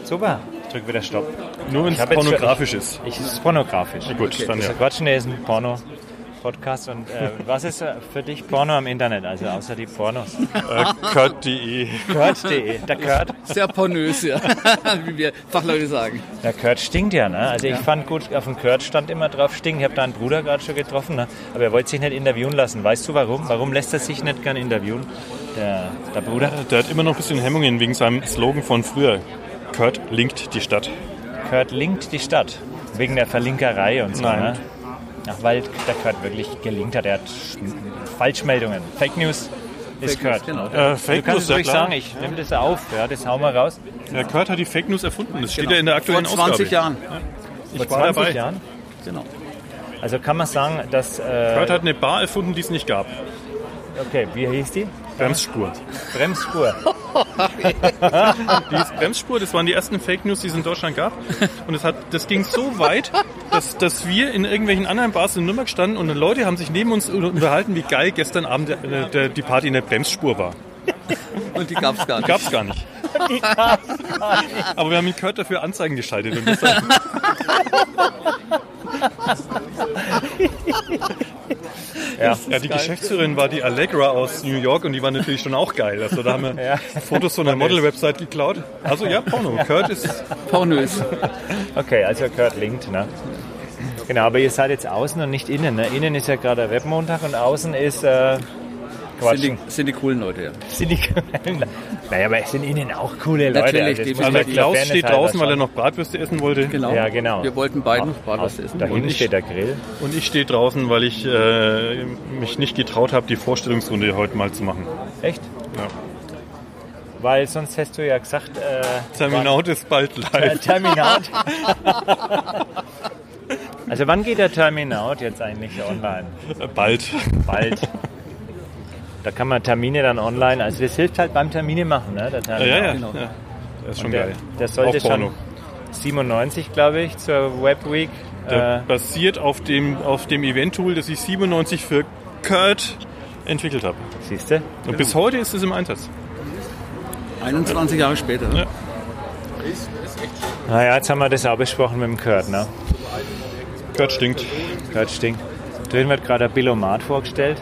[SPEAKER 1] Super. Ich drück wieder Stopp.
[SPEAKER 15] Nur wenn's
[SPEAKER 1] Ich hab jetzt schon-
[SPEAKER 15] pornografisch
[SPEAKER 1] ich-
[SPEAKER 15] ist.
[SPEAKER 1] Ich, es ist pornografisch.
[SPEAKER 15] Na gut, Okay. dann
[SPEAKER 1] Dieser
[SPEAKER 15] ja.
[SPEAKER 1] Quatschen ist ein Porno-Podcast. Und äh, was ist äh, für dich Porno am Internet, also außer die Pornos?
[SPEAKER 18] Kurt.de.
[SPEAKER 1] Kurt.de. Der Kurt.
[SPEAKER 18] Sehr pornös, ja. Wie wir Fachleute sagen.
[SPEAKER 1] Der Kurt stinkt ja, ne? Also
[SPEAKER 18] Ja.
[SPEAKER 1] ich fand gut, auf dem Kurt stand immer drauf stinken. Ich habe da einen Bruder gerade schon getroffen, ne? aber er wollte sich nicht interviewen lassen. Weißt du warum? Warum lässt er sich nicht gern interviewen? Der, der Bruder?
[SPEAKER 18] Der hat immer noch ein bisschen Hemmungen wegen seinem Slogan von früher. Kurt linkt die Stadt.
[SPEAKER 1] Kurt linkt die Stadt. Wegen der Verlinkerei und so,
[SPEAKER 18] Nein.
[SPEAKER 1] ne? Ach, weil der Kurt wirklich gelinkt hat. Er hat Sch- Falschmeldungen. Fake News ist
[SPEAKER 18] Fake
[SPEAKER 1] Kurt.
[SPEAKER 18] News, genau.
[SPEAKER 1] oder?
[SPEAKER 18] Äh, Fake
[SPEAKER 1] du kannst es
[SPEAKER 18] News, ja
[SPEAKER 1] ruhig
[SPEAKER 18] klar.
[SPEAKER 1] sagen, ich nehme das auf, ja, das hauen wir raus.
[SPEAKER 18] Der Kurt hat die Fake News erfunden. Das steht ja in der aktuellen
[SPEAKER 1] Genau. Vor
[SPEAKER 18] Ausgabe.
[SPEAKER 1] 20 Jahren.
[SPEAKER 18] Ja. Ich
[SPEAKER 1] Vor
[SPEAKER 18] war
[SPEAKER 1] 20
[SPEAKER 18] dabei.
[SPEAKER 1] Jahren?
[SPEAKER 18] Genau.
[SPEAKER 1] Also kann man sagen, dass... Äh,
[SPEAKER 18] Kurt hat eine Bar erfunden, die es nicht gab.
[SPEAKER 1] Okay, wie hieß die?
[SPEAKER 18] Bremsspur.
[SPEAKER 1] Bremsspur.
[SPEAKER 18] die ist Bremsspur, das waren die ersten Fake News, die es in Deutschland gab. Und es hat, das ging so weit, dass, dass wir in irgendwelchen anderen Bars in Nürnberg standen und Leute haben sich neben uns unterhalten, wie geil gestern Abend der, der, die Party in der Bremsspur war.
[SPEAKER 1] Und die gab's gar
[SPEAKER 18] Die
[SPEAKER 1] nicht.
[SPEAKER 18] gab's gar nicht. Aber wir haben ihn Kurt dafür Anzeigen geschaltet. Und das
[SPEAKER 1] Ja.
[SPEAKER 18] ja.
[SPEAKER 1] Das ist
[SPEAKER 18] ja, die
[SPEAKER 1] geil.
[SPEAKER 18] Geschäftsführerin war die Allegra aus New York und die war natürlich schon auch geil. Also da haben wir Fotos von der Model-Website geklaut. Also ja, Porno. Kurt ist
[SPEAKER 1] Pornös. Okay, also Kurt linkt, ne? Genau, aber ihr seid jetzt außen und nicht innen. Ne? Innen ist ja gerade der Webmontag und außen ist äh, Quatsch.
[SPEAKER 18] Sind
[SPEAKER 1] sind die coolen Leute, ja. Sind die coolen Naja, aber es sind innen auch coole Leute.
[SPEAKER 18] Natürlich,
[SPEAKER 1] das muss
[SPEAKER 18] also
[SPEAKER 1] man
[SPEAKER 18] der
[SPEAKER 1] der
[SPEAKER 18] Klaus
[SPEAKER 1] Fairness
[SPEAKER 18] steht
[SPEAKER 1] halber
[SPEAKER 18] draußen, weil er
[SPEAKER 1] sagen.
[SPEAKER 18] noch Bratwürste essen wollte.
[SPEAKER 1] Genau. Ja, genau. Wir wollten beiden Auch- Bratwürste auch- essen. da hinten steht der Grill.
[SPEAKER 18] Und ich stehe draußen, weil ich äh, mich nicht getraut habe, die Vorstellungsrunde heute mal zu machen.
[SPEAKER 1] Echt?
[SPEAKER 18] Ja.
[SPEAKER 1] Weil sonst hättest du ja gesagt... Äh,
[SPEAKER 18] Terminaut ist bald
[SPEAKER 1] Der
[SPEAKER 18] live.
[SPEAKER 1] Terminaut. also wann geht der Terminaut jetzt eigentlich online?
[SPEAKER 18] Bald.
[SPEAKER 1] Bald. Da kann man Termine dann online, also das hilft halt beim Termine machen, ne? Der Termin.
[SPEAKER 14] Ja, ja, ja. Ja. Das ist schon
[SPEAKER 1] Und der,
[SPEAKER 14] geil.
[SPEAKER 1] Der sollte
[SPEAKER 14] Auf Porno.
[SPEAKER 1] schon 97, glaube ich, zur Web Week.
[SPEAKER 14] Der
[SPEAKER 1] Äh,
[SPEAKER 14] basiert auf dem, auf dem Event-Tool, das ich 97 für Kurt entwickelt habe.
[SPEAKER 1] Siehst du?
[SPEAKER 14] Und bis heute ist es im Einsatz.
[SPEAKER 19] 21 Jahre später. ne?
[SPEAKER 14] Ja.
[SPEAKER 1] naja, jetzt haben wir das auch besprochen mit dem Kurt, ne?
[SPEAKER 14] Kurt stinkt.
[SPEAKER 1] Kurt stinkt. Drin wird gerade ein Billomat vorgestellt.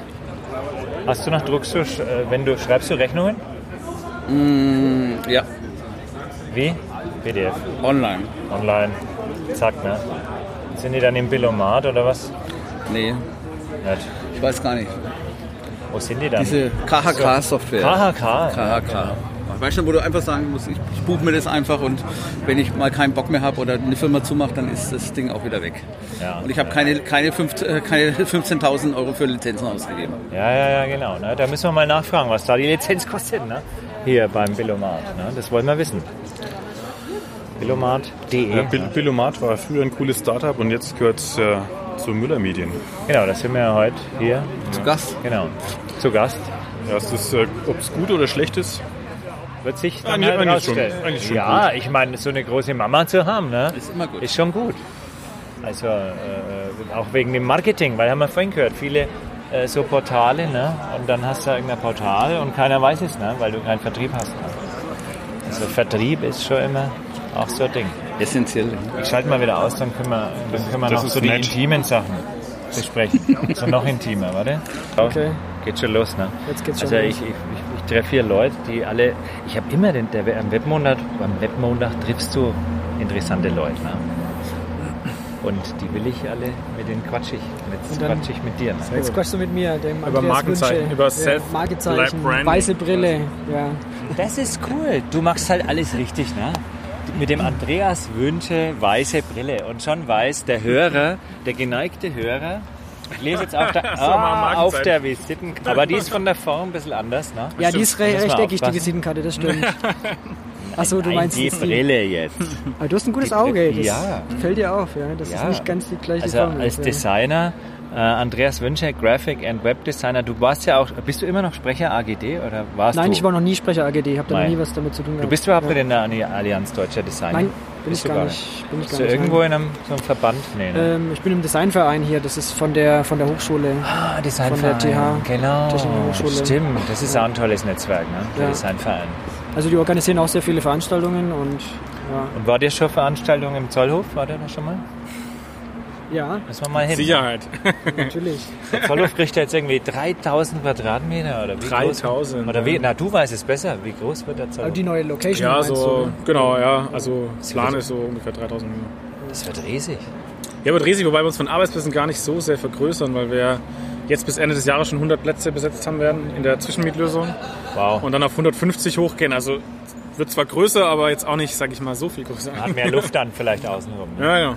[SPEAKER 1] Hast du noch druckst du, sch- äh, wenn du schreibst du Rechnungen?
[SPEAKER 20] Mm, ja.
[SPEAKER 1] Wie? PDF.
[SPEAKER 20] Online.
[SPEAKER 1] Online. Zack, ne? Sind die dann im Billomat oder was?
[SPEAKER 20] Nee.
[SPEAKER 1] Nicht.
[SPEAKER 20] Ich weiß gar nicht.
[SPEAKER 1] Wo sind die dann?
[SPEAKER 20] Diese KHK-Software.
[SPEAKER 1] KHK.
[SPEAKER 20] KHK. Weißt du, wo du einfach sagen musst, ich, ich buche mir das einfach und wenn ich mal keinen Bock mehr habe oder eine Firma zumacht, dann ist das Ding auch wieder weg.
[SPEAKER 1] Ja.
[SPEAKER 20] Und ich habe keine, keine, fünf- äh, keine 15.000 Euro für Lizenzen ausgegeben.
[SPEAKER 1] Ja, ja, ja, genau. Ne? Da müssen wir mal nachfragen, was da die Lizenz kostet. Ne? Hier beim Billomat. Ne? Das wollen wir wissen. Billomat.de.
[SPEAKER 14] Ja, Bill- Billomat war früher ein cooles Startup und jetzt gehört es äh, zu Müller Medien.
[SPEAKER 1] Genau, das sind wir ja heute hier.
[SPEAKER 14] Zu Gast.
[SPEAKER 1] Genau. Zu Gast.
[SPEAKER 14] Ja, es ist, äh, ob es gut oder schlecht ist,
[SPEAKER 1] Wird sich dann
[SPEAKER 14] Eigentlich-
[SPEAKER 1] halt
[SPEAKER 14] eigentlich schon.
[SPEAKER 1] rausstellen.
[SPEAKER 14] Eigentlich schon
[SPEAKER 1] Ja,
[SPEAKER 14] gut.
[SPEAKER 1] ich meine, so eine große Mama zu haben, ne? Ist immer gut. Ist schon gut. Also äh, auch wegen dem Marketing, weil haben wir vorhin gehört, viele äh, so Portale, ne? Und dann hast du irgendein Portal und keiner weiß es, ne? Weil du keinen Vertrieb hast. Ne? Also Vertrieb ist schon immer auch so ein Ding.
[SPEAKER 20] Essentiell.
[SPEAKER 1] Ich schalte mal wieder aus, dann können wir, dann können wir
[SPEAKER 14] das
[SPEAKER 1] noch
[SPEAKER 14] ist
[SPEAKER 1] so die
[SPEAKER 14] nett.
[SPEAKER 1] intimen Sachen besprechen. so noch intimer, warte. Okay. Geht schon los, ne?
[SPEAKER 21] Jetzt geht's schon
[SPEAKER 1] also
[SPEAKER 21] los.
[SPEAKER 1] ich, ich, ich, ich treffe hier Leute, die alle, ich habe immer den, der, am Webmonat, beim Webmonat triffst du interessante Leute, ne? Und die will ich alle, mit denen quatsch ich, jetzt
[SPEAKER 21] Und dann-
[SPEAKER 1] quatsch ich mit dir. Ne?
[SPEAKER 21] Jetzt quatschst du mit mir, dem
[SPEAKER 1] Über
[SPEAKER 21] Andreas
[SPEAKER 1] Markenzeichen,
[SPEAKER 21] Wünsche.
[SPEAKER 1] über
[SPEAKER 21] Ja,
[SPEAKER 1] Self-
[SPEAKER 21] Markenzeichen,
[SPEAKER 1] Branding.
[SPEAKER 21] weiße Brille. Ja.
[SPEAKER 1] Das ist cool. Du machst halt alles richtig, ne? Mit dem Andreas Wünsche weiße Brille. Und schon weiß der Hörer, der geneigte Hörer, ich lese jetzt auf der,
[SPEAKER 21] So, mal
[SPEAKER 1] ah,
[SPEAKER 21] Markenzeichen.
[SPEAKER 1] auf der Visiten, aber die ist von der Form ein bisschen anders, ne?
[SPEAKER 21] Ja, die ist re
[SPEAKER 1] Muss man
[SPEAKER 21] rechteckig, die
[SPEAKER 1] aufpassen.
[SPEAKER 21] Visitenkarte, das stimmt. Achso, du
[SPEAKER 1] Nein,
[SPEAKER 21] meinst
[SPEAKER 1] die
[SPEAKER 21] jetzt
[SPEAKER 1] Brille jetzt.
[SPEAKER 21] Aber du hast ein gutes Auge, das
[SPEAKER 1] Ja.
[SPEAKER 21] fällt dir auf, ja. Das
[SPEAKER 1] Ja.
[SPEAKER 21] ist nicht ganz die gleiche
[SPEAKER 1] Also
[SPEAKER 21] Formel.
[SPEAKER 1] als
[SPEAKER 21] ja.
[SPEAKER 1] Designer, äh, Andreas Wünsche, Graphic and Webdesigner, du warst ja auch, bist du immer noch Sprecher AGD oder warst
[SPEAKER 21] Nein,
[SPEAKER 1] du?
[SPEAKER 21] ich war noch nie Sprecher AGD, ich habe da noch
[SPEAKER 1] Nein.
[SPEAKER 21] nie was damit zu tun gehabt.
[SPEAKER 1] Du bist überhaupt
[SPEAKER 21] ja.
[SPEAKER 1] nicht in der Alli- Allianz Deutscher Designer?
[SPEAKER 21] Nein, bin
[SPEAKER 1] Bist
[SPEAKER 21] ich
[SPEAKER 1] du
[SPEAKER 21] gar nicht. Bin ich
[SPEAKER 1] Bist
[SPEAKER 21] gar
[SPEAKER 1] du
[SPEAKER 21] nicht.
[SPEAKER 1] irgendwo
[SPEAKER 21] nein.
[SPEAKER 1] in einem, so einem Verband? Nee, ne?
[SPEAKER 21] Ähm, ich bin im Designverein hier, das ist von der, von der Hochschule. Ah,
[SPEAKER 1] Designverein,
[SPEAKER 21] Von der TH.
[SPEAKER 1] genau.
[SPEAKER 21] Technische Hochschule.
[SPEAKER 1] Stimmt, das ist auch ein tolles Netzwerk, ne? Der
[SPEAKER 21] Ja.
[SPEAKER 1] Designverein.
[SPEAKER 21] Also die organisieren auch sehr viele Veranstaltungen und ja.
[SPEAKER 1] Und war dir schon Veranstaltung im Zollhof? War der da schon mal?
[SPEAKER 21] Ja,
[SPEAKER 1] Müssen wir mal hin. ne?
[SPEAKER 21] Sicherheit. natürlich.
[SPEAKER 1] Der Zollhof kriegt ja jetzt irgendwie 3000 Quadratmeter oder wie groß?
[SPEAKER 22] 3000,
[SPEAKER 1] Oder wie?
[SPEAKER 22] ja.
[SPEAKER 1] Na, du weißt es besser. Wie groß wird der Zollhof?
[SPEAKER 21] Aber die neue Location
[SPEAKER 22] Ja,
[SPEAKER 21] meinst du,
[SPEAKER 22] so,
[SPEAKER 21] ne?
[SPEAKER 22] genau, ja. Also, das Plan ist so ungefähr 3000 Euro.
[SPEAKER 1] Das wird riesig.
[SPEAKER 22] Ja, wird riesig, wobei wir uns von Arbeitsplätzen gar nicht so sehr vergrößern, weil wir jetzt bis Ende des Jahres schon 100 Plätze besetzt haben werden in der Zwischenmietlösung.
[SPEAKER 1] Wow.
[SPEAKER 22] Und dann auf 150 hochgehen. Also, wird zwar größer, aber jetzt auch nicht, sag ich mal, so viel größer.
[SPEAKER 1] Hat mehr Luft dann vielleicht außenrum. ne?
[SPEAKER 22] Ja, ja.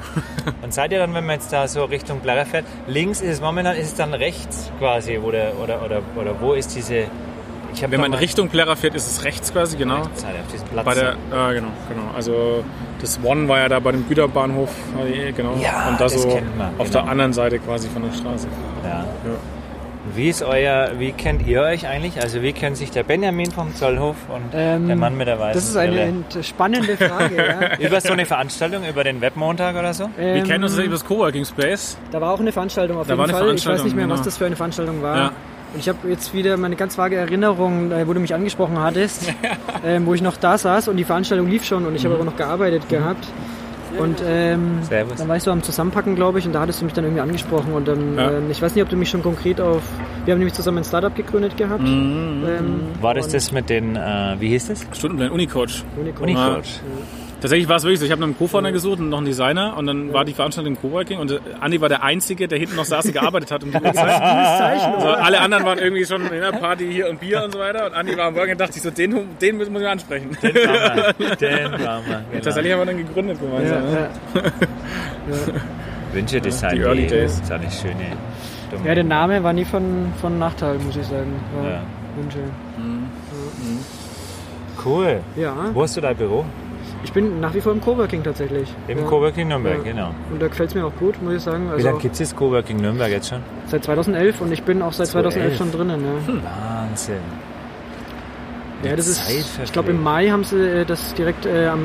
[SPEAKER 1] Und seid ihr dann, wenn man jetzt da so Richtung Blarre fährt, links ist es momentan, ist es dann rechts quasi oder, oder, oder, oder wo ist diese... Ich hab
[SPEAKER 22] Wenn
[SPEAKER 1] da
[SPEAKER 22] man
[SPEAKER 1] mal-
[SPEAKER 22] Richtung Plärrer fährt, ist es rechts quasi, genau.
[SPEAKER 1] Rechts, halt, auf diesem Platz.
[SPEAKER 22] Bei der, äh, genau, genau. Also das One war ja da bei dem Güterbahnhof, äh, genau.
[SPEAKER 1] Ja,
[SPEAKER 22] und da
[SPEAKER 1] das
[SPEAKER 22] so
[SPEAKER 1] kennt man,
[SPEAKER 22] auf
[SPEAKER 1] genau.
[SPEAKER 22] der anderen Seite quasi von der Straße.
[SPEAKER 1] Ja. Wie ist euer, wie kennt ihr euch eigentlich? Also wie kennt sich der Benjamin vom Zollhof und
[SPEAKER 21] Ähm,
[SPEAKER 1] der Mann mit der weißen
[SPEAKER 21] Das ist eine
[SPEAKER 1] Brille?
[SPEAKER 21] ent- spannende Frage, ja. Ähm,
[SPEAKER 1] Über so eine Veranstaltung, über den Webmontag oder so?
[SPEAKER 21] Wir kennen uns ja über
[SPEAKER 22] das Coworking Space.
[SPEAKER 21] Da war auch eine Veranstaltung auf
[SPEAKER 1] Da war
[SPEAKER 21] jeden
[SPEAKER 1] eine
[SPEAKER 21] Fall. Ich weiß
[SPEAKER 1] Veranstaltung,
[SPEAKER 21] nicht mehr, was
[SPEAKER 1] genau.
[SPEAKER 21] das für eine Veranstaltung war.
[SPEAKER 1] Ja.
[SPEAKER 21] Und ich habe jetzt wieder meine ganz vage Erinnerung, äh, wo du mich angesprochen hattest, ähm, wo ich noch da saß und die Veranstaltung lief schon und ich
[SPEAKER 1] Mhm.
[SPEAKER 21] habe aber noch gearbeitet gehabt. Und ähm,
[SPEAKER 1] Servus.
[SPEAKER 21] dann war ich so am Zusammenpacken, glaube ich, und da hattest du mich dann irgendwie angesprochen. Und dann,
[SPEAKER 1] Ja.
[SPEAKER 21] ähm, ich weiß nicht, ob du mich schon konkret auf. Wir haben nämlich zusammen ein Startup gegründet gehabt.
[SPEAKER 1] Mhm,
[SPEAKER 21] Ähm,
[SPEAKER 1] War das das mit den, äh, wie hieß das?
[SPEAKER 22] Stundenplan, Unicoach.
[SPEAKER 21] Unicoach.
[SPEAKER 1] Unicoach.
[SPEAKER 22] Tatsächlich war es wirklich so, ich habe einen Co-Founder gesucht und noch einen Designer und dann war die Veranstaltung im Coworking und äh, Andi war der Einzige, der hinten noch saß und gearbeitet hat. Um die Uhrzeit.
[SPEAKER 21] gutes Zeichen,
[SPEAKER 22] so,
[SPEAKER 21] oder?
[SPEAKER 22] alle anderen waren irgendwie schon in der Party hier und Bier und so weiter und Andi war am Morgen und dachte ich so, den, den müssen wir ansprechen. Den
[SPEAKER 1] brauchen wir, den brauchen wir, genau.
[SPEAKER 22] Tatsächlich haben wir dann gegründet gemeinsam.
[SPEAKER 1] mhm.
[SPEAKER 21] Ja,
[SPEAKER 22] ne?
[SPEAKER 1] Wünsche Design.
[SPEAKER 22] Die Early Days.
[SPEAKER 1] Ist auch eine schöne dumme-
[SPEAKER 21] ja, der Name war nie von, von Nachteil, muss ich sagen. Ja.
[SPEAKER 1] Ja.
[SPEAKER 21] Wünsche.
[SPEAKER 1] Mhm, Cool.
[SPEAKER 21] Ja.
[SPEAKER 1] Wo hast du dein Büro?
[SPEAKER 21] Ich bin nach wie vor im Coworking tatsächlich.
[SPEAKER 1] Im
[SPEAKER 21] Ja.
[SPEAKER 1] Coworking Nürnberg,
[SPEAKER 21] Ja.
[SPEAKER 1] genau.
[SPEAKER 21] Und da gefällt es mir auch gut, muss ich sagen.
[SPEAKER 1] Wie
[SPEAKER 21] Also
[SPEAKER 1] lange gibt es das Coworking Nürnberg jetzt schon?
[SPEAKER 21] seit 2011 und ich bin auch seit
[SPEAKER 1] 2011.
[SPEAKER 21] 2011 schon drinnen. Ja.
[SPEAKER 1] Wahnsinn. Wahnsinn.
[SPEAKER 21] Ja, das ist,
[SPEAKER 1] Hm. Zeit
[SPEAKER 21] ich glaube, im Mai haben sie äh, das direkt äh, am,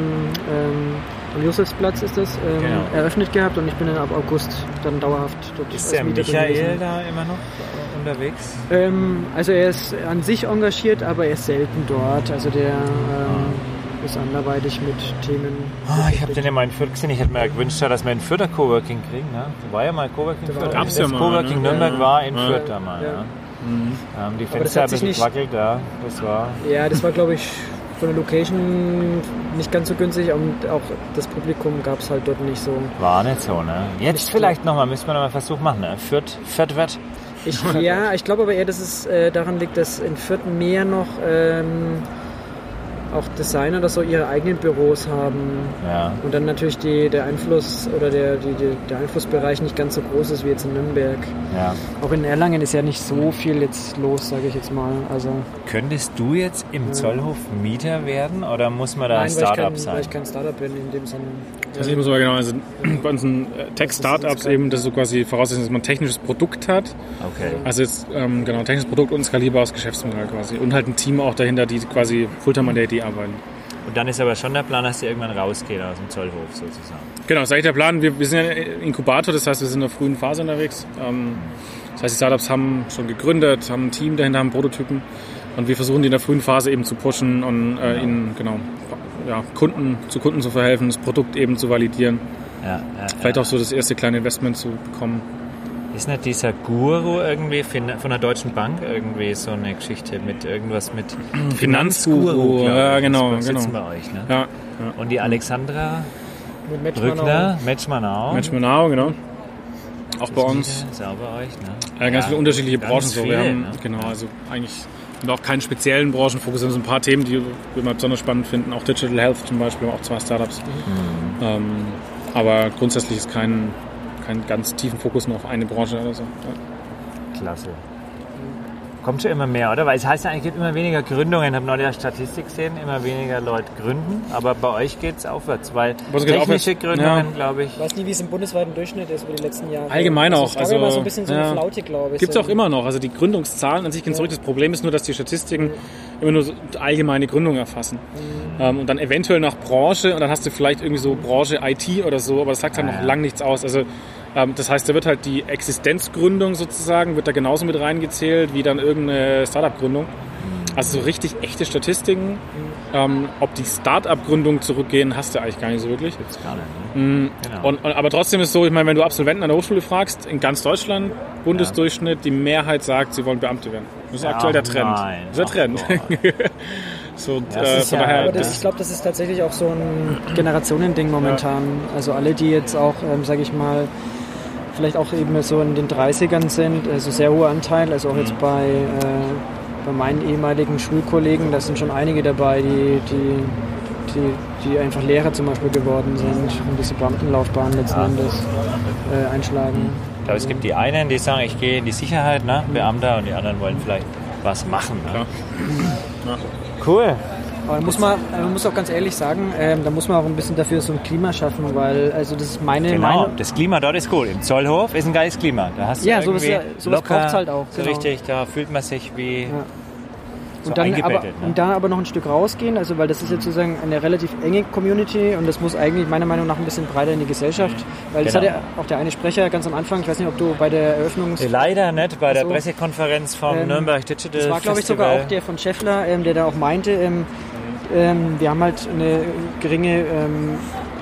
[SPEAKER 21] ähm, am Josefsplatz ist das, ähm,
[SPEAKER 1] Genau.
[SPEAKER 21] eröffnet gehabt und ich bin dann ab August dann dauerhaft dort.
[SPEAKER 1] Ist
[SPEAKER 21] als
[SPEAKER 1] der
[SPEAKER 21] Mieter drin
[SPEAKER 1] Michael
[SPEAKER 21] gewesen.
[SPEAKER 1] da immer noch äh, unterwegs?
[SPEAKER 21] Ähm, also er ist an sich engagiert, aber er ist selten dort. Also der ähm, ist anderweitig mit Themen.
[SPEAKER 1] Ah, ich habe den ja mal in Fürth gesehen. Ich hätte mir ja gewünscht, dass wir in Fürth ein Coworking kriegen. Ne? War ja mal Coworking
[SPEAKER 21] Da
[SPEAKER 1] Fürth.
[SPEAKER 21] gab's ja
[SPEAKER 1] Das
[SPEAKER 21] mal,
[SPEAKER 1] Coworking
[SPEAKER 21] ne?
[SPEAKER 1] Nürnberg
[SPEAKER 21] Ja.
[SPEAKER 1] war in
[SPEAKER 21] Ja.
[SPEAKER 1] Fürth da mal.
[SPEAKER 21] Ja.
[SPEAKER 1] Ne? Ähm, die
[SPEAKER 21] Aber das
[SPEAKER 1] Fenster
[SPEAKER 21] hat
[SPEAKER 1] ein bisschen
[SPEAKER 21] sich nicht-
[SPEAKER 1] gewackelt, ja. Das war...
[SPEAKER 21] Ja, das war glaube ich von der Location nicht ganz so günstig und auch das Publikum gab es halt dort nicht so.
[SPEAKER 1] War nicht so, ne? Jetzt vielleicht nochmal, müssen wir nochmal einen Versuch machen, ne? Fürth, Fürth wird.
[SPEAKER 21] Ich, ja, ich glaube aber eher, dass es äh, daran liegt, dass in Fürth mehr noch ähm, auch Designer oder so ihre eigenen Büros haben.
[SPEAKER 1] Ja.
[SPEAKER 21] Und dann natürlich die, der Einfluss oder der, die, die, der Einflussbereich nicht ganz so groß ist wie jetzt in Nürnberg.
[SPEAKER 1] Ja.
[SPEAKER 21] Auch in Erlangen ist ja nicht so viel jetzt los, sage ich jetzt mal. Also
[SPEAKER 1] Könntest du jetzt im
[SPEAKER 21] Ja.
[SPEAKER 1] Zollhof Mieter werden oder muss man da ein
[SPEAKER 21] Nein, weil ich, kein,
[SPEAKER 1] Startup
[SPEAKER 21] weil
[SPEAKER 1] sein?
[SPEAKER 21] ich kein Startup bin in dem Sinne.
[SPEAKER 22] Das sieht man sogar genau. Also bei unseren äh,
[SPEAKER 21] Das ist
[SPEAKER 22] Tech-Startups
[SPEAKER 21] geil.
[SPEAKER 22] eben, das ist so quasi Voraussetzung, dass man ein technisches Produkt hat.
[SPEAKER 1] Okay.
[SPEAKER 22] Also jetzt, ähm, genau, ein technisches Produkt und ein skalierbares Geschäftsmodell quasi. Und halt ein Team auch dahinter, die quasi Fulltime an der Idee arbeiten.
[SPEAKER 1] Und dann ist aber schon der Plan, dass die irgendwann rausgehen aus dem Zollhof sozusagen.
[SPEAKER 22] Genau, das ist eigentlich der Plan. Wir, wir sind ja Inkubator, das heißt, wir sind in der frühen Phase unterwegs. Ähm, das heißt, die Startups haben schon gegründet, haben ein Team dahinter, haben Prototypen. Und wir versuchen die in der frühen Phase eben zu pushen und äh, ihnen genau ja, Kunden zu Kunden zu verhelfen, das Produkt eben zu validieren.
[SPEAKER 1] Ja, ja,
[SPEAKER 22] Vielleicht auch so das erste kleine Investment zu bekommen.
[SPEAKER 1] Ist nicht dieser Guru irgendwie fin- von der Deutschen Bank irgendwie so eine Geschichte mit irgendwas mit
[SPEAKER 22] Finanzguru,
[SPEAKER 1] glaub
[SPEAKER 22] ja,
[SPEAKER 1] ich.
[SPEAKER 22] genau,
[SPEAKER 1] Das sitzen
[SPEAKER 22] genau.
[SPEAKER 1] bei euch, ne?
[SPEAKER 22] Ja,
[SPEAKER 1] Und die Alexandra
[SPEAKER 21] Mit
[SPEAKER 1] Brückner, Matchmanau.
[SPEAKER 22] Matchmanau, genau. Auch
[SPEAKER 1] Ist
[SPEAKER 22] bei uns.
[SPEAKER 1] Mieter, Ist auch bei euch, ne?
[SPEAKER 22] Ja, ganz viele unterschiedliche
[SPEAKER 1] ganz
[SPEAKER 22] Branchen. so.
[SPEAKER 1] viele,
[SPEAKER 22] Wir haben,
[SPEAKER 1] ne?
[SPEAKER 22] Genau, also eigentlich haben wir auch keinen speziellen Branchenfokus, sondern so ein paar Themen, die wir mal besonders spannend finden. Auch Digital Health zum Beispiel, auch zwei Startups.
[SPEAKER 1] Mhm.
[SPEAKER 22] Ähm, aber grundsätzlich ist kein, kein ganz tiefen Fokus nur auf eine Branche oder so.
[SPEAKER 1] Klasse. Kommt schon immer mehr, oder? Weil es heißt ja eigentlich, es gibt immer weniger Gründungen. Ich habe neulich eine Statistik gesehen, immer weniger Leute gründen. Aber bei euch geht es aufwärts, weil
[SPEAKER 22] uns geht's
[SPEAKER 1] technische
[SPEAKER 22] aufwärts.
[SPEAKER 1] Gründungen,
[SPEAKER 22] Ja.
[SPEAKER 1] glaube ich.
[SPEAKER 21] Ich weiß nie, wie es im bundesweiten Durchschnitt ist über die letzten Jahre.
[SPEAKER 22] Allgemein
[SPEAKER 21] Also
[SPEAKER 22] auch.
[SPEAKER 21] Es gab
[SPEAKER 22] also,
[SPEAKER 21] ja mal so ein bisschen so eine
[SPEAKER 22] ja.
[SPEAKER 21] Flaute, glaube ich.
[SPEAKER 22] Gibt es
[SPEAKER 21] so.
[SPEAKER 22] auch immer noch. Also die Gründungszahlen an sich gehen zurück. Das Problem ist nur, dass die Statistiken
[SPEAKER 21] Mhm.
[SPEAKER 22] immer nur so allgemeine Gründungen erfassen. Ähm, und dann eventuell nach Branche und dann hast du vielleicht irgendwie so Branche IT oder so, aber das sagt halt
[SPEAKER 1] Ah,
[SPEAKER 22] noch
[SPEAKER 1] ja.
[SPEAKER 22] lang nichts aus. Also ähm, das heißt, da wird halt die Existenzgründung sozusagen, wird da genauso mit reingezählt wie dann irgendeine
[SPEAKER 21] Mhm.
[SPEAKER 22] Startup-Gründung. Also so richtig echte Statistiken. Ähm, ob die Start-up-Gründung zurückgehen, hast du eigentlich gar nicht so wirklich. Gibt's
[SPEAKER 1] gar
[SPEAKER 21] ne?
[SPEAKER 1] nicht.
[SPEAKER 22] Mhm.
[SPEAKER 1] Genau.
[SPEAKER 22] Und, und, aber trotzdem ist es so, ich meine, wenn du Absolventen an der Hochschule fragst, in ganz Deutschland, Bundesdurchschnitt, die Mehrheit sagt, sie wollen Beamte werden. Das ist
[SPEAKER 1] Ja,
[SPEAKER 22] aktuell der Trend.
[SPEAKER 1] nein.
[SPEAKER 22] Das ist der Trend. so, äh,
[SPEAKER 21] Ja, das ist
[SPEAKER 22] von
[SPEAKER 21] ja,
[SPEAKER 22] daher,
[SPEAKER 21] aber das, ich glaube, das ist tatsächlich auch so ein Generationending momentan. Also alle, die jetzt auch, ähm, sage ich mal, vielleicht auch eben so in den 30ern sind, also sehr hoher Anteil, also auch
[SPEAKER 22] Mhm.
[SPEAKER 21] jetzt bei, äh, bei meinen ehemaligen Schulkollegen, da sind schon einige dabei, die, die, die, die einfach Lehrer zum Beispiel geworden sind und diese Beamtenlaufbahn letzten
[SPEAKER 1] Ja.
[SPEAKER 21] Endes äh, einschlagen.
[SPEAKER 1] Ich glaube, es gibt die einen, die sagen, ich gehe in die Sicherheit, ne? Beamter, und die anderen wollen vielleicht was machen. Ne? Cool.
[SPEAKER 21] Aber da muss man, also man muss auch ganz ehrlich sagen, ähm, da muss man auch ein bisschen dafür so ein Klima schaffen, weil also das ist meine
[SPEAKER 1] Genau,
[SPEAKER 21] Meinung.
[SPEAKER 1] das Klima dort ist cool. Im Zollhof ist ein geiles Klima. Da hast du
[SPEAKER 21] Ja, sowas-
[SPEAKER 1] irgendwie
[SPEAKER 21] ja, sowas
[SPEAKER 1] locker,
[SPEAKER 21] braucht's halt auch,
[SPEAKER 1] So
[SPEAKER 21] genau.
[SPEAKER 1] richtig, da fühlt man sich wie so
[SPEAKER 21] Und dann, aber,
[SPEAKER 1] eingebettet. ne?
[SPEAKER 21] und dann aber noch ein Stück rausgehen, also weil das ist jetzt sozusagen eine relativ enge Community und das muss eigentlich meiner Meinung nach ein bisschen breiter in die Gesellschaft, weil das hat
[SPEAKER 1] Genau.
[SPEAKER 21] ja auch der eine Sprecher ganz am Anfang, ich weiß nicht, ob du bei der Eröffnung
[SPEAKER 1] Leider ne? nicht bei der
[SPEAKER 21] Also,
[SPEAKER 1] Pressekonferenz vom
[SPEAKER 21] ähm,
[SPEAKER 1] Nürnberg Digital
[SPEAKER 21] Das war, glaube ich,
[SPEAKER 1] Festival.
[SPEAKER 21] sogar auch der von Scheffler, ähm, der da auch meinte, ähm, ähm, wir haben halt eine geringe, ähm,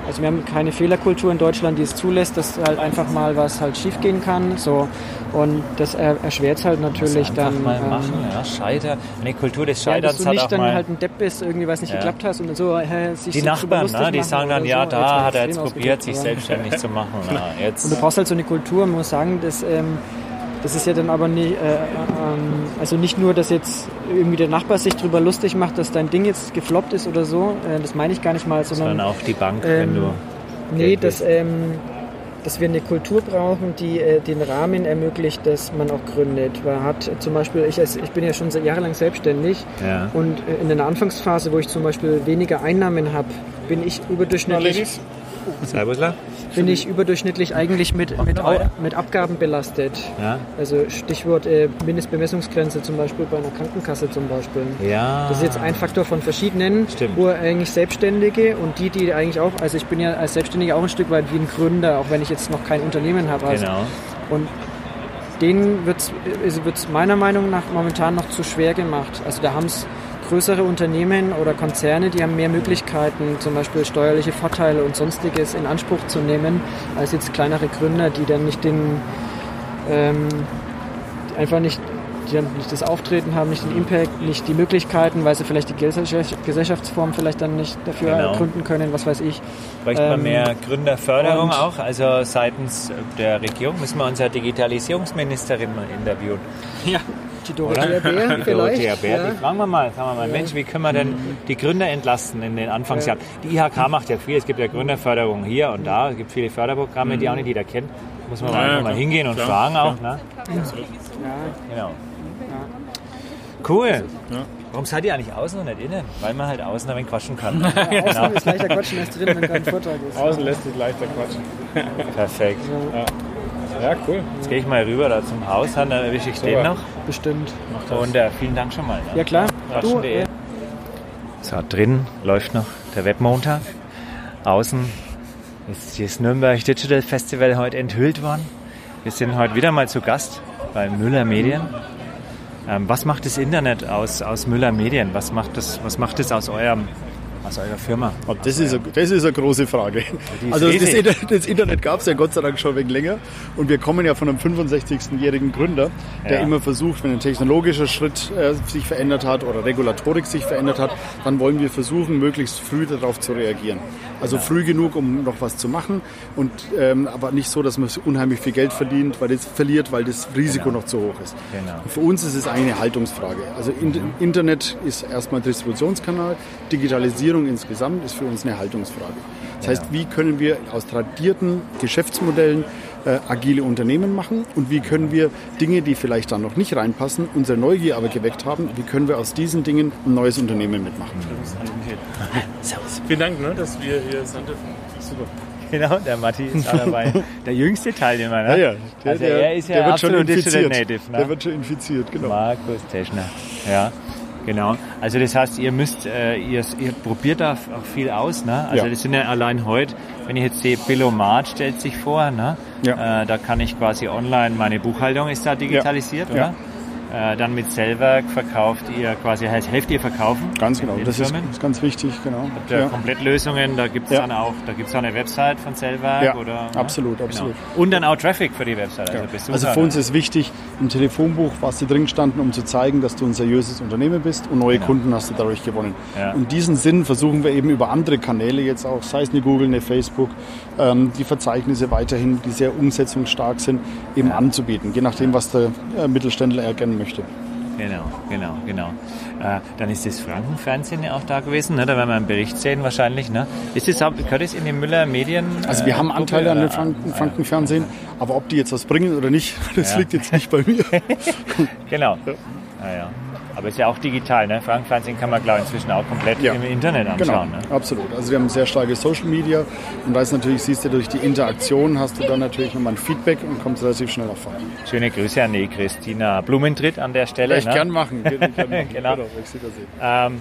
[SPEAKER 21] also wir haben keine Fehlerkultur in Deutschland, die es zulässt, dass halt einfach mal was halt schief gehen kann. So. Und das äh, erschwert es halt natürlich
[SPEAKER 1] Einfach
[SPEAKER 21] dann.
[SPEAKER 1] mal
[SPEAKER 21] ähm,
[SPEAKER 1] machen, ja, Scheiter. Eine Kultur des
[SPEAKER 21] ja, dass
[SPEAKER 1] Scheiterns
[SPEAKER 21] du
[SPEAKER 1] hat
[SPEAKER 21] nicht
[SPEAKER 1] auch
[SPEAKER 21] dann
[SPEAKER 1] mal
[SPEAKER 21] halt ein Depp bist, irgendwie was nicht
[SPEAKER 1] Ja.
[SPEAKER 21] geklappt hast und dann so äh, sich
[SPEAKER 1] die
[SPEAKER 21] so drüber
[SPEAKER 1] Nachbarn,
[SPEAKER 21] lustig
[SPEAKER 1] ne? die
[SPEAKER 21] machen
[SPEAKER 1] sagen dann,
[SPEAKER 21] oder
[SPEAKER 1] ja,
[SPEAKER 21] so. Jetzt mal
[SPEAKER 1] da hat er jetzt
[SPEAKER 21] extrem
[SPEAKER 1] probiert, sich
[SPEAKER 21] ausgedrückt, aber-
[SPEAKER 1] selbstständig zu machen. Na, Oh jetzt.
[SPEAKER 21] und du brauchst halt so eine Kultur, man muss sagen, dass, ähm, das ist ja dann aber nicht, äh, ähm, also nicht nur, dass jetzt irgendwie der Nachbar sich drüber lustig macht, dass dein Ding jetzt gefloppt ist oder so, äh, das meine ich gar nicht mal, sondern...
[SPEAKER 1] sondern auf die Bank, wenn
[SPEAKER 21] ähm,
[SPEAKER 1] du.
[SPEAKER 21] Nee, dass, ähm, dass wir eine Kultur brauchen, die äh, den Rahmen ermöglicht, dass man auch gründet. Man hat äh, zum Beispiel, ich, als- ich bin ja schon seit jahrelang selbstständig
[SPEAKER 1] Ja.
[SPEAKER 21] und äh, in einer Anfangsphase, wo ich zum Beispiel weniger Einnahmen habe, bin ich überdurchschnittlich...
[SPEAKER 1] Servusler?
[SPEAKER 21] bin ich überdurchschnittlich eigentlich mit, mit, Au- mit Abgaben belastet.
[SPEAKER 1] Ja.
[SPEAKER 21] Also Stichwort äh, Mindestbemessungsgrenze zum Beispiel bei einer Krankenkasse zum Beispiel.
[SPEAKER 1] Ja.
[SPEAKER 21] Das ist jetzt ein Faktor von verschiedenen, wo eigentlich Selbstständige und die, die eigentlich auch, also ich bin ja als Selbstständiger auch ein Stück weit wie ein Gründer, auch wenn ich jetzt noch kein Unternehmen habe. Also.
[SPEAKER 1] Genau.
[SPEAKER 21] Und denen wird es also meiner Meinung nach momentan noch zu schwer gemacht. Also da haben es größere Unternehmen oder Konzerne, die haben mehr Möglichkeiten, zum Beispiel steuerliche Vorteile und sonstiges in Anspruch zu nehmen, als jetzt kleinere Gründer, die dann nicht den ähm, die einfach nicht, die dann nicht das Auftreten haben, nicht den Impact, nicht die Möglichkeiten, weil sie vielleicht die Gesellschaft- Gesellschaftsform vielleicht dann nicht dafür
[SPEAKER 1] Genau.
[SPEAKER 21] gründen können, was weiß ich.
[SPEAKER 1] Bräuchte man
[SPEAKER 21] Ähm,
[SPEAKER 1] mehr Gründerförderung
[SPEAKER 21] und-
[SPEAKER 1] auch, also seitens der Regierung müssen wir unsere Digitalisierungsministerin mal interviewen.
[SPEAKER 21] Ja. Die Dorothea Bär
[SPEAKER 1] Die
[SPEAKER 21] vielleicht.
[SPEAKER 1] Dorothea Bär,
[SPEAKER 21] ja.
[SPEAKER 1] die fragen wir mal. Sagen wir mal,
[SPEAKER 21] Ja.
[SPEAKER 1] Mensch, wie können wir denn die Gründer entlasten in den Anfangsjahren? Die IHK macht ja viel, es gibt ja Gründerförderung hier und da, es gibt viele Förderprogramme,
[SPEAKER 21] Mhm.
[SPEAKER 1] die auch nicht jeder kennt. Muss man
[SPEAKER 6] Ja,
[SPEAKER 1] mal,
[SPEAKER 6] ja,
[SPEAKER 1] einfach mal
[SPEAKER 6] klar.
[SPEAKER 1] hingehen und
[SPEAKER 6] Klar,
[SPEAKER 1] fragen
[SPEAKER 6] klar.
[SPEAKER 1] auch. Ne?
[SPEAKER 21] Ja.
[SPEAKER 1] Genau. Cool.
[SPEAKER 6] Also,
[SPEAKER 1] Warum seid ihr eigentlich außen und nicht innen? Weil man halt außen ein wenig quatschen kann.
[SPEAKER 21] Ja, außen
[SPEAKER 1] Genau.
[SPEAKER 21] ist leichter quatschen als drin, wenn kein Vortrag ist.
[SPEAKER 22] Außen lässt sich leichter quatschen.
[SPEAKER 1] Perfekt.
[SPEAKER 22] Ja. cool.
[SPEAKER 1] Jetzt gehe ich mal rüber da zum Haus, dann erwische ich den
[SPEAKER 21] Super.
[SPEAKER 1] noch.
[SPEAKER 21] Bestimmt.
[SPEAKER 1] Und äh, vielen Dank schon mal. ne?
[SPEAKER 21] Ja, klar.
[SPEAKER 1] Quatschen.de.
[SPEAKER 21] Du, äh,
[SPEAKER 1] So, drin läuft noch der Webmontag. Außen ist das Nürnberg Digital Festival heute enthüllt worden. Wir sind heute wieder mal zu Gast bei Müller Medien. Ähm, was macht das Internet aus, aus Müller Medien? Was macht das, was macht das aus, eurem, aus eurer Firma?
[SPEAKER 19] Das ist, eine, das ist eine große Frage.
[SPEAKER 1] Die ist
[SPEAKER 19] Also das,
[SPEAKER 1] riesig.
[SPEAKER 19] Internet- das Internet gab es ja Gott sei Dank schon wegen länger. Und wir kommen ja von einem 65-jährigen Gründer,
[SPEAKER 1] Ja.
[SPEAKER 19] der immer versucht, wenn ein technologischer Schritt äh, sich verändert hat oder Regulatorik sich verändert hat, dann wollen wir versuchen, möglichst früh darauf zu reagieren. Also
[SPEAKER 1] Genau.
[SPEAKER 19] früh genug, um noch was zu machen. Und, ähm, aber nicht so, dass man so unheimlich viel Geld verdient, weil das verliert, weil das Risiko noch zu hoch ist.
[SPEAKER 1] Genau.
[SPEAKER 19] Für uns ist es eine Haltungsfrage. Also in, Internet ist erstmal Distributionskanal, Digitalisierung insgesamt ist für uns eine Haltungsfrage. Das heißt, wie können wir aus tradierten Geschäftsmodellen äh, agile Unternehmen machen und wie können wir Dinge, die vielleicht dann noch nicht reinpassen, unsere Neugier aber geweckt haben, wie können wir aus diesen Dingen ein neues Unternehmen mitmachen?
[SPEAKER 15] Vielen Dank, ne, dass wir hier sein dürfen. Super.
[SPEAKER 1] Genau, der Matti ist auch dabei. Der jüngste Teilnehmer, ne?
[SPEAKER 19] Ja, ja. Der-
[SPEAKER 1] also
[SPEAKER 19] der-
[SPEAKER 1] er ist ja
[SPEAKER 19] der wird schon
[SPEAKER 1] absolut Digital
[SPEAKER 19] infiziert.
[SPEAKER 1] Native. Ne?
[SPEAKER 19] Der wird schon infiziert, genau.
[SPEAKER 1] Markus Teschner, ja. Genau. Also das heißt, ihr müsst, äh, ihr, ihr probiert da f- auch viel aus, ne? Also
[SPEAKER 19] Ja.
[SPEAKER 1] das sind ja allein heute, wenn ich jetzt sehe, Billomat stellt sich vor, ne? Äh, da kann ich quasi online, meine Buchhaltung ist da digitalisiert,
[SPEAKER 19] Ja.
[SPEAKER 1] oder? Äh, dann mit Selwerk verkauft ihr quasi, heißt, helft ihr verkaufen?
[SPEAKER 19] Ganz genau,
[SPEAKER 1] den
[SPEAKER 19] das ist,
[SPEAKER 1] Firmen?
[SPEAKER 19] ist ganz wichtig, genau.
[SPEAKER 1] Habt ihr Komplettlösungen, da gibt es
[SPEAKER 19] Ja.
[SPEAKER 1] dann auch, da gibt's auch eine Website von Zellwerk
[SPEAKER 19] Ja,
[SPEAKER 1] oder. ne?
[SPEAKER 19] absolut, absolut.
[SPEAKER 1] Und dann auch Traffic für die Website, also
[SPEAKER 19] Ja.
[SPEAKER 1] Besucher.
[SPEAKER 19] Also für uns ist wichtig, im Telefonbuch warst du drin gestanden, um zu zeigen, dass du ein seriöses Unternehmen bist und neue
[SPEAKER 1] Genau.
[SPEAKER 19] Kunden hast du dadurch gewonnen.
[SPEAKER 1] Ja.
[SPEAKER 19] Und diesen Sinn versuchen wir eben über andere Kanäle jetzt auch, sei es eine Google, eine Facebook, ähm, die Verzeichnisse weiterhin, die sehr umsetzungsstark sind, eben anzubieten, je nachdem, was der äh, Mittelständler erkennen möchte.
[SPEAKER 1] Genau, genau, genau. Äh, dann ist das Frankenfernsehen ja auch da gewesen, ne? da werden wir einen Bericht sehen wahrscheinlich. Ne? Ist das, haupt- gehört das in die Müller Medien?
[SPEAKER 19] Also
[SPEAKER 1] äh,
[SPEAKER 19] wir haben
[SPEAKER 1] Gruppe
[SPEAKER 19] Anteile an
[SPEAKER 1] oder-
[SPEAKER 19] dem Franken, Frankenfernsehen, aber ob die jetzt was bringen oder nicht, das
[SPEAKER 1] Ja.
[SPEAKER 19] liegt jetzt nicht bei mir.
[SPEAKER 1] Genau. Ah, ja. Aber ist ja auch digital, ne? Frankenfernsehen kann man, glaube ich, inzwischen auch komplett im Internet anschauen. Ne?
[SPEAKER 19] Genau, absolut. Also wir haben sehr starke Social Media und da ist natürlich, siehst du, durch die Interaktion hast du dann natürlich nochmal ein Feedback und kommst relativ schnell auf Fahrt.
[SPEAKER 1] Schöne Grüße an die Christina Blumentritt an der Stelle.
[SPEAKER 19] Vielleicht
[SPEAKER 1] ne?
[SPEAKER 19] gern machen. Gerne gern machen.
[SPEAKER 1] genau.
[SPEAKER 19] Genau, ich sehe das eh.
[SPEAKER 1] Ähm,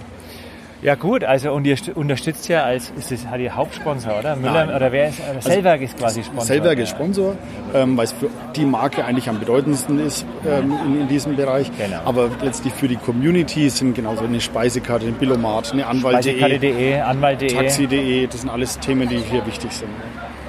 [SPEAKER 1] ja gut, also und ihr st- unterstützt ja als, ist das hat ihr Hauptsponsor, oder? Müller,
[SPEAKER 19] Nein.
[SPEAKER 1] oder wer ist,
[SPEAKER 19] Also,
[SPEAKER 1] Selberg ist quasi Sponsor.
[SPEAKER 19] Selberg ist
[SPEAKER 1] ja.
[SPEAKER 19] Sponsor, ähm, weil es für die Marke eigentlich am bedeutendsten ist ähm, in, in diesem Bereich.
[SPEAKER 1] Genau.
[SPEAKER 19] Aber letztlich für die Community sind genauso eine Speisekarte, ein Billomat, eine
[SPEAKER 1] Speisekarte.de,
[SPEAKER 19] Anwalt.de,
[SPEAKER 1] Anwalt.de.
[SPEAKER 19] Taxi.de, E, das sind alles Themen, die hier wichtig sind. ne?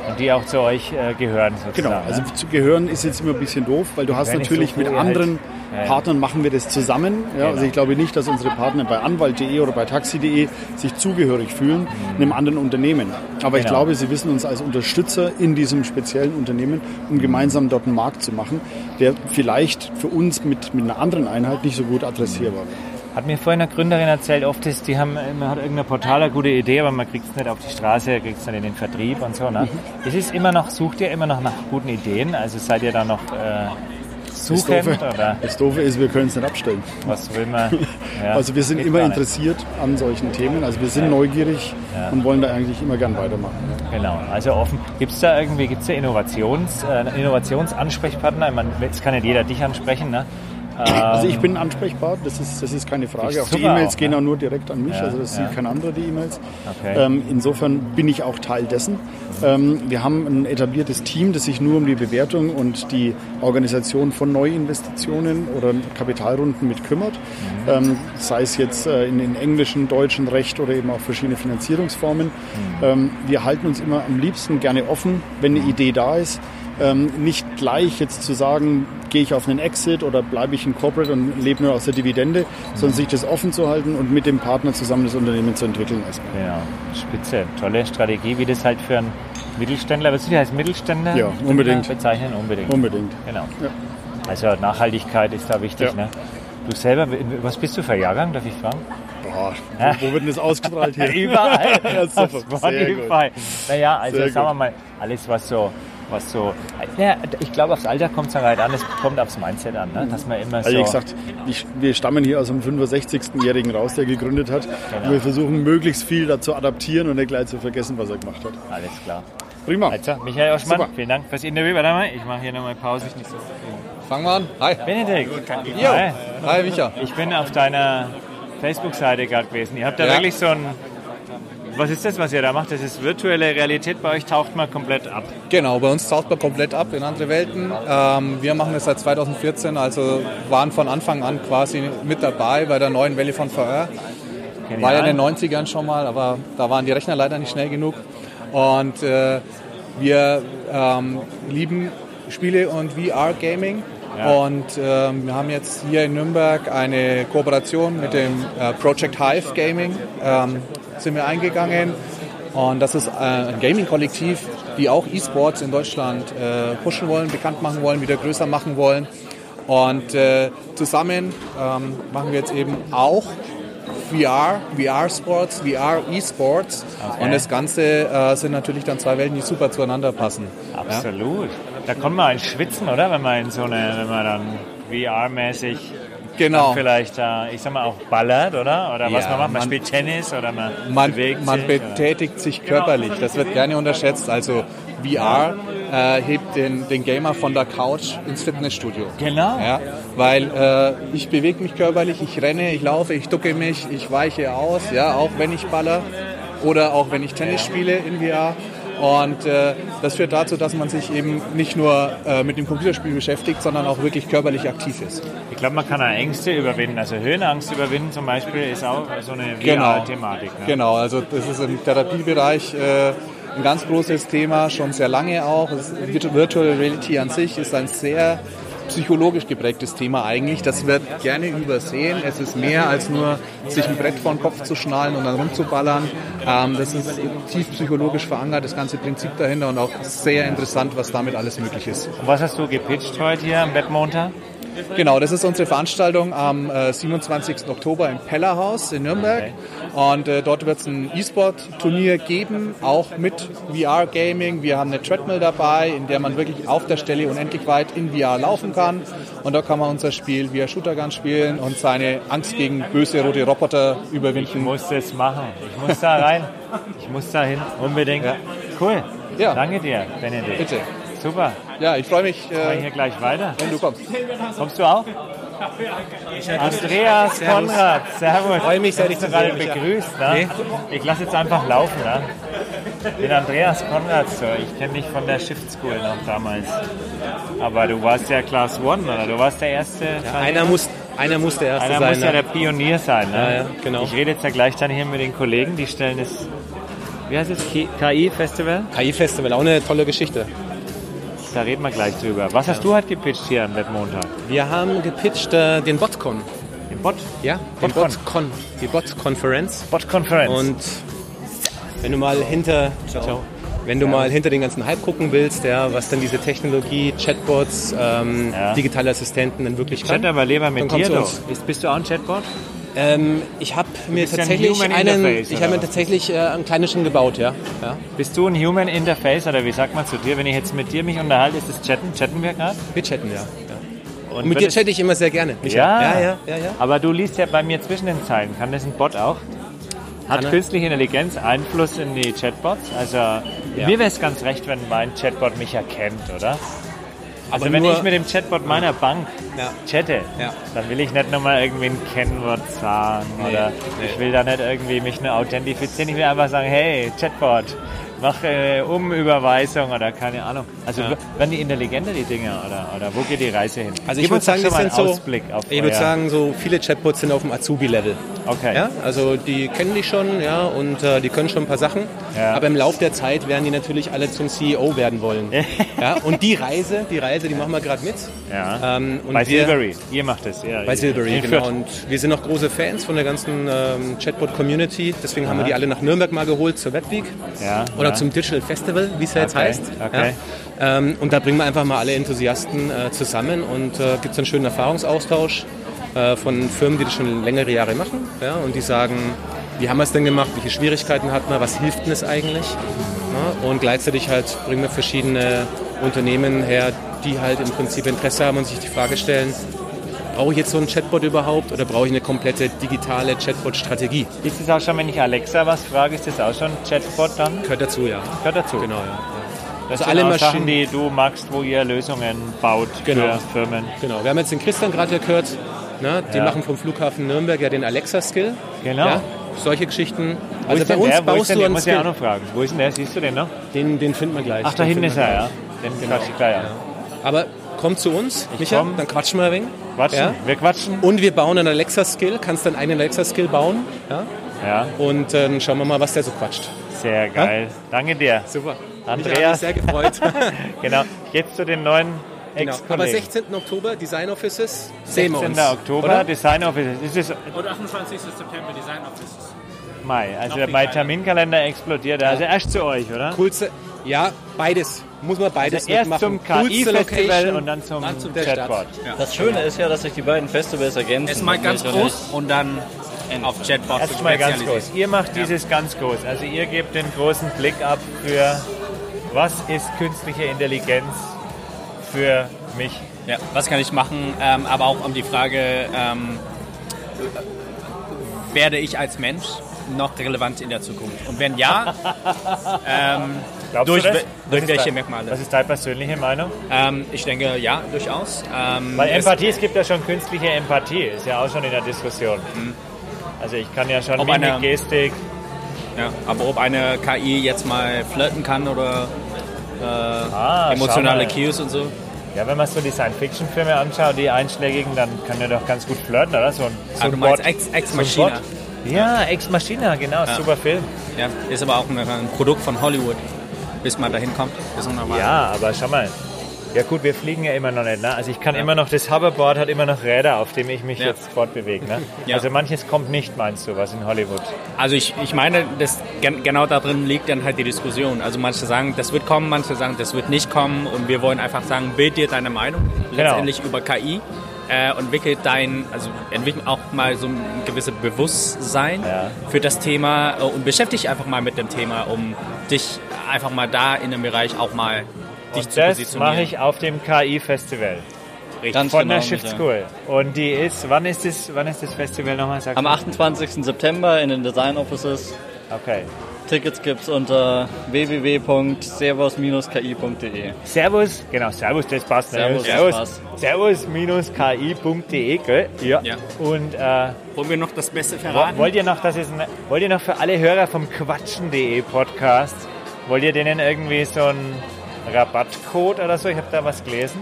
[SPEAKER 1] Und die auch zu euch äh, gehören sozusagen. ne?
[SPEAKER 19] Genau, also zu gehören ist jetzt immer ein bisschen doof, weil du hast
[SPEAKER 1] Wäre nicht
[SPEAKER 19] natürlich
[SPEAKER 1] so cool,
[SPEAKER 19] mit anderen
[SPEAKER 1] halt. Ja, ja.
[SPEAKER 19] Partnern machen wir das zusammen. Ja,
[SPEAKER 1] Genau.
[SPEAKER 19] Also ich glaube nicht, dass unsere Partner bei Anwalt.de oder bei Taxi.de sich zugehörig fühlen einem anderen Unternehmen. Aber ich
[SPEAKER 1] Mhm. Genau.
[SPEAKER 19] glaube, sie wissen uns als Unterstützer in diesem speziellen Unternehmen,
[SPEAKER 1] Mhm.
[SPEAKER 19] um gemeinsam dort einen Markt zu machen, der vielleicht für uns mit, mit einer anderen Einheit nicht so gut adressierbar
[SPEAKER 1] Mhm.
[SPEAKER 19] wäre.
[SPEAKER 1] Hat mir vorhin eine Gründerin erzählt, oft ist, die haben, man hat irgendein Portal eine gute Idee, aber man kriegt es nicht auf die Straße, kriegt es nicht in den Vertrieb
[SPEAKER 19] Mhm.
[SPEAKER 1] und so. Ne? Es ist immer noch, sucht ihr immer noch nach guten Ideen? Also seid ihr da noch, äh, suchend?
[SPEAKER 19] Das Doofe,
[SPEAKER 1] oder?
[SPEAKER 19] das Doofe ist, wir können es nicht abstellen.
[SPEAKER 1] Was will man? Ja,
[SPEAKER 19] also wir sind
[SPEAKER 1] geht
[SPEAKER 19] immer
[SPEAKER 1] gar nicht.
[SPEAKER 19] interessiert an solchen Themen, also wir sind
[SPEAKER 1] Ja.
[SPEAKER 19] neugierig
[SPEAKER 1] Ja.
[SPEAKER 19] und wollen da eigentlich immer gern weitermachen.
[SPEAKER 1] Genau, also offen. Gibt es da irgendwie gibt's da Innovations, äh, einen Innovationsansprechpartner? Ich meine, es kann nicht jeder dich ansprechen, ne?
[SPEAKER 19] Also ich
[SPEAKER 1] Ähm,
[SPEAKER 19] bin ansprechbar, das ist, das ist keine Frage.
[SPEAKER 1] Ist
[SPEAKER 19] Auch die
[SPEAKER 1] super
[SPEAKER 19] E-Mails
[SPEAKER 1] auch,
[SPEAKER 19] gehen
[SPEAKER 1] ne?
[SPEAKER 19] auch nur direkt an mich,
[SPEAKER 1] Ja,
[SPEAKER 19] also das
[SPEAKER 1] ja.
[SPEAKER 19] sieht kein anderer die E-Mails.
[SPEAKER 1] Okay.
[SPEAKER 19] Ähm, insofern bin ich auch Teil dessen. Ähm, wir haben ein etabliertes Team, das sich nur um die Bewertung und die Organisation von Neuinvestitionen oder Kapitalrunden mit kümmert. Ähm, sei es jetzt äh, in, in englischen, deutschen Recht oder eben auch verschiedene Finanzierungsformen. Ähm, wir halten uns immer am liebsten gerne offen, wenn eine Idee da ist ähm, nicht gleich jetzt zu sagen, gehe ich auf einen Exit oder bleibe ich in Corporate und lebe nur aus der Dividende, sondern sich das offen zu halten und mit dem Partner zusammen das Unternehmen zu entwickeln. Erstmal.
[SPEAKER 1] Ja, spitze, tolle Strategie, wie das halt für einen Mittelständler, was du als Mittelständler
[SPEAKER 19] Ja,
[SPEAKER 1] Mittelständler
[SPEAKER 19] unbedingt.
[SPEAKER 1] bezeichnen, unbedingt.
[SPEAKER 19] Unbedingt.
[SPEAKER 1] Genau. Also Nachhaltigkeit ist da wichtig,
[SPEAKER 19] Ja.
[SPEAKER 1] ne? Du selber, was bist du für ein Jahrgang, darf ich fragen?
[SPEAKER 19] Boah, wo, wo wird denn das ausgestrahlt hier?
[SPEAKER 1] Überall.
[SPEAKER 19] ja,
[SPEAKER 1] auf
[SPEAKER 19] super. Sehr gut.
[SPEAKER 1] Spotify. Naja, also
[SPEAKER 19] Sehr
[SPEAKER 1] sagen wir
[SPEAKER 19] gut.
[SPEAKER 1] mal, alles was so, was so, ja, ich glaube aufs Alter kommt es dann halt an, es kommt aufs Mindset an, ne? dass man immer
[SPEAKER 19] Also
[SPEAKER 1] so...
[SPEAKER 19] wie gesagt, ich, wir stammen hier aus einem 65-Jährigen raus, der gegründet hat.
[SPEAKER 1] Genau.
[SPEAKER 19] Und wir versuchen möglichst viel dazu adaptieren und nicht gleich zu vergessen, was er gemacht hat.
[SPEAKER 1] Alles klar.
[SPEAKER 19] Prima.
[SPEAKER 1] Also, Michael Oschmann,
[SPEAKER 19] Super.
[SPEAKER 1] vielen Dank fürs Interview. Warte mal, ich mache hier nochmal Pause.
[SPEAKER 20] Fangen wir an. Hi.
[SPEAKER 1] Benedikt.
[SPEAKER 20] Jo. Hi, Micha.
[SPEAKER 1] Ich bin auf deiner Facebook-Seite gerade gewesen. Ihr habt da
[SPEAKER 20] Ja.
[SPEAKER 1] wirklich so ein... Was ist das, was ihr da macht? Das ist virtuelle Realität. Bei euch taucht man komplett ab.
[SPEAKER 20] Genau, bei uns taucht man komplett ab in andere Welten. Ähm, wir machen das seit 2014, also waren von Anfang an quasi mit dabei bei der neuen Welle von VR.
[SPEAKER 1] Genial.
[SPEAKER 20] War ja in den 90ern schon mal, aber da waren die Rechner leider nicht schnell genug. Und äh, wir ähm, lieben Spiele und VR-Gaming.
[SPEAKER 1] Ja.
[SPEAKER 20] Und ähm, wir haben jetzt hier in Nürnberg eine Kooperation mit dem äh, Project Hive Gaming, ähm, sind wir eingegangen. Und das ist äh, ein Gaming-Kollektiv, die auch E-Sports in Deutschland äh, pushen wollen, bekannt machen wollen, wieder größer machen wollen. Und äh, zusammen ähm, machen wir jetzt eben auch VR, VR-Sports, VR-E-Sports.
[SPEAKER 1] Okay.
[SPEAKER 20] Und das Ganze äh, sind natürlich dann zwei Welten, die super zueinander passen.
[SPEAKER 1] Absolut. Da kommt man ins Schwitzen, oder? Wenn man in so eine, wenn man dann VR-mäßig
[SPEAKER 20] Genau.
[SPEAKER 1] dann vielleicht, äh, ich sag mal, auch ballert, oder? Oder was
[SPEAKER 20] Ja,
[SPEAKER 1] man macht. Man,
[SPEAKER 20] man-
[SPEAKER 1] spielt Tennis oder man,
[SPEAKER 20] man,
[SPEAKER 1] bewegt
[SPEAKER 20] man
[SPEAKER 1] sich. oder-
[SPEAKER 20] betätigt sich körperlich. Das wird gerne unterschätzt. Also VR äh, hebt den, den Gamer von der Couch ins Fitnessstudio.
[SPEAKER 1] Genau.
[SPEAKER 20] Ja, weil äh, ich bewege mich körperlich, ich renne, ich laufe, ich ducke mich, ich weiche aus, ja, auch wenn ich baller oder auch wenn ich Tennis spiele in VR. Und äh, das führt dazu, dass man sich eben nicht nur äh, mit dem Computerspiel beschäftigt, sondern auch wirklich körperlich aktiv ist.
[SPEAKER 1] Ich glaube, man kann auch Ängste überwinden. Also Höhenangst überwinden zum Beispiel ist auch so eine VR-Thematik. Ne?
[SPEAKER 20] Genau, also das ist im Therapiebereich äh, ein ganz großes Thema, schon sehr lange auch. Es, Virtu- Virtual Reality an sich ist ein sehr psychologisch geprägtes Thema eigentlich. Das wird gerne übersehen. Es ist mehr als nur sich ein Brett vor den Kopf zu schnallen und dann rumzuballern. Ähm, das ist tief psychologisch verankert, das ganze Prinzip dahinter und auch sehr interessant, was damit alles möglich ist.
[SPEAKER 1] Und was hast du gepitcht heute hier am Webmontag?
[SPEAKER 20] Genau, das ist unsere Veranstaltung am äh, 27. Oktober im Pellerhaus in Nürnberg. Und äh, dort wird es ein E-Sport-Turnier geben, auch mit VR-Gaming. Wir haben eine Treadmill dabei, in der man wirklich auf der Stelle unendlich weit in VR laufen kann. Und da kann man unser Spiel VR Shootergun spielen und seine Angst gegen böse rote Roboter überwinden. Ich
[SPEAKER 1] muss das machen. Ich muss da rein. Ich muss da hin. Unbedingt. Cool. Danke dir, Benedikt.
[SPEAKER 20] Bitte.
[SPEAKER 1] Super.
[SPEAKER 20] Ja, ich freue mich.
[SPEAKER 1] Äh, hier gleich weiter.
[SPEAKER 20] Wenn du kommst.
[SPEAKER 1] Kommst du auch? Andreas
[SPEAKER 5] Servus.
[SPEAKER 1] Konrad, servus.
[SPEAKER 5] Freue mich, sehr, dich
[SPEAKER 1] Hast du
[SPEAKER 5] zu sehen,
[SPEAKER 1] gerade
[SPEAKER 5] Micha.
[SPEAKER 1] begrüßt. Ne? Ich lasse jetzt einfach laufen. Ne? Den Andreas Konrad, so. ich kenne dich von der Shift School noch damals. Aber du warst ja Class One, oder? Du warst der erste. ne?
[SPEAKER 2] einer muss- einer muss der Erste
[SPEAKER 1] einer
[SPEAKER 2] sein,
[SPEAKER 1] muss ja
[SPEAKER 2] ne?
[SPEAKER 1] der Pionier sein. Ne?
[SPEAKER 2] Ja, ja,
[SPEAKER 1] genau. Ich rede jetzt ja gleich dann hier mit den Kollegen, die stellen das. Wie heißt es? KI-Festival?
[SPEAKER 2] KI-Festival, auch eine tolle Geschichte.
[SPEAKER 1] Da reden wir gleich drüber. Was hast du halt gepitcht hier am Webmontag?
[SPEAKER 2] Wir haben gepitcht äh, den BotCon.
[SPEAKER 1] Den Bot?
[SPEAKER 2] Ja, den BotCon. Die Bot-Conference.
[SPEAKER 1] Bot-Conference.
[SPEAKER 2] Und wenn du mal hinter, Ciao. wenn du mal hinter den ganzen Hype gucken willst, ja, was denn diese Technologie, Chatbots, ähm, digitale Assistenten denn wirklich kann.
[SPEAKER 1] Chat aber lieber
[SPEAKER 2] dann
[SPEAKER 1] mit
[SPEAKER 2] komm
[SPEAKER 1] dir
[SPEAKER 2] zu
[SPEAKER 1] doch.
[SPEAKER 2] uns.
[SPEAKER 1] Ist, bist du auch ein Chatbot?
[SPEAKER 2] Ähm, ich habe
[SPEAKER 1] Du
[SPEAKER 2] mir
[SPEAKER 1] bist ja ein
[SPEAKER 2] tatsächlich
[SPEAKER 1] Human
[SPEAKER 2] einen,
[SPEAKER 1] Interface,
[SPEAKER 2] ich habe
[SPEAKER 1] oder
[SPEAKER 2] mir
[SPEAKER 1] was?
[SPEAKER 2] tatsächlich äh, einen kleinen schon gebaut, ja. ja.
[SPEAKER 1] Bist du ein Human Interface oder wie sagt man zu dir? Wenn ich jetzt mit dir mich unterhalte, ist das Chatten? Chatten wir gerade?
[SPEAKER 2] Wir chatten, ja.
[SPEAKER 1] Und
[SPEAKER 2] Mit
[SPEAKER 1] würdest-
[SPEAKER 2] dir chatte ich immer sehr gerne.
[SPEAKER 1] Ja.
[SPEAKER 2] Michael. ja, ja, ja, ja.
[SPEAKER 1] Aber du liest ja bei mir zwischen den Zeilen. Kann das ein Bot auch? Hat
[SPEAKER 2] Kann er.
[SPEAKER 1] künstliche Intelligenz Einfluss in die Chatbots? Also mir wäre es ganz recht, wenn mein Chatbot mich erkennt, oder? Also
[SPEAKER 2] Aber
[SPEAKER 1] wenn
[SPEAKER 2] nur-
[SPEAKER 1] ich mit dem Chatbot meiner Bank chatte, dann will ich nicht nochmal irgendwie ein Kennwort sagen
[SPEAKER 2] Nee,
[SPEAKER 1] oder
[SPEAKER 2] nee.
[SPEAKER 1] ich will da nicht irgendwie mich nur authentifizieren. Ich will einfach sagen, hey Chatbot, mach äh, Umüberweisung oder keine Ahnung. Also
[SPEAKER 2] Ja.
[SPEAKER 1] w- werden die intelligenter die Dinger oder, oder wo geht die Reise hin?
[SPEAKER 2] Also
[SPEAKER 1] Gib
[SPEAKER 2] ich würde
[SPEAKER 1] uns doch
[SPEAKER 2] sagen,
[SPEAKER 1] schon
[SPEAKER 2] das
[SPEAKER 1] mal
[SPEAKER 2] sind
[SPEAKER 1] einen
[SPEAKER 2] so,
[SPEAKER 1] Ausblick auf
[SPEAKER 2] ich würde
[SPEAKER 1] euer-
[SPEAKER 2] sagen, so viele Chatbots sind auf dem Azubi-Level.
[SPEAKER 1] Okay.
[SPEAKER 2] Ja, also die kennen dich schon, ja, und äh, die können schon ein paar Sachen. Aber im Laufe der Zeit werden die natürlich alle zum CEO werden wollen. ja, und die Reise, die Reise, die machen wir gerade mit.
[SPEAKER 1] Ja.
[SPEAKER 2] Ähm, und
[SPEAKER 1] bei
[SPEAKER 2] wir-
[SPEAKER 1] Silvery. Ihr macht das, ja.
[SPEAKER 2] Bei
[SPEAKER 1] ihr-
[SPEAKER 2] Silbury,
[SPEAKER 1] in
[SPEAKER 2] genau.
[SPEAKER 1] Fürth.
[SPEAKER 2] Und wir sind auch große Fans von der ganzen ähm, Chatbot-Community. Deswegen haben wir
[SPEAKER 1] Aha.
[SPEAKER 2] die alle nach Nürnberg mal geholt zur Webweek.
[SPEAKER 1] Ja,
[SPEAKER 2] Oder
[SPEAKER 1] ja.
[SPEAKER 2] zum Digital Festival, wie es ja jetzt
[SPEAKER 1] Okay,
[SPEAKER 2] heißt.
[SPEAKER 1] okay.
[SPEAKER 2] Ja. Ähm, und da bringen wir einfach mal alle Enthusiasten äh, zusammen und äh, gibt es einen schönen Erfahrungsaustausch äh, von Firmen, die das schon längere Jahre machen. Ja, und die sagen, wie haben wir es denn gemacht? Welche Schwierigkeiten hatten wir? Was hilft denn es eigentlich? Ja, und gleichzeitig halt bringen wir verschiedene Unternehmen her, die halt im Prinzip Interesse haben und sich die Frage stellen, brauche ich jetzt so einen Chatbot überhaupt oder brauche ich eine komplette digitale Chatbot-Strategie?
[SPEAKER 1] Ist es auch schon, wenn ich Alexa was frage, ist das auch schon Chatbot dann?
[SPEAKER 2] Gehört dazu, ja.
[SPEAKER 1] Gehört dazu.
[SPEAKER 2] Genau, ja.
[SPEAKER 1] Das
[SPEAKER 2] Also
[SPEAKER 1] sind
[SPEAKER 2] alle
[SPEAKER 1] alle auch
[SPEAKER 2] Maschinen-
[SPEAKER 1] Sachen, die du magst, wo ihr Lösungen baut
[SPEAKER 2] Genau.
[SPEAKER 1] für Firmen.
[SPEAKER 2] Genau. Wir haben jetzt den Christian gerade gehört, ne? die
[SPEAKER 1] Ja.
[SPEAKER 2] machen vom Flughafen Nürnberg ja den Alexa-Skill.
[SPEAKER 1] Genau.
[SPEAKER 2] Ja? Solche Geschichten.
[SPEAKER 1] Wo
[SPEAKER 2] Also
[SPEAKER 1] ist
[SPEAKER 2] bei
[SPEAKER 1] denn
[SPEAKER 2] uns
[SPEAKER 1] der? Wo ist
[SPEAKER 2] baust
[SPEAKER 1] denn
[SPEAKER 2] du
[SPEAKER 1] der?
[SPEAKER 2] einen
[SPEAKER 1] Muss ich
[SPEAKER 2] Skill.
[SPEAKER 1] auch noch fragen. Wo ist denn der? Siehst du den noch?
[SPEAKER 2] Den, den finden wir gleich.
[SPEAKER 1] Ach, da
[SPEAKER 2] Den
[SPEAKER 1] hinten ist
[SPEAKER 2] finden wir
[SPEAKER 1] er, ja.
[SPEAKER 2] gleich. Genau.
[SPEAKER 1] Den quatsch ich gleich, ja.
[SPEAKER 2] Aber komm zu uns, Micha,
[SPEAKER 1] komm.
[SPEAKER 2] dann quatschen wir ein wenig.
[SPEAKER 1] Quatschen. Wir quatschen.
[SPEAKER 2] Und wir bauen einen Alexa-Skill, kannst dann einen Alexa-Skill bauen. Ja?
[SPEAKER 1] Ja.
[SPEAKER 2] Und äh, dann schauen wir mal, was der so quatscht.
[SPEAKER 1] Sehr geil. Danke dir.
[SPEAKER 2] Super. Mich hat mich
[SPEAKER 1] Andreas.
[SPEAKER 2] sehr gefreut.
[SPEAKER 1] genau. Jetzt zu den neuen
[SPEAKER 2] Genau.
[SPEAKER 1] Ex-Kollegen.
[SPEAKER 2] Aber 16. Oktober, Design Offices, sehen wir uns.
[SPEAKER 1] 16. Oktober,
[SPEAKER 2] oder?
[SPEAKER 1] Design Office. Ist es
[SPEAKER 22] Und 28. September Design Offices.
[SPEAKER 1] Mai? Also
[SPEAKER 22] Noch
[SPEAKER 1] mein
[SPEAKER 22] die
[SPEAKER 1] Terminkalender explodiert. Also erst zu euch, oder?
[SPEAKER 2] Coolste, ja, beides. Muss man beides
[SPEAKER 1] Also erst
[SPEAKER 2] mitmachen.
[SPEAKER 1] zum KI
[SPEAKER 2] Coolste
[SPEAKER 1] Festival
[SPEAKER 2] Location,
[SPEAKER 1] und dann zum,
[SPEAKER 2] dann zum der
[SPEAKER 1] Chatbot.
[SPEAKER 2] Stadt. Ja.
[SPEAKER 5] Das Schöne ist ja, dass sich die beiden Festivals ergänzen.
[SPEAKER 1] Erstmal ganz
[SPEAKER 5] Nicht, oder
[SPEAKER 1] groß
[SPEAKER 5] nicht? und dann auf Chatbot
[SPEAKER 1] Erstmal ganz groß. Ihr macht dieses ganz groß. Also ihr gebt den großen Blick ab für was ist künstliche Intelligenz für mich.
[SPEAKER 5] Ja, was kann ich machen? Ähm, aber auch um die Frage, ähm, werde ich als Mensch noch relevant in der Zukunft? Und wenn ja, ähm,
[SPEAKER 1] Glaubst
[SPEAKER 5] durch,
[SPEAKER 1] du das?
[SPEAKER 5] we- durch
[SPEAKER 1] ist
[SPEAKER 5] welche
[SPEAKER 1] dein-
[SPEAKER 5] Merkmale?
[SPEAKER 1] Was ist deine persönliche Meinung?
[SPEAKER 5] Ähm, ich denke, ja, durchaus. Ähm,
[SPEAKER 1] Weil
[SPEAKER 5] es-
[SPEAKER 1] Empathie, es gibt ja schon künstliche Empathie, ist ja auch schon in der Diskussion. Also ich kann ja schon
[SPEAKER 5] Mhm. Ob
[SPEAKER 1] Mimik,
[SPEAKER 5] einer-
[SPEAKER 1] Gestik,
[SPEAKER 5] Ja, aber ob eine KI jetzt mal flirten kann oder äh, emotionale
[SPEAKER 1] Ah, schau mal.
[SPEAKER 5] Cues und so.
[SPEAKER 1] Ja, wenn man so die Science-Fiction-Filme anschaut, die einschlägigen, dann kann er doch ganz gut flirten, oder? So ein, so
[SPEAKER 5] Ah,
[SPEAKER 1] ein
[SPEAKER 5] du meinst
[SPEAKER 1] Bot-
[SPEAKER 5] Ex- Ex
[SPEAKER 1] so ein
[SPEAKER 5] Machina.
[SPEAKER 1] Bot. ja, Ex Machina, genau,
[SPEAKER 5] Ja.
[SPEAKER 1] super Film.
[SPEAKER 5] Ja, ist aber auch ein, ein Produkt von Hollywood, bis man dahin kommt. Ist normal.
[SPEAKER 1] Ja, aber schau mal. Ja gut, wir fliegen ja immer noch nicht. Ne? Also ich kann immer noch, das Hoverboard hat immer noch Räder, auf dem ich mich
[SPEAKER 5] Ja.
[SPEAKER 1] jetzt fortbewege. Ne?
[SPEAKER 5] Ja.
[SPEAKER 1] Also manches kommt nicht, meinst du, was in Hollywood.
[SPEAKER 5] Also ich, ich meine, das, gen- genau da drin liegt dann halt die Diskussion. Also manche sagen, das wird kommen, manche sagen, das wird nicht kommen. Und wir wollen einfach sagen, bild dir deine Meinung
[SPEAKER 1] Genau.
[SPEAKER 5] letztendlich über KI. Äh, und entwickelt dein, also entwickelt auch mal so ein gewisses Bewusstsein für das Thema äh, und beschäftige dich einfach mal mit dem Thema, um dich einfach mal da in dem Bereich auch mal dich
[SPEAKER 1] Und
[SPEAKER 5] zu
[SPEAKER 1] das
[SPEAKER 5] positionieren.
[SPEAKER 1] mache ich auf dem KI-Festival.
[SPEAKER 5] Ganz
[SPEAKER 1] Von
[SPEAKER 5] genau,
[SPEAKER 1] der Shift
[SPEAKER 5] Micha.
[SPEAKER 1] School. Und die ist, wann ist das, wann ist das Festival nochmal? Sag
[SPEAKER 5] Am
[SPEAKER 1] mal.
[SPEAKER 5] 28.
[SPEAKER 1] September in den Design Offices. Okay.
[SPEAKER 5] Tickets gibt's unter www.servos-ki.de.
[SPEAKER 1] Servus, genau, Servus, das passt. ne?
[SPEAKER 5] Servus, das
[SPEAKER 1] Servus,
[SPEAKER 5] passt.
[SPEAKER 1] Servus-ki.de, E, gell? Ja. Und äh,
[SPEAKER 5] Wollen wir noch das Beste verraten?
[SPEAKER 1] Wo- Wollt ihr noch, das ist ein, wollt ihr noch für alle Hörer vom Quatschen.de E Podcast, wollt ihr denen irgendwie so einen Rabattcode oder so? Ich habe da was gelesen.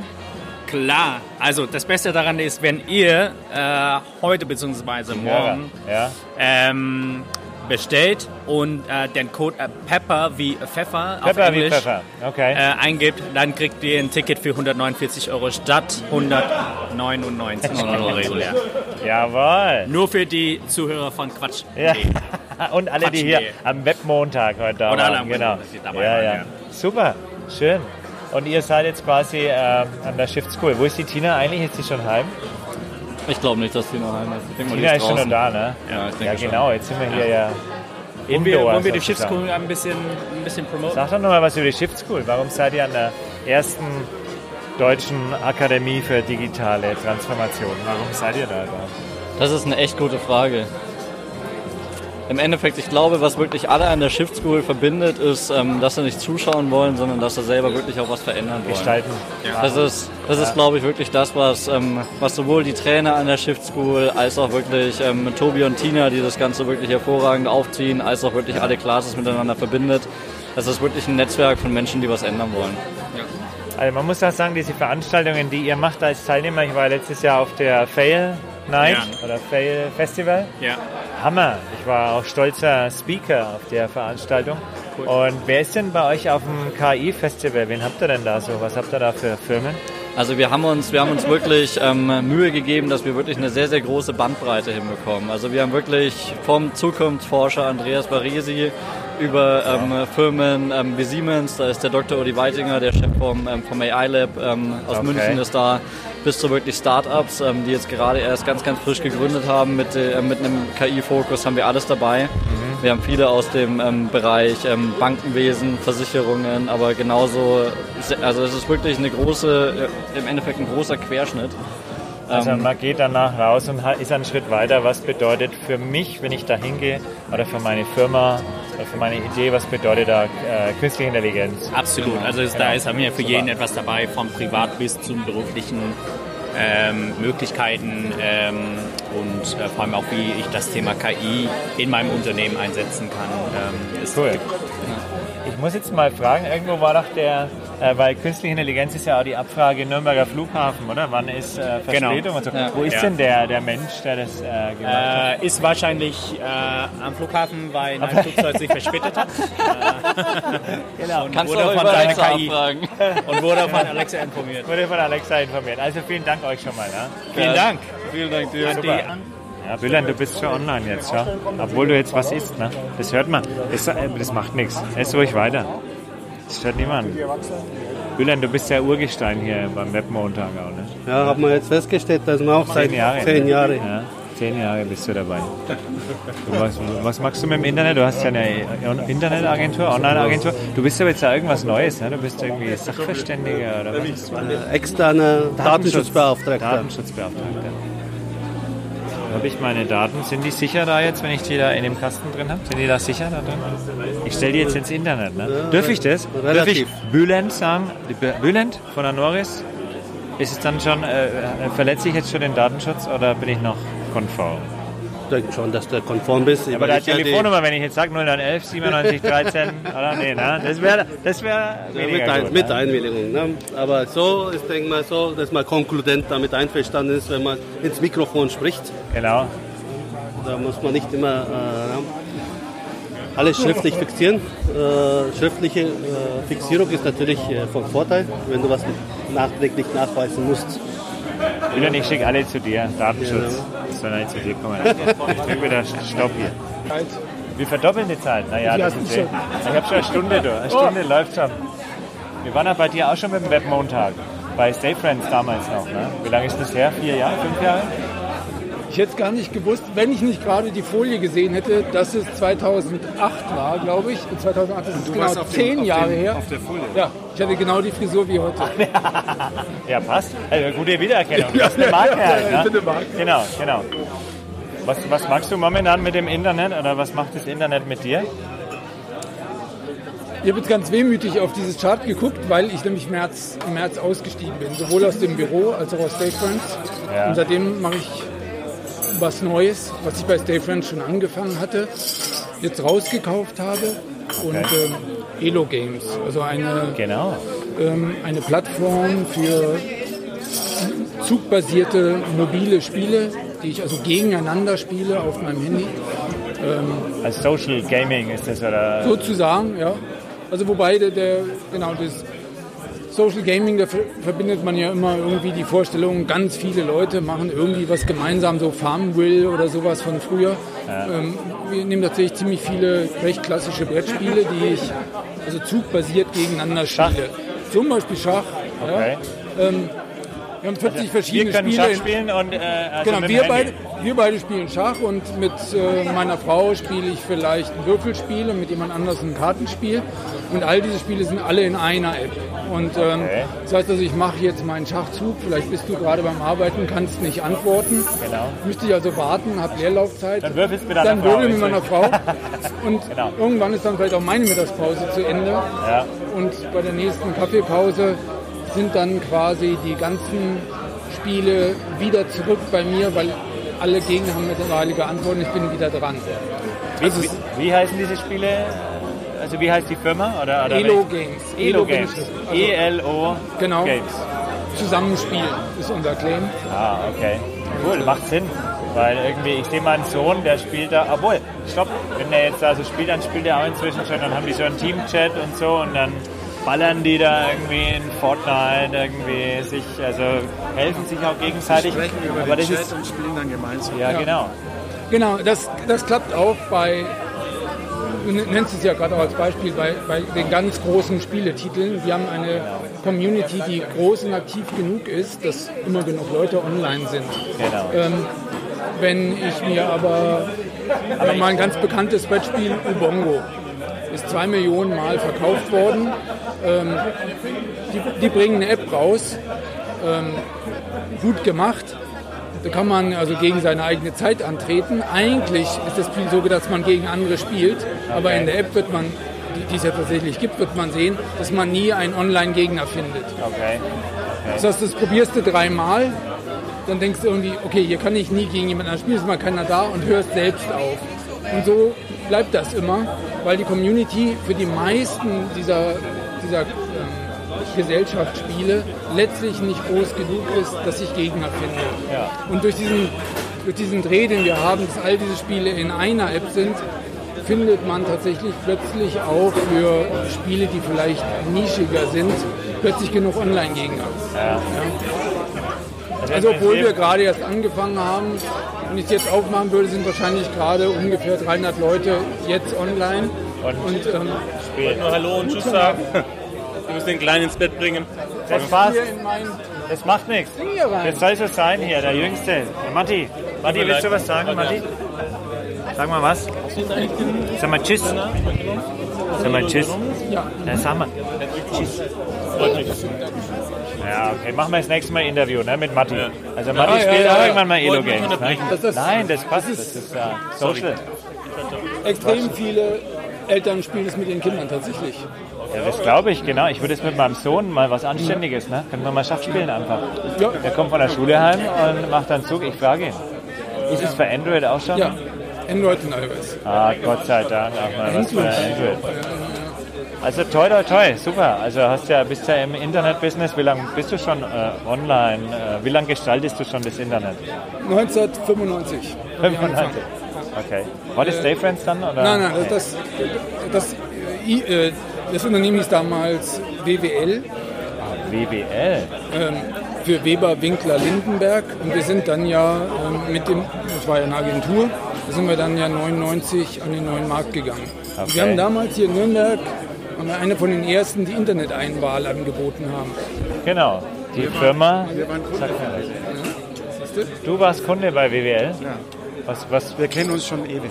[SPEAKER 5] Klar. Also das Beste daran ist, wenn ihr äh, heute bzw. morgen
[SPEAKER 1] Ja.
[SPEAKER 5] ähm, bestellt und äh, den Code äh, Pepper wie Pfeffer auf
[SPEAKER 1] Pepper wie
[SPEAKER 5] Englisch
[SPEAKER 1] Pfeffer, okay.
[SPEAKER 5] äh, eingibt, dann kriegt ihr ein Ticket für 149 Euro statt 199 Euro regulär.
[SPEAKER 1] Jawohl.
[SPEAKER 5] Nur für die Zuhörer von Quatsch.
[SPEAKER 1] Ja. Und alle, die hier
[SPEAKER 5] Quatschen.de.
[SPEAKER 1] am Webmontag heute da
[SPEAKER 5] E. Oder alle
[SPEAKER 1] waren.
[SPEAKER 5] am
[SPEAKER 1] Genau.
[SPEAKER 5] Webmontag, die dabei
[SPEAKER 1] ja,
[SPEAKER 5] waren,
[SPEAKER 1] ja.
[SPEAKER 5] ja.
[SPEAKER 1] Super, schön. Und ihr seid jetzt quasi ähm, an der Shift School. Wo ist die Tina eigentlich? Ist sie schon heim?
[SPEAKER 5] Ich glaube nicht, dass Tina heim ist. Ich denke mal, die
[SPEAKER 1] Tina ist schon noch
[SPEAKER 5] draußen.
[SPEAKER 1] da, ne?
[SPEAKER 5] Ja, ich denke
[SPEAKER 1] Ja, genau.
[SPEAKER 5] schon.
[SPEAKER 1] Jetzt sind wir hier ja,
[SPEAKER 5] Wollen wir,
[SPEAKER 1] indoor also
[SPEAKER 5] wollen wir die
[SPEAKER 1] sozusagen.
[SPEAKER 5] Schiffskuh ein bisschen, ein bisschen promoten?
[SPEAKER 1] Sag doch nochmal was über die Shift School. Warum seid ihr an der ersten Deutschen Akademie für digitale Transformation? Warum seid ihr da?
[SPEAKER 23] Das ist eine echt gute Frage. Im Endeffekt, ich glaube, was wirklich alle an der Shift School verbindet, ist, ähm, dass sie nicht zuschauen wollen, sondern dass sie selber wirklich auch was verändern wollen.
[SPEAKER 1] Gestalten.
[SPEAKER 23] Ja. Das ist, das ist glaube ich, wirklich das, was, ähm, was sowohl die Trainer an der Shift School als auch wirklich ähm, Tobi und Tina, die das Ganze wirklich hervorragend aufziehen, als auch wirklich alle Classes miteinander verbindet. Das ist wirklich ein Netzwerk von Menschen, die was ändern wollen. Ja.
[SPEAKER 1] Also man muss auch sagen, diese Veranstaltungen, die ihr macht als Teilnehmer, ich war letztes Jahr auf der Fail Night ja. oder Fail Festival.
[SPEAKER 5] Ja.
[SPEAKER 1] Hammer. Ich war auch stolzer Speaker auf der Veranstaltung. Cool. Und wer ist denn bei euch auf dem KI-Festival? Wen habt ihr denn da so? Was habt ihr da für Firmen?
[SPEAKER 23] Also wir haben uns, wir haben uns wirklich ähm, Mühe gegeben, dass wir wirklich eine sehr, sehr große Bandbreite hinbekommen. Also wir haben wirklich vom Zukunftsforscher Andreas Baresi über ähm, Firmen ähm, wie Siemens, da ist der Dr. Udi Weitinger, der Chef vom, ähm, vom AI Lab ähm, aus
[SPEAKER 1] Okay.
[SPEAKER 23] München ist da, bis zu wirklich Startups, ähm, die jetzt gerade erst ganz, ganz frisch gegründet haben mit, äh, mit einem KI-Fokus, haben wir alles dabei.
[SPEAKER 1] Mhm.
[SPEAKER 23] Wir haben viele aus dem ähm, Bereich ähm, Bankenwesen, Versicherungen, aber genauso, se- also es ist wirklich eine große, äh, im Endeffekt ein großer Querschnitt.
[SPEAKER 1] Also
[SPEAKER 23] Ähm,
[SPEAKER 1] man geht danach raus und ha- ist einen Schritt weiter. Was bedeutet für mich, wenn ich da hingehe oder für meine Firma oder für meine Idee, was bedeutet da äh, künstliche Intelligenz?
[SPEAKER 5] Absolut. Also es, da
[SPEAKER 1] Genau.
[SPEAKER 5] ist haben wir für jeden etwas dabei, vom Privat bis zum beruflichen ähm, Möglichkeiten ähm, und äh, vor allem auch, wie ich das Thema KI in meinem Unternehmen einsetzen kann. Ähm, ist
[SPEAKER 1] cool. Ich muss jetzt mal fragen, irgendwo war doch der, äh, weil künstliche Intelligenz ist ja auch die Abfrage Nürnberger Flughafen, oder? Wann ist äh, Verspätung
[SPEAKER 5] Genau.
[SPEAKER 1] und so.
[SPEAKER 5] Ja.
[SPEAKER 1] Wo ist
[SPEAKER 5] Ja.
[SPEAKER 1] denn der, der Mensch, der das äh, gemacht hat?
[SPEAKER 5] Äh, ist wahrscheinlich äh, am Flughafen, weil ein Flugzeug sich verspätet hat.
[SPEAKER 1] Genau.
[SPEAKER 5] Und Kannst wurde du auch von über seiner Alexa KI fragen. und wurde von
[SPEAKER 1] Ja.
[SPEAKER 5] Alexa informiert.
[SPEAKER 1] Wurde von Alexa informiert. Also vielen Dank euch schon mal. Ne?
[SPEAKER 5] Vielen Dank.
[SPEAKER 1] Vielen Dank
[SPEAKER 5] dir. An die
[SPEAKER 1] Super.
[SPEAKER 5] an-
[SPEAKER 1] Ja, Bülent, du bist schon online jetzt, ja? Obwohl du jetzt was isst, ne? Das hört man. Das, äh, das macht nichts. Ess ruhig weiter. Das hört niemand. Bülent, du bist der Urgestein hier beim Webmontag auch, ne?
[SPEAKER 24] Ja, haben wir jetzt festgestellt, dass wir auch seit
[SPEAKER 1] Zehn Jahre. ne?
[SPEAKER 24] Zehn Jahre.
[SPEAKER 1] Ja, zehn Jahre bist du dabei. Du, was, was machst du mit dem Internet? Du hast ja eine Internetagentur, Online-Agentur. Du bist aber jetzt ja irgendwas Neues, ne? Du bist irgendwie Sachverständiger oder was?
[SPEAKER 24] Äh, externer Datenschutzbeauftragter.
[SPEAKER 1] Datenschutzbeauftragter. Habe ich meine Daten? Sind die sicher da jetzt, wenn ich die da in dem Kasten drin habe? Sind die da sicher da drin? Ich stelle die jetzt ins Internet, ne?
[SPEAKER 24] Ja,
[SPEAKER 1] Dürfe ich das? Darf ich
[SPEAKER 24] relativ.
[SPEAKER 1] Bülent sagen? Bülent von Anoris? Ist es dann schon, äh, äh, verletze ich jetzt schon den Datenschutz oder bin ich noch konform?
[SPEAKER 24] Ich denke schon, dass du konform bist.
[SPEAKER 1] Aber da
[SPEAKER 24] Ich ja die-
[SPEAKER 1] Telefonnummer, wenn ich jetzt sage 011 97 13, oder? Nee, ne? Das wäre das wär
[SPEAKER 24] Ja,
[SPEAKER 1] weniger
[SPEAKER 24] Also mit, ein,
[SPEAKER 1] gut,
[SPEAKER 24] mit
[SPEAKER 1] ne?
[SPEAKER 24] Einwilligung. Ne? Aber so, ich denke mal so, dass man konkludent damit einverstanden ist, wenn man ins Mikrofon spricht.
[SPEAKER 1] Genau.
[SPEAKER 24] Da muss man nicht immer äh, alles schriftlich fixieren. Äh, schriftliche äh, Fixierung ist natürlich äh, von Vorteil, wenn du was nachträglich nachweisen musst.
[SPEAKER 1] Bülent, ich schicke alle zu dir. Datenschutz. Sondern jetzt zu dir kommen. Ich drück wieder Stopp hier. Wir verdoppeln die Zeit. Naja,
[SPEAKER 24] Ja,
[SPEAKER 1] das ist eh.
[SPEAKER 24] schon. Oh.
[SPEAKER 1] Ich habe schon eine Stunde durch. Eine Stunde läuft schon. Wir waren ja bei dir auch schon mit dem Webmontag. Bei Stay Friends damals noch. Ne? Wie lange ist das her? Vier Jahre? Fünf Jahre?
[SPEAKER 25] Ich hätte es gar nicht gewusst, wenn ich nicht gerade die Folie gesehen hätte, dass es 2008 war, glaube ich. Und 2008 ist es
[SPEAKER 24] Du warst
[SPEAKER 25] genau
[SPEAKER 24] auf dem-
[SPEAKER 25] zehn
[SPEAKER 24] auf
[SPEAKER 25] Jahre
[SPEAKER 24] dem-
[SPEAKER 25] her.
[SPEAKER 24] auf der Folie.
[SPEAKER 25] Ja, ich hatte genau die Frisur wie heute.
[SPEAKER 1] Ja, passt. Also gute Wiedererkennung.
[SPEAKER 25] Ja,
[SPEAKER 1] Das ist eine Marke
[SPEAKER 25] ja,
[SPEAKER 1] halt.
[SPEAKER 25] ja,
[SPEAKER 1] Ne?
[SPEAKER 25] ich bin eine Marke.
[SPEAKER 1] Genau, genau. Was, was magst du momentan mit dem Internet oder was macht das Internet mit dir?
[SPEAKER 25] Ich habe jetzt ganz wehmütig auf dieses Chart geguckt, weil ich nämlich März, im März ausgestiegen bin. Sowohl aus dem Büro als auch aus Stay Friends.
[SPEAKER 1] Ja.
[SPEAKER 25] Und seitdem mache ich was Neues, was ich bei Stay Friends schon angefangen hatte, jetzt rausgekauft habe. Und
[SPEAKER 1] Okay.
[SPEAKER 25] ähm, Elo Games, also eine,
[SPEAKER 1] genau.
[SPEAKER 25] ähm, eine Plattform für zugbasierte mobile Spiele, die ich also gegeneinander spiele auf meinem Handy. Ähm,
[SPEAKER 1] Als Social Gaming ist das oder?
[SPEAKER 25] Sozusagen, ja. Also wobei der, der genau das Social Gaming, da ver- verbindet man ja immer irgendwie die Vorstellung, ganz viele Leute machen irgendwie was gemeinsam, so Farmville oder sowas von früher.
[SPEAKER 1] Ja.
[SPEAKER 25] Ähm, wir nehmen tatsächlich ziemlich viele recht klassische Brettspiele, die ich also zugbasiert gegeneinander spiele. Zum Beispiel Schach.
[SPEAKER 1] Okay.
[SPEAKER 25] Ja. Ähm, wir haben 40 verschiedene
[SPEAKER 1] wir können
[SPEAKER 25] Spiele.
[SPEAKER 1] Schach spielen und äh, also
[SPEAKER 25] genau,
[SPEAKER 1] mit dem
[SPEAKER 25] wir
[SPEAKER 1] Handy.
[SPEAKER 25] beide, wir beide spielen Schach und mit äh, meiner Frau spiele ich vielleicht ein Würfelspiel und mit jemand anders ein Kartenspiel. Und all diese Spiele sind alle in einer App. Und ähm, das heißt also, ich mache jetzt meinen Schachzug, vielleicht bist du gerade beim Arbeiten, kannst nicht antworten.
[SPEAKER 1] Genau.
[SPEAKER 25] Müsste ich also warten, habe Leerlaufzeit.
[SPEAKER 1] Dann würfelst du mit
[SPEAKER 25] Dann
[SPEAKER 1] deiner Frau,
[SPEAKER 25] würfel mit meiner
[SPEAKER 1] richtig. Genau.
[SPEAKER 25] Frau. Und irgendwann ist dann vielleicht auch meine Mittagspause zu Ende.
[SPEAKER 1] Ja.
[SPEAKER 25] Und bei der nächsten Kaffeepause sind dann quasi die ganzen Spiele wieder zurück bei mir, weil alle Gegner haben mittlerweile geantwortet, ich bin wieder dran.
[SPEAKER 1] Wie, wie, wie heißen diese Spiele? Also wie heißt die Firma? Oder, oder
[SPEAKER 25] Elo
[SPEAKER 1] welche?
[SPEAKER 25] Games.
[SPEAKER 1] Elo
[SPEAKER 25] Elo bin
[SPEAKER 1] Games.
[SPEAKER 25] ich. Also-
[SPEAKER 1] E-L-O
[SPEAKER 25] Genau.
[SPEAKER 1] Games.
[SPEAKER 25] Zusammenspiel ist unser Claim.
[SPEAKER 1] Ah, okay. Cool, macht Sinn. Weil irgendwie, ich sehe meinen Sohn, der spielt da, obwohl, stopp, wenn der jetzt da so spielt, dann spielt er auch inzwischen schon, dann haben die so einen Teamchat und so und dann ballern die da irgendwie in Fortnite irgendwie sich, also helfen sich auch gegenseitig.
[SPEAKER 26] Sprechen über
[SPEAKER 1] Aber das
[SPEAKER 26] den Chat
[SPEAKER 1] ist,
[SPEAKER 26] und spielen dann gemeinsam.
[SPEAKER 1] ja, genau.
[SPEAKER 25] Genau, das, das klappt auch bei, du nennst es ja gerade auch als Beispiel, bei, bei den ganz großen Spieletiteln. Wir haben eine Community, die groß und aktiv genug ist, dass immer genug Leute online sind.
[SPEAKER 1] Genau.
[SPEAKER 25] Ähm, wenn ich mir aber, aber mal ein ganz bekanntes Brettspiel, Ubongo, ist zwei Millionen Mal verkauft worden. Ähm, die, die bringen eine App raus, ähm, gut gemacht. Da kann man also gegen seine eigene Zeit antreten. Eigentlich ist das Spiel so, dass man gegen andere spielt, aber
[SPEAKER 1] Okay.
[SPEAKER 25] in der App wird man, die, die es ja tatsächlich gibt, wird man sehen, dass man nie einen Online-Gegner findet.
[SPEAKER 1] Okay.
[SPEAKER 25] Das heißt, das probierst du dreimal, dann denkst du irgendwie, okay, hier kann ich nie gegen jemanden anders spielen, ist mal keiner da und hörst selbst auf. Und so bleibt das immer, weil die Community für die meisten dieser, dieser ähm, Gesellschaftsspiele letztlich nicht groß genug ist, dass ich Gegner finde. Und durch diesen, durch diesen Dreh, den wir haben, dass all diese Spiele in einer App sind, findet man tatsächlich plötzlich auch für Spiele, die vielleicht nischiger sind, plötzlich genug Online-Gegner.
[SPEAKER 1] Ja.
[SPEAKER 25] Also obwohl wir gerade erst angefangen haben, wenn ich es jetzt aufmachen würde, sind wahrscheinlich gerade ungefähr 300 Leute jetzt online.
[SPEAKER 1] Und,
[SPEAKER 25] ähm,
[SPEAKER 18] Ich wollte nur Hallo und Tschüss sagen. Wir müssen den Kleinen ins Bett bringen.
[SPEAKER 1] Das passt. Das macht nichts. Das soll so sein hier, der Jüngste. Der Matti. Matti, willst du was sagen, Matti? Sag mal was. Sag mal Tschüss. Sag mal Tschüss.
[SPEAKER 25] Ja.
[SPEAKER 1] Na, sag mal. Tschüss. Ja, okay. Machen wir das nächste Mal ein Interview ne, mit Matti. Also Matti
[SPEAKER 25] Ja, ja,
[SPEAKER 1] spielt
[SPEAKER 25] ja,
[SPEAKER 1] auch
[SPEAKER 25] ja.
[SPEAKER 1] irgendwann mal
[SPEAKER 25] Wollte
[SPEAKER 1] Elo-Games.
[SPEAKER 25] nicht unterbrechen. Das ist-
[SPEAKER 1] Nein, das passt. Das
[SPEAKER 25] das
[SPEAKER 1] ist,
[SPEAKER 25] ist-
[SPEAKER 1] ja
[SPEAKER 25] Sorry.
[SPEAKER 1] Social.
[SPEAKER 25] extrem viele Eltern spielen es mit ihren Kindern tatsächlich.
[SPEAKER 1] Ja, das glaube ich, genau. Ich würde jetzt mit meinem Sohn mal was Anständiges, ne? Können wir mal Schach spielen einfach.
[SPEAKER 25] Ja.
[SPEAKER 1] Der kommt von der Schule heim und macht dann Zug. Ich frage ihn. Ist es für Android auch schon?
[SPEAKER 25] Ja, Android und iOS.
[SPEAKER 1] Ah, Gott sei Dank auch mal was für Android. Also toi, toi, toi, super. Also hast ja, bist ja im Internet-Business. Wie lange bist du schon äh, online? Äh, wie lange gestaltest du schon das Internet?
[SPEAKER 25] 1995. haben wir angefangen.
[SPEAKER 1] Okay. War das
[SPEAKER 25] Äh,
[SPEAKER 1] Stay Friends dann? Oder?
[SPEAKER 25] Nein, nein, das, das, das, I- äh, das Unternehmen hieß damals WWL.
[SPEAKER 1] WBL.
[SPEAKER 25] ähm, für Weber, Winkler, Lindenberg. Und wir sind dann ja ähm, mit dem, das war ja eine Agentur, da sind wir dann ja 99 an den neuen Markt gegangen.
[SPEAKER 1] Okay.
[SPEAKER 25] Wir haben damals hier in Nürnberg waren wir eine von den ersten, die Internet-Einwahl angeboten haben.
[SPEAKER 1] Genau. Die Firma.
[SPEAKER 25] wir waren Kunden.
[SPEAKER 1] Sag mir was. Du warst Kunde bei WWL?
[SPEAKER 26] Ja.
[SPEAKER 1] Was, was,
[SPEAKER 26] Wir kennen uns schon ewig.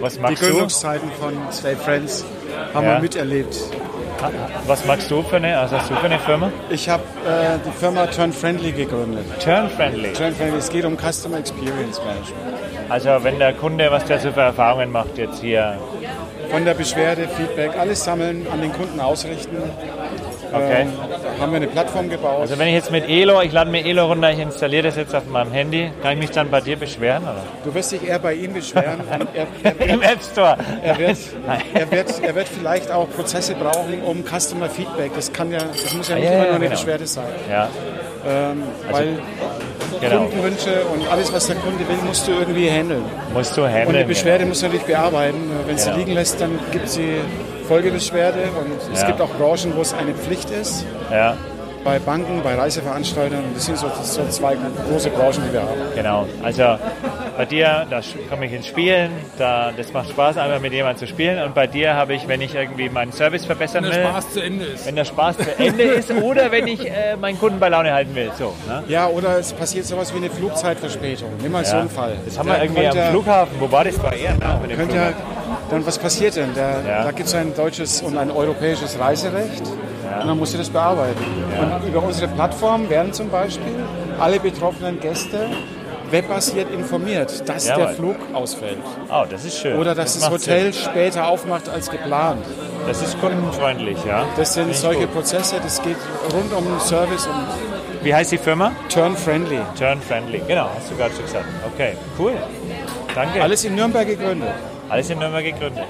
[SPEAKER 1] was
[SPEAKER 26] Die
[SPEAKER 1] magst du?
[SPEAKER 26] Gründungszeiten von Stay Friends haben
[SPEAKER 1] Ja.
[SPEAKER 26] wir miterlebt.
[SPEAKER 1] Was magst du für eine, also was hast du für eine Firma?
[SPEAKER 26] Ich habe äh, die Firma Turn Friendly gegründet.
[SPEAKER 1] Turn Friendly?
[SPEAKER 26] Turn Friendly, es geht um Customer Experience Management.
[SPEAKER 1] Also wenn der Kunde, was der so für Erfahrungen macht jetzt hier.
[SPEAKER 26] Von der Beschwerde, Feedback, alles sammeln, an den Kunden ausrichten.
[SPEAKER 1] Okay.
[SPEAKER 26] Ähm, haben wir eine Plattform gebaut.
[SPEAKER 1] Also wenn ich jetzt mit Elo, ich lade mir Elo runter, ich installiere das jetzt auf meinem Handy, kann ich mich dann bei dir beschweren? Oder?
[SPEAKER 26] du wirst dich eher bei ihm beschweren. und er,
[SPEAKER 1] Im App Store.
[SPEAKER 26] Er wird,
[SPEAKER 1] Nein.
[SPEAKER 26] er, wird, er wird vielleicht auch Prozesse brauchen, um Customer Feedback. Das, kann ja, das muss ja
[SPEAKER 1] Ah,
[SPEAKER 26] nicht
[SPEAKER 1] ja,
[SPEAKER 26] immer
[SPEAKER 1] ja,
[SPEAKER 26] nur eine
[SPEAKER 1] genau.
[SPEAKER 26] Beschwerde sein.
[SPEAKER 1] Ja.
[SPEAKER 26] Ähm,
[SPEAKER 1] Also,
[SPEAKER 26] weil
[SPEAKER 1] genau.
[SPEAKER 26] Kundenwünsche und alles, was der Kunde will, musst du irgendwie handeln.
[SPEAKER 1] Musst du handeln.
[SPEAKER 26] und die Beschwerde
[SPEAKER 1] genau.
[SPEAKER 26] musst du natürlich bearbeiten. Wenn sie
[SPEAKER 1] Genau.
[SPEAKER 26] liegen lässt, dann gibt sie Folgebeschwerde. Und es
[SPEAKER 1] Ja.
[SPEAKER 26] gibt auch Branchen, wo es eine Pflicht ist.
[SPEAKER 1] Ja.
[SPEAKER 26] Bei Banken, bei Reiseveranstaltern. Und Das sind so, so zwei große Branchen, die wir haben.
[SPEAKER 1] Genau, also Bei dir, da komme ich ins Spielen, da, das macht Spaß, einmal mit jemandem zu spielen. Und bei dir habe ich, wenn ich irgendwie meinen Service verbessern
[SPEAKER 25] Wenn
[SPEAKER 1] will.
[SPEAKER 25] der Spaß zu Ende ist.
[SPEAKER 1] Wenn der Spaß zu Ende ist oder wenn ich äh, meinen Kunden bei Laune halten will. So, ne?
[SPEAKER 26] Ja, oder es passiert sowas wie eine Flugzeitverspätung. Nimm mal
[SPEAKER 1] Ja.
[SPEAKER 26] so einen Fall.
[SPEAKER 1] Das haben wir
[SPEAKER 26] Da
[SPEAKER 1] irgendwie
[SPEAKER 26] könnte-
[SPEAKER 1] am Flughafen. Wo war das bei Ehren? ne? Mit dem
[SPEAKER 26] Könnte ja,
[SPEAKER 1] Flughafen.
[SPEAKER 26] dann was passiert denn? Da,
[SPEAKER 1] Ja.
[SPEAKER 26] da gibt es ein deutsches und ein europäisches Reiserecht und dann musst du das bearbeiten.
[SPEAKER 1] Ja.
[SPEAKER 26] Und über unsere Plattform werden zum Beispiel alle betroffenen Gäste webbasiert informiert, dass der
[SPEAKER 1] Jawohl.
[SPEAKER 26] Flug ausfällt.
[SPEAKER 1] Oh, das ist schön.
[SPEAKER 26] Oder dass das,
[SPEAKER 1] macht
[SPEAKER 26] Hotel
[SPEAKER 1] Sinn.
[SPEAKER 26] später aufmacht als geplant.
[SPEAKER 1] Das ist kundenfreundlich, ja.
[SPEAKER 26] Das sind
[SPEAKER 1] Finde ich
[SPEAKER 26] solche
[SPEAKER 1] gut.
[SPEAKER 26] Prozesse, das geht rund um den Service und
[SPEAKER 1] Wie heißt die Firma?
[SPEAKER 26] Turn Friendly.
[SPEAKER 1] Turn Friendly, genau, hast du gerade schon gesagt. Okay, cool.
[SPEAKER 18] Ähm,
[SPEAKER 1] Danke.
[SPEAKER 26] Alles in Nürnberg gegründet.
[SPEAKER 1] Alles in Nürnberg gegründet.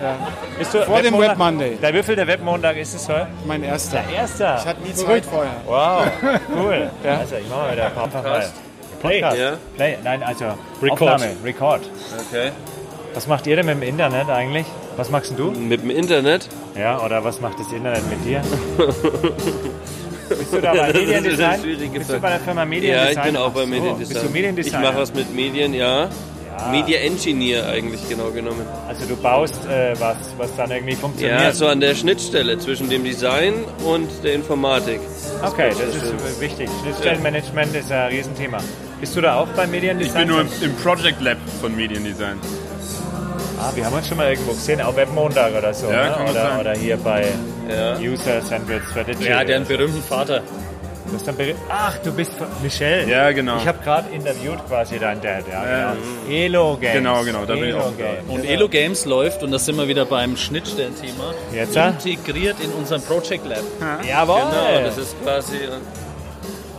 [SPEAKER 1] Bist
[SPEAKER 26] Vor dem
[SPEAKER 1] Webmonat-
[SPEAKER 26] Web Monday.
[SPEAKER 1] Der Würfel der Webmontag ist es heute?
[SPEAKER 26] Mein erster.
[SPEAKER 1] Der erster.
[SPEAKER 26] Ich hatte nie Zeit vorher.
[SPEAKER 1] Wow, cool.
[SPEAKER 26] Ja.
[SPEAKER 1] Also, ich mache mal wieder ein paar Podcast.
[SPEAKER 26] Podcast.
[SPEAKER 1] Podcast.
[SPEAKER 26] Play. Ja.
[SPEAKER 1] Play. Nein, also
[SPEAKER 27] Record.
[SPEAKER 1] Aufnahme, Record.
[SPEAKER 27] Okay.
[SPEAKER 1] Was macht ihr denn mit dem Internet eigentlich? Was magst denn du?
[SPEAKER 27] Mit dem Internet?
[SPEAKER 1] Ja, oder was macht das Internet mit dir?
[SPEAKER 27] Bist
[SPEAKER 1] du da bei
[SPEAKER 27] das
[SPEAKER 1] Mediendesign?
[SPEAKER 27] Ist eine schwierige
[SPEAKER 1] Bist du
[SPEAKER 27] Frage.
[SPEAKER 1] bei der Firma Mediendesign?
[SPEAKER 27] Ja, ich bin auch
[SPEAKER 1] Ach
[SPEAKER 27] bei
[SPEAKER 1] so,
[SPEAKER 27] Mediendesign.
[SPEAKER 1] bist du Mediendesigner?
[SPEAKER 27] Ich mache was mit Medien, ja. Media Engineer eigentlich genau genommen.
[SPEAKER 1] Also du baust äh, was, was dann irgendwie funktioniert.
[SPEAKER 27] Ja, also- so an der Schnittstelle zwischen dem Design und der Informatik.
[SPEAKER 1] Okay, das ist wichtig. Schnittstellenmanagement ist ein Riesenthema. Bist du da auch bei Mediendesign?
[SPEAKER 27] Ich bin nur im-
[SPEAKER 1] Project Lab von Mediendesign. Ah, wir haben uns schon mal irgendwo gesehen, auch Webmontag oder so.
[SPEAKER 27] Ja,
[SPEAKER 1] ne?
[SPEAKER 27] kann man
[SPEAKER 1] oder,
[SPEAKER 27] sagen.
[SPEAKER 1] oder hier bei User Central Strategy.
[SPEAKER 27] Ja, der
[SPEAKER 1] einen
[SPEAKER 27] berühmten Vater.
[SPEAKER 1] Ach, du bist von Michelle.
[SPEAKER 27] Ja, genau.
[SPEAKER 1] Ich habe gerade interviewt quasi dein Dad. Ja,
[SPEAKER 27] Ja.
[SPEAKER 1] genau. Elo Games.
[SPEAKER 27] Genau, genau, da bin ich
[SPEAKER 1] Elo
[SPEAKER 27] auch gerade.
[SPEAKER 1] Games.
[SPEAKER 8] Und Elo Games läuft, und das sind wir wieder beim Schnittstellenthema,
[SPEAKER 1] Jetzt, ja?
[SPEAKER 8] integriert in unserem Project Lab.
[SPEAKER 1] Jawohl.
[SPEAKER 27] Genau, das ist quasi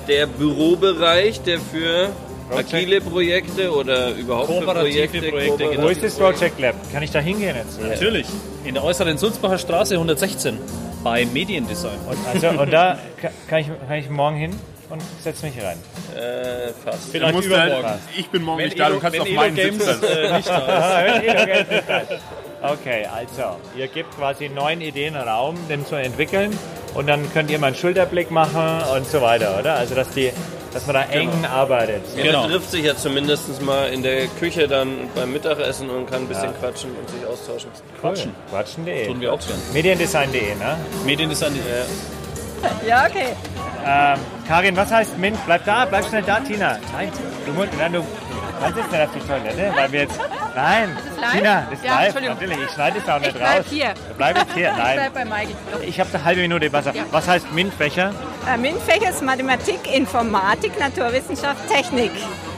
[SPEAKER 27] der Bürobereich, der für agile Projekte oder überhaupt für
[SPEAKER 8] Kooperative
[SPEAKER 27] Projekte,
[SPEAKER 8] Projekte,
[SPEAKER 27] kooperative-
[SPEAKER 8] genau. Wo ist
[SPEAKER 1] das Project Lab? Kann ich da hingehen jetzt?
[SPEAKER 8] Natürlich. In der äußeren Sulzbacher Straße 116 bei Mediendesign.
[SPEAKER 1] Und, Also, und da ka- kann ich, kann ich morgen hin und setze mich rein.
[SPEAKER 27] Äh, fast.
[SPEAKER 1] Vielleicht
[SPEAKER 27] Du musst
[SPEAKER 1] übermorgen.
[SPEAKER 27] ich bin morgen
[SPEAKER 1] Wenn
[SPEAKER 27] nicht da, du
[SPEAKER 1] Elo-
[SPEAKER 27] kannst
[SPEAKER 1] wenn
[SPEAKER 27] auf
[SPEAKER 1] Elo
[SPEAKER 27] meinen
[SPEAKER 1] Games,
[SPEAKER 27] Sitz sitzen.
[SPEAKER 1] äh, nicht da ist. Wenn Elo Games nicht da ist. Okay, also, ihr gebt quasi neun Ideen Raum, dem zu entwickeln und dann könnt ihr mal einen Schulterblick machen und so weiter, oder? Also, dass, die, dass man da eng arbeitet.
[SPEAKER 27] Ja,
[SPEAKER 8] Genau.
[SPEAKER 27] Man trifft sich ja zumindest mal in der Küche dann beim Mittagessen und kann ein bisschen quatschen und sich austauschen.
[SPEAKER 1] Quatschen. Quatschen.de.
[SPEAKER 27] Tun wir auch gern.
[SPEAKER 1] Mediendesign.de, ne?
[SPEAKER 8] Mediendesign.de.
[SPEAKER 17] Ja, okay.
[SPEAKER 1] Ähm, Karin, was heißt Mint? Bleib da, bleib schnell da, Tina. Nein, du musst, nein, du kannst jetzt nicht auf die Toilette, weil wir jetzt. Nein,
[SPEAKER 17] Das ist live?
[SPEAKER 1] Tina, das ist
[SPEAKER 17] Ja,
[SPEAKER 1] live.
[SPEAKER 17] Entschuldigung.
[SPEAKER 1] Natürlich, ich schneide es auch nicht
[SPEAKER 17] Ich bleib
[SPEAKER 1] raus.
[SPEAKER 17] hier.
[SPEAKER 1] Ich bleib jetzt hier,
[SPEAKER 17] Ich
[SPEAKER 1] nein.
[SPEAKER 17] bleib bei Michael.
[SPEAKER 1] Ich habe eine halbe Minute Wasser.
[SPEAKER 17] Ja.
[SPEAKER 1] Was heißt MINT-Fächer?
[SPEAKER 17] Äh, MINT-Fächer ist Mathematik, Informatik, Naturwissenschaft, Technik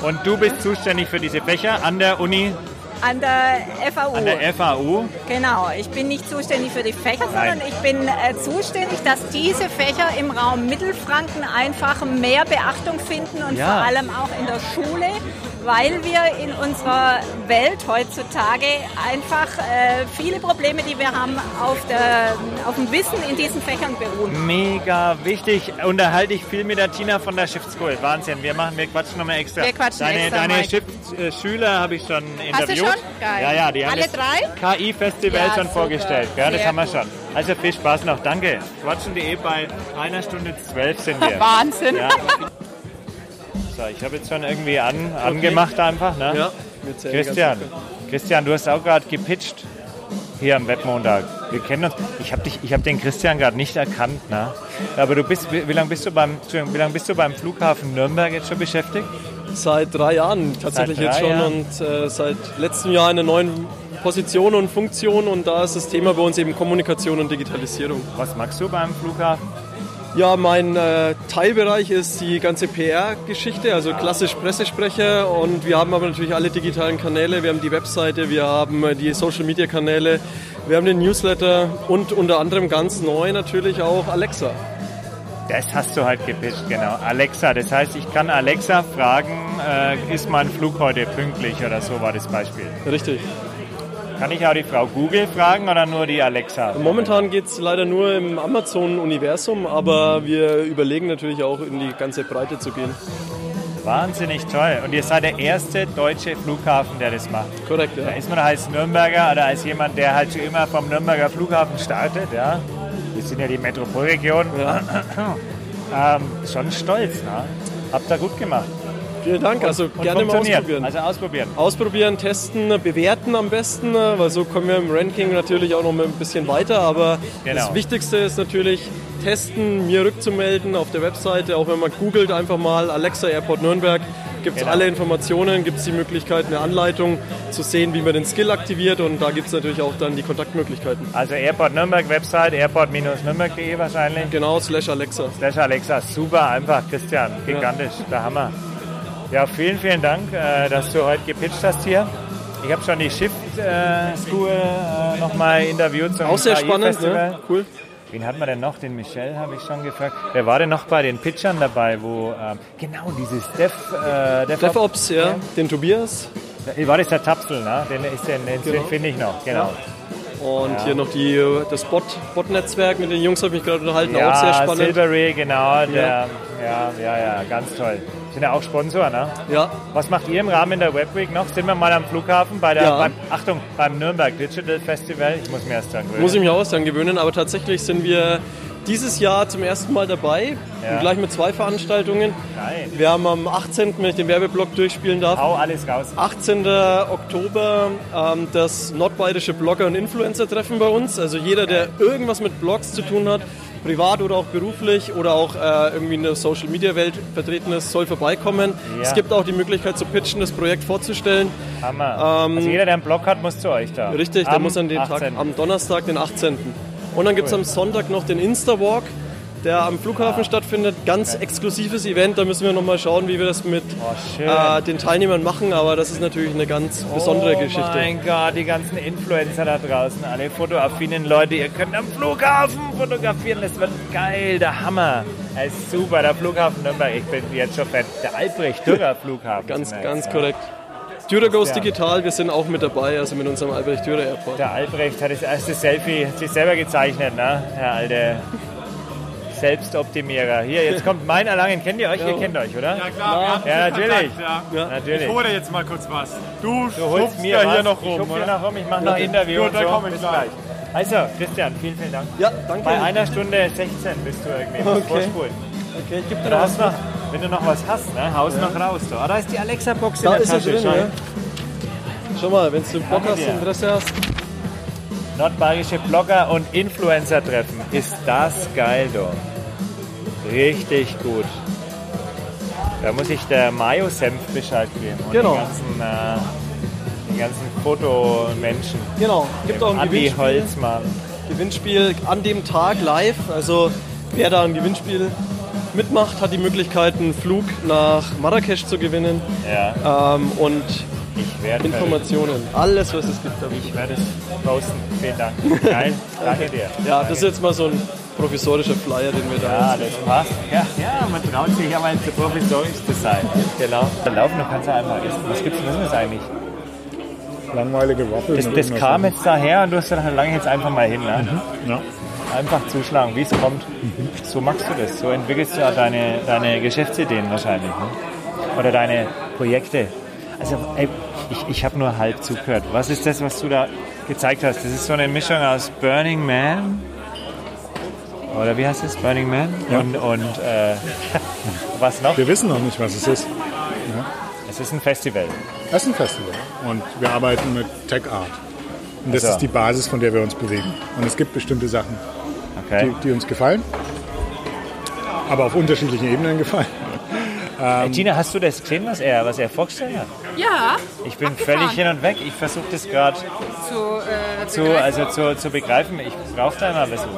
[SPEAKER 1] Und du bist zuständig für diese Fächer an der Uni,
[SPEAKER 17] an der FAU.
[SPEAKER 1] an der FAU.
[SPEAKER 17] Genau, ich bin nicht zuständig für die Fächer,
[SPEAKER 1] Nein.
[SPEAKER 17] sondern ich bin äh, zuständig, dass diese Fächer im Raum Mittelfranken einfach mehr Beachtung finden und
[SPEAKER 13] Ja.
[SPEAKER 17] vor allem auch in der Schule, weil wir in unserer Welt heutzutage einfach äh, viele Probleme, die wir haben, auf, der, auf dem Wissen in diesen Fächern beruhen.
[SPEAKER 1] Mega wichtig. Unterhalte ich viel mit der Tina von der Shift School. Wahnsinn. Wir machen, wir quatschen nochmal extra.
[SPEAKER 17] Wir quatschen
[SPEAKER 1] deine,
[SPEAKER 17] extra,
[SPEAKER 1] Deine
[SPEAKER 17] Mike.
[SPEAKER 1] Shift äh, Schüler habe ich schon interviewt.
[SPEAKER 17] du schon? Geil.
[SPEAKER 1] Ja, ja. Die haben
[SPEAKER 17] Alle
[SPEAKER 1] das
[SPEAKER 17] drei?
[SPEAKER 1] KI-Festival
[SPEAKER 17] Ja,
[SPEAKER 1] schon
[SPEAKER 17] super.
[SPEAKER 1] vorgestellt. Ja, das
[SPEAKER 17] Sehr
[SPEAKER 1] haben wir
[SPEAKER 17] gut.
[SPEAKER 1] schon. Also viel Spaß noch. Danke. Quatschen.de bei einer Stunde zwölf sind wir.
[SPEAKER 17] Wahnsinn.
[SPEAKER 1] Ja. So, ich habe jetzt schon irgendwie an, angemacht einfach, ne?
[SPEAKER 27] Ja,
[SPEAKER 1] wir
[SPEAKER 27] wir
[SPEAKER 1] zählen
[SPEAKER 27] zählen
[SPEAKER 1] Christian,
[SPEAKER 27] ganz
[SPEAKER 1] Christian, du hast auch gerade gepitcht hier am Webmontag. Wir kennen uns. Ich habe dich, ich habe den Christian gerade nicht erkannt, ne? Aber du bist, wie, wie lange bist du beim, Entschuldigung, wie lange bist du beim Flughafen Nürnberg jetzt schon beschäftigt?
[SPEAKER 27] Seit drei Jahren tatsächlich
[SPEAKER 1] Seit drei
[SPEAKER 27] jetzt schon
[SPEAKER 1] Jahren.
[SPEAKER 27] und äh, seit letztem Jahr in einer neuen Position und Funktion und da ist das Thema bei uns eben Kommunikation und Digitalisierung.
[SPEAKER 1] Was magst du beim Flughafen?
[SPEAKER 27] Ja, mein äh, Teilbereich ist die ganze PR-Geschichte, also klassisch Pressesprecher und wir haben aber natürlich alle digitalen Kanäle, wir haben die Webseite, wir haben äh, die Social-Media-Kanäle, wir haben den Newsletter und unter anderem ganz neu natürlich auch Alexa.
[SPEAKER 1] Das hast du halt gepitcht, genau. Alexa, das heißt, ich kann Alexa fragen, äh, ist mein Flug heute pünktlich oder so war das Beispiel.
[SPEAKER 27] Richtig.
[SPEAKER 1] Kann ich auch die Frau Google fragen oder nur die Alexa?
[SPEAKER 27] Momentan geht es leider nur im Amazon-Universum, aber wir überlegen natürlich auch in die ganze Breite zu gehen.
[SPEAKER 1] Wahnsinnig toll. Und ihr seid der erste deutsche Flughafen, der das macht.
[SPEAKER 27] Korrekt, ja.
[SPEAKER 1] Da ist man als Nürnberger oder als jemand, der halt schon immer vom Nürnberger Flughafen startet, ja. Wir sind ja die Metropolregion. ähm, schon stolz, ne? Habt ihr gut gemacht.
[SPEAKER 27] Vielen Dank. Also
[SPEAKER 1] Und
[SPEAKER 27] gerne mal
[SPEAKER 1] funktioniert.
[SPEAKER 27] ausprobieren.
[SPEAKER 1] Also ausprobieren.
[SPEAKER 27] Ausprobieren, testen, bewerten am besten, weil so kommen wir im Ranking natürlich auch noch mal ein bisschen weiter. Aber
[SPEAKER 1] Genau.
[SPEAKER 27] das Wichtigste ist natürlich testen, mir rückzumelden auf der Webseite. Auch wenn man googelt, einfach mal Alexa Airport Nürnberg, gibt es
[SPEAKER 1] Genau.
[SPEAKER 27] alle Informationen, gibt es die Möglichkeit, eine Anleitung zu sehen, wie man den Skill aktiviert. Und da gibt es natürlich auch dann die Kontaktmöglichkeiten.
[SPEAKER 1] Also Airport Nürnberg Website, airport-nürnberg.de wahrscheinlich.
[SPEAKER 27] Genau, slash Alexa.
[SPEAKER 1] Slash Alexa, super einfach, Christian, gigantisch, der Hammer. Ja, vielen, vielen Dank, äh, dass du heute gepitcht hast hier. Ich habe schon die Shift äh, School äh, nochmal interviewt zum
[SPEAKER 27] Auch sehr
[SPEAKER 1] KI
[SPEAKER 27] spannend,
[SPEAKER 1] Festival.
[SPEAKER 27] ne? Cool.
[SPEAKER 1] Wen hat man denn noch? Den Michel habe ich schon gefragt. Wer war denn noch bei den Pitchern dabei, wo ähm, genau dieses Dev, äh,
[SPEAKER 27] DevOps, ja, den Tobias.
[SPEAKER 1] War das der Tapsel, ne? Den, ist den, den
[SPEAKER 27] Genau.
[SPEAKER 1] finde ich noch, genau.
[SPEAKER 27] Und
[SPEAKER 1] Ja.
[SPEAKER 27] hier noch die, das Bot- Bot-Netzwerk mit den Jungs habe ich gerade unterhalten,
[SPEAKER 1] Ja,
[SPEAKER 27] auch sehr spannend.
[SPEAKER 1] Silvery, genau. Der,
[SPEAKER 27] Ja.
[SPEAKER 1] ja. ja, ja, ganz toll. Sind ja auch Sponsor, ne?
[SPEAKER 27] Ja.
[SPEAKER 1] Was macht ihr im Rahmen der Web Week noch? Sind wir mal am Flughafen bei der,
[SPEAKER 27] Ja.
[SPEAKER 1] beim, Achtung, beim Nürnberg Digital Festival? Ich muss mir erst dran gewöhnen.
[SPEAKER 27] Muss ich mich auch erst dran gewöhnen, aber tatsächlich sind wir dieses Jahr zum ersten Mal dabei
[SPEAKER 1] Ja.
[SPEAKER 27] und gleich mit zwei Veranstaltungen.
[SPEAKER 1] Nein.
[SPEAKER 27] Wir haben am 18., wenn ich den Werbeblock durchspielen darf,
[SPEAKER 1] Hau alles raus.
[SPEAKER 27] 18. Oktober ähm, das nordbayerische Blogger- und Influencer-Treffen bei uns. Also jeder, der irgendwas mit Blogs zu tun hat, privat oder auch beruflich oder auch äh, irgendwie in der Social-Media-Welt vertreten ist, soll vorbeikommen.
[SPEAKER 1] Ja.
[SPEAKER 27] Es gibt auch die Möglichkeit zu pitchen, das Projekt vorzustellen.
[SPEAKER 1] Hammer.
[SPEAKER 27] Ähm,
[SPEAKER 1] also jeder, der einen Blog hat, muss zu euch da.
[SPEAKER 27] Richtig, der
[SPEAKER 1] Am
[SPEAKER 27] muss an den
[SPEAKER 1] 18..
[SPEAKER 27] Tag, am Donnerstag, den 18. Und dann gibt es
[SPEAKER 1] Cool. Ah.
[SPEAKER 27] am Sonntag noch den Insta-Walk, der am Flughafen stattfindet. Ganz exklusives Event, da müssen wir nochmal schauen, wie wir das mit
[SPEAKER 1] Oh, schön.
[SPEAKER 27] äh, den Teilnehmern machen, aber das ist natürlich eine ganz besondere
[SPEAKER 1] oh
[SPEAKER 27] Geschichte.
[SPEAKER 1] mein Gott, die ganzen Influencer da draußen, alle fotoaffinen Leute, ihr könnt am Flughafen fotografieren, das wird geil, der Hammer. Das ist super, der Flughafen Nürnberg, ich bin jetzt schon fett. Der Albrecht-Dürrer Flughafen.
[SPEAKER 27] Ganz,
[SPEAKER 1] sind wir
[SPEAKER 27] ganz
[SPEAKER 1] jetzt, ne?
[SPEAKER 27] korrekt. Dürer Goes
[SPEAKER 1] Ja.
[SPEAKER 27] Digital, wir sind auch mit dabei, also mit unserem Albrecht Dürer Airport.
[SPEAKER 1] Der Albrecht hat das erste Selfie sich selber gezeichnet, ne? Der alte Selbstoptimierer. Hier, jetzt kommt mein Erlangen. Kennt ihr euch? Ihr kennt euch, oder?
[SPEAKER 4] Ja, klar, wir haben viel
[SPEAKER 1] Ja,
[SPEAKER 4] Kontakt,
[SPEAKER 1] natürlich.
[SPEAKER 4] ja.
[SPEAKER 1] natürlich.
[SPEAKER 4] Ich hole jetzt mal kurz was. Du,
[SPEAKER 1] Du holst
[SPEAKER 4] schubst
[SPEAKER 1] mir
[SPEAKER 4] ja
[SPEAKER 1] was.
[SPEAKER 4] hier noch rum.
[SPEAKER 1] Ich schub hier
[SPEAKER 4] oder?
[SPEAKER 1] noch rum, ich mache noch ein Interview.
[SPEAKER 4] Gut,
[SPEAKER 1] und
[SPEAKER 4] dann
[SPEAKER 1] so.
[SPEAKER 4] komme ich
[SPEAKER 1] Bis
[SPEAKER 4] gleich.
[SPEAKER 1] Also, Christian, vielen, vielen Dank.
[SPEAKER 27] Ja, danke.
[SPEAKER 1] Bei einer Stunde 16 bist du irgendwie. Musst
[SPEAKER 27] Okay.
[SPEAKER 1] Vorspulen.
[SPEAKER 27] Okay, ich gebe dir
[SPEAKER 1] Du
[SPEAKER 27] noch
[SPEAKER 1] hast
[SPEAKER 27] was
[SPEAKER 1] noch,
[SPEAKER 27] mit.
[SPEAKER 1] wenn du noch was hast, ne? haus noch raus. So. Ah, da ist die Alexa-Box in
[SPEAKER 27] Da
[SPEAKER 1] der
[SPEAKER 27] ist er
[SPEAKER 1] Tasche.
[SPEAKER 27] drin,
[SPEAKER 1] Schau.
[SPEAKER 27] ja. Schau mal, wenn du Bock
[SPEAKER 1] Danke
[SPEAKER 27] hast,
[SPEAKER 1] dir.
[SPEAKER 27] Interesse hast.
[SPEAKER 1] Nordbayerische Blogger und Influencer treffen. Ist das geil, doch. Richtig gut. Da muss ich der Mayo-Senf Bescheid geben. Und
[SPEAKER 27] Genau.
[SPEAKER 1] Den ganzen, äh, den ganzen Fotomenschen.
[SPEAKER 27] Genau, gibt
[SPEAKER 1] Dem
[SPEAKER 27] auch ein
[SPEAKER 1] Andi
[SPEAKER 27] Gewinnspiel.
[SPEAKER 1] Holzmann.
[SPEAKER 27] Gewinnspiel an dem Tag live. Also wer da im Gewinnspiel mitmacht, hat die Möglichkeit, einen Flug nach Marrakesch zu gewinnen.
[SPEAKER 1] Ja.
[SPEAKER 27] Ähm, und
[SPEAKER 1] werde
[SPEAKER 27] Informationen. Alles, was es gibt.
[SPEAKER 1] Ich werde es posten. Vielen Dank. Geil. Danke dir.
[SPEAKER 27] Ja, das ist jetzt mal so ein provisorischer Flyer, den wir
[SPEAKER 1] Ja,
[SPEAKER 27] da jetzt-
[SPEAKER 1] das passt. Ja, ja man traut sich ja mal zu provisorisch zu sein. Genau. Dann laufen, du kannst ja einfach essen. Was gibt's denn das eigentlich?
[SPEAKER 4] Langweilige Waffeln.
[SPEAKER 1] Das,
[SPEAKER 4] mit
[SPEAKER 1] das
[SPEAKER 4] irgendwas
[SPEAKER 1] kam
[SPEAKER 4] drin.
[SPEAKER 1] jetzt daher und du hast dann halt lange jetzt einfach mal hin. Ne?
[SPEAKER 4] Mhm, Ja. Mhm.
[SPEAKER 1] Einfach zuschlagen, wie es kommt. So machst du das. So entwickelst du ja deine, deine Geschäftsideen wahrscheinlich. Ne? Oder deine Projekte. Also, ey, ich, ich habe nur halb zugehört. Was ist das, was du da gezeigt hast? Das ist so eine Mischung aus Burning Man. Oder wie heißt es? Burning Man?
[SPEAKER 4] Ja.
[SPEAKER 1] Und, und äh, was noch?
[SPEAKER 4] Wir wissen noch nicht, was es ist. Ja.
[SPEAKER 1] Es ist ein Festival.
[SPEAKER 4] Es ist ein Festival und wir arbeiten mit Tech Art. Und das
[SPEAKER 1] Also.
[SPEAKER 4] ist die Basis, von der wir uns bewegen. Und es gibt bestimmte Sachen,
[SPEAKER 1] Okay.
[SPEAKER 4] die, die uns gefallen, aber auf unterschiedlichen Ebenen gefallen.
[SPEAKER 1] Hey, Gina, hast du das gesehen, was er, was er vorgestellt hat?
[SPEAKER 12] Ja,
[SPEAKER 1] Ich bin
[SPEAKER 12] Abgefahren.
[SPEAKER 1] völlig hin und weg. Ich versuche das gerade
[SPEAKER 12] zu, äh,
[SPEAKER 1] zu,
[SPEAKER 12] begreifen.
[SPEAKER 1] also zu, zu begreifen. Ich brauche da immer ein bisschen.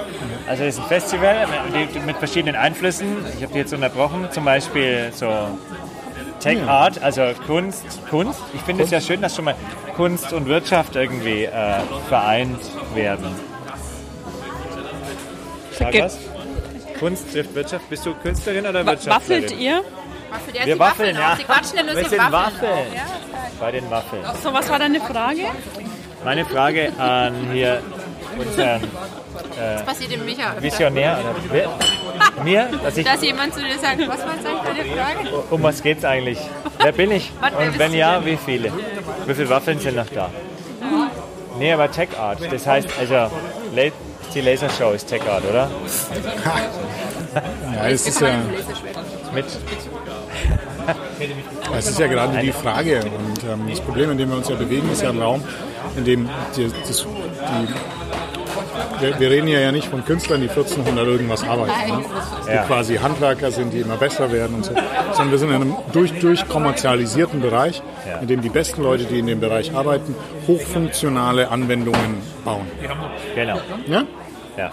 [SPEAKER 1] Also es ist ein Festival mit- mit verschiedenen Einflüssen. Ich habe die jetzt unterbrochen. Zum Beispiel so Tech
[SPEAKER 4] Ja.
[SPEAKER 1] Art, also Kunst. Kunst. Ich finde es ja schön, dass schon mal Kunst und Wirtschaft irgendwie äh, vereint werden. Sag
[SPEAKER 16] Vergiss-
[SPEAKER 1] was? Kunst trifft Wirtschaft. Bist du Künstlerin oder
[SPEAKER 16] Wa-
[SPEAKER 1] Wirtschaftlerin?
[SPEAKER 16] Waffelt ihr?
[SPEAKER 12] Waffelt erst
[SPEAKER 1] Wir
[SPEAKER 12] die Waffeln,
[SPEAKER 1] waffeln,
[SPEAKER 12] auf.
[SPEAKER 1] ja.
[SPEAKER 12] Die quatschende
[SPEAKER 1] Wir
[SPEAKER 12] Lösung
[SPEAKER 1] sind
[SPEAKER 12] Waffeln.
[SPEAKER 1] Waffeln.
[SPEAKER 12] auf, Ja?
[SPEAKER 1] Bei den Waffeln.
[SPEAKER 16] So, was war deine Frage?
[SPEAKER 1] Meine Frage an hier unseren
[SPEAKER 12] Das
[SPEAKER 1] äh,
[SPEAKER 12] passiert dem Micha öfter.
[SPEAKER 1] Visionär, oder wer, mir, dass ich,
[SPEAKER 12] Dass jemand zu dir sagt, was war jetzt eigentlich deine Frage?
[SPEAKER 1] um was geht's eigentlich? Wer bin ich?
[SPEAKER 12] Warte, wer
[SPEAKER 1] Und
[SPEAKER 12] bist
[SPEAKER 1] wenn
[SPEAKER 12] du
[SPEAKER 1] ja,
[SPEAKER 12] denn?
[SPEAKER 1] wie viele? Wie viele Waffeln sind noch da? Nee, aber Tech Art, das heißt, also La- die Lasershow ist Tech Art, oder?
[SPEAKER 4] Ja, das ist ja,
[SPEAKER 1] Mit
[SPEAKER 4] Es ist ja gerade die Frage. Und ähm, das Problem, in dem wir uns ja bewegen, ist ja ein Raum, in dem die, das, die wir, wir reden ja ja nicht von Künstlern, die 1400 irgendwas arbeiten, ne? die
[SPEAKER 13] Ja.
[SPEAKER 4] quasi Handwerker sind, die immer besser werden und so, sondern wir sind in einem durch, durch kommerzialisierten Bereich, in dem die besten Leute, die in dem Bereich arbeiten, hochfunktionale Anwendungen bauen.
[SPEAKER 1] Genau.
[SPEAKER 4] Ja?
[SPEAKER 1] Ja.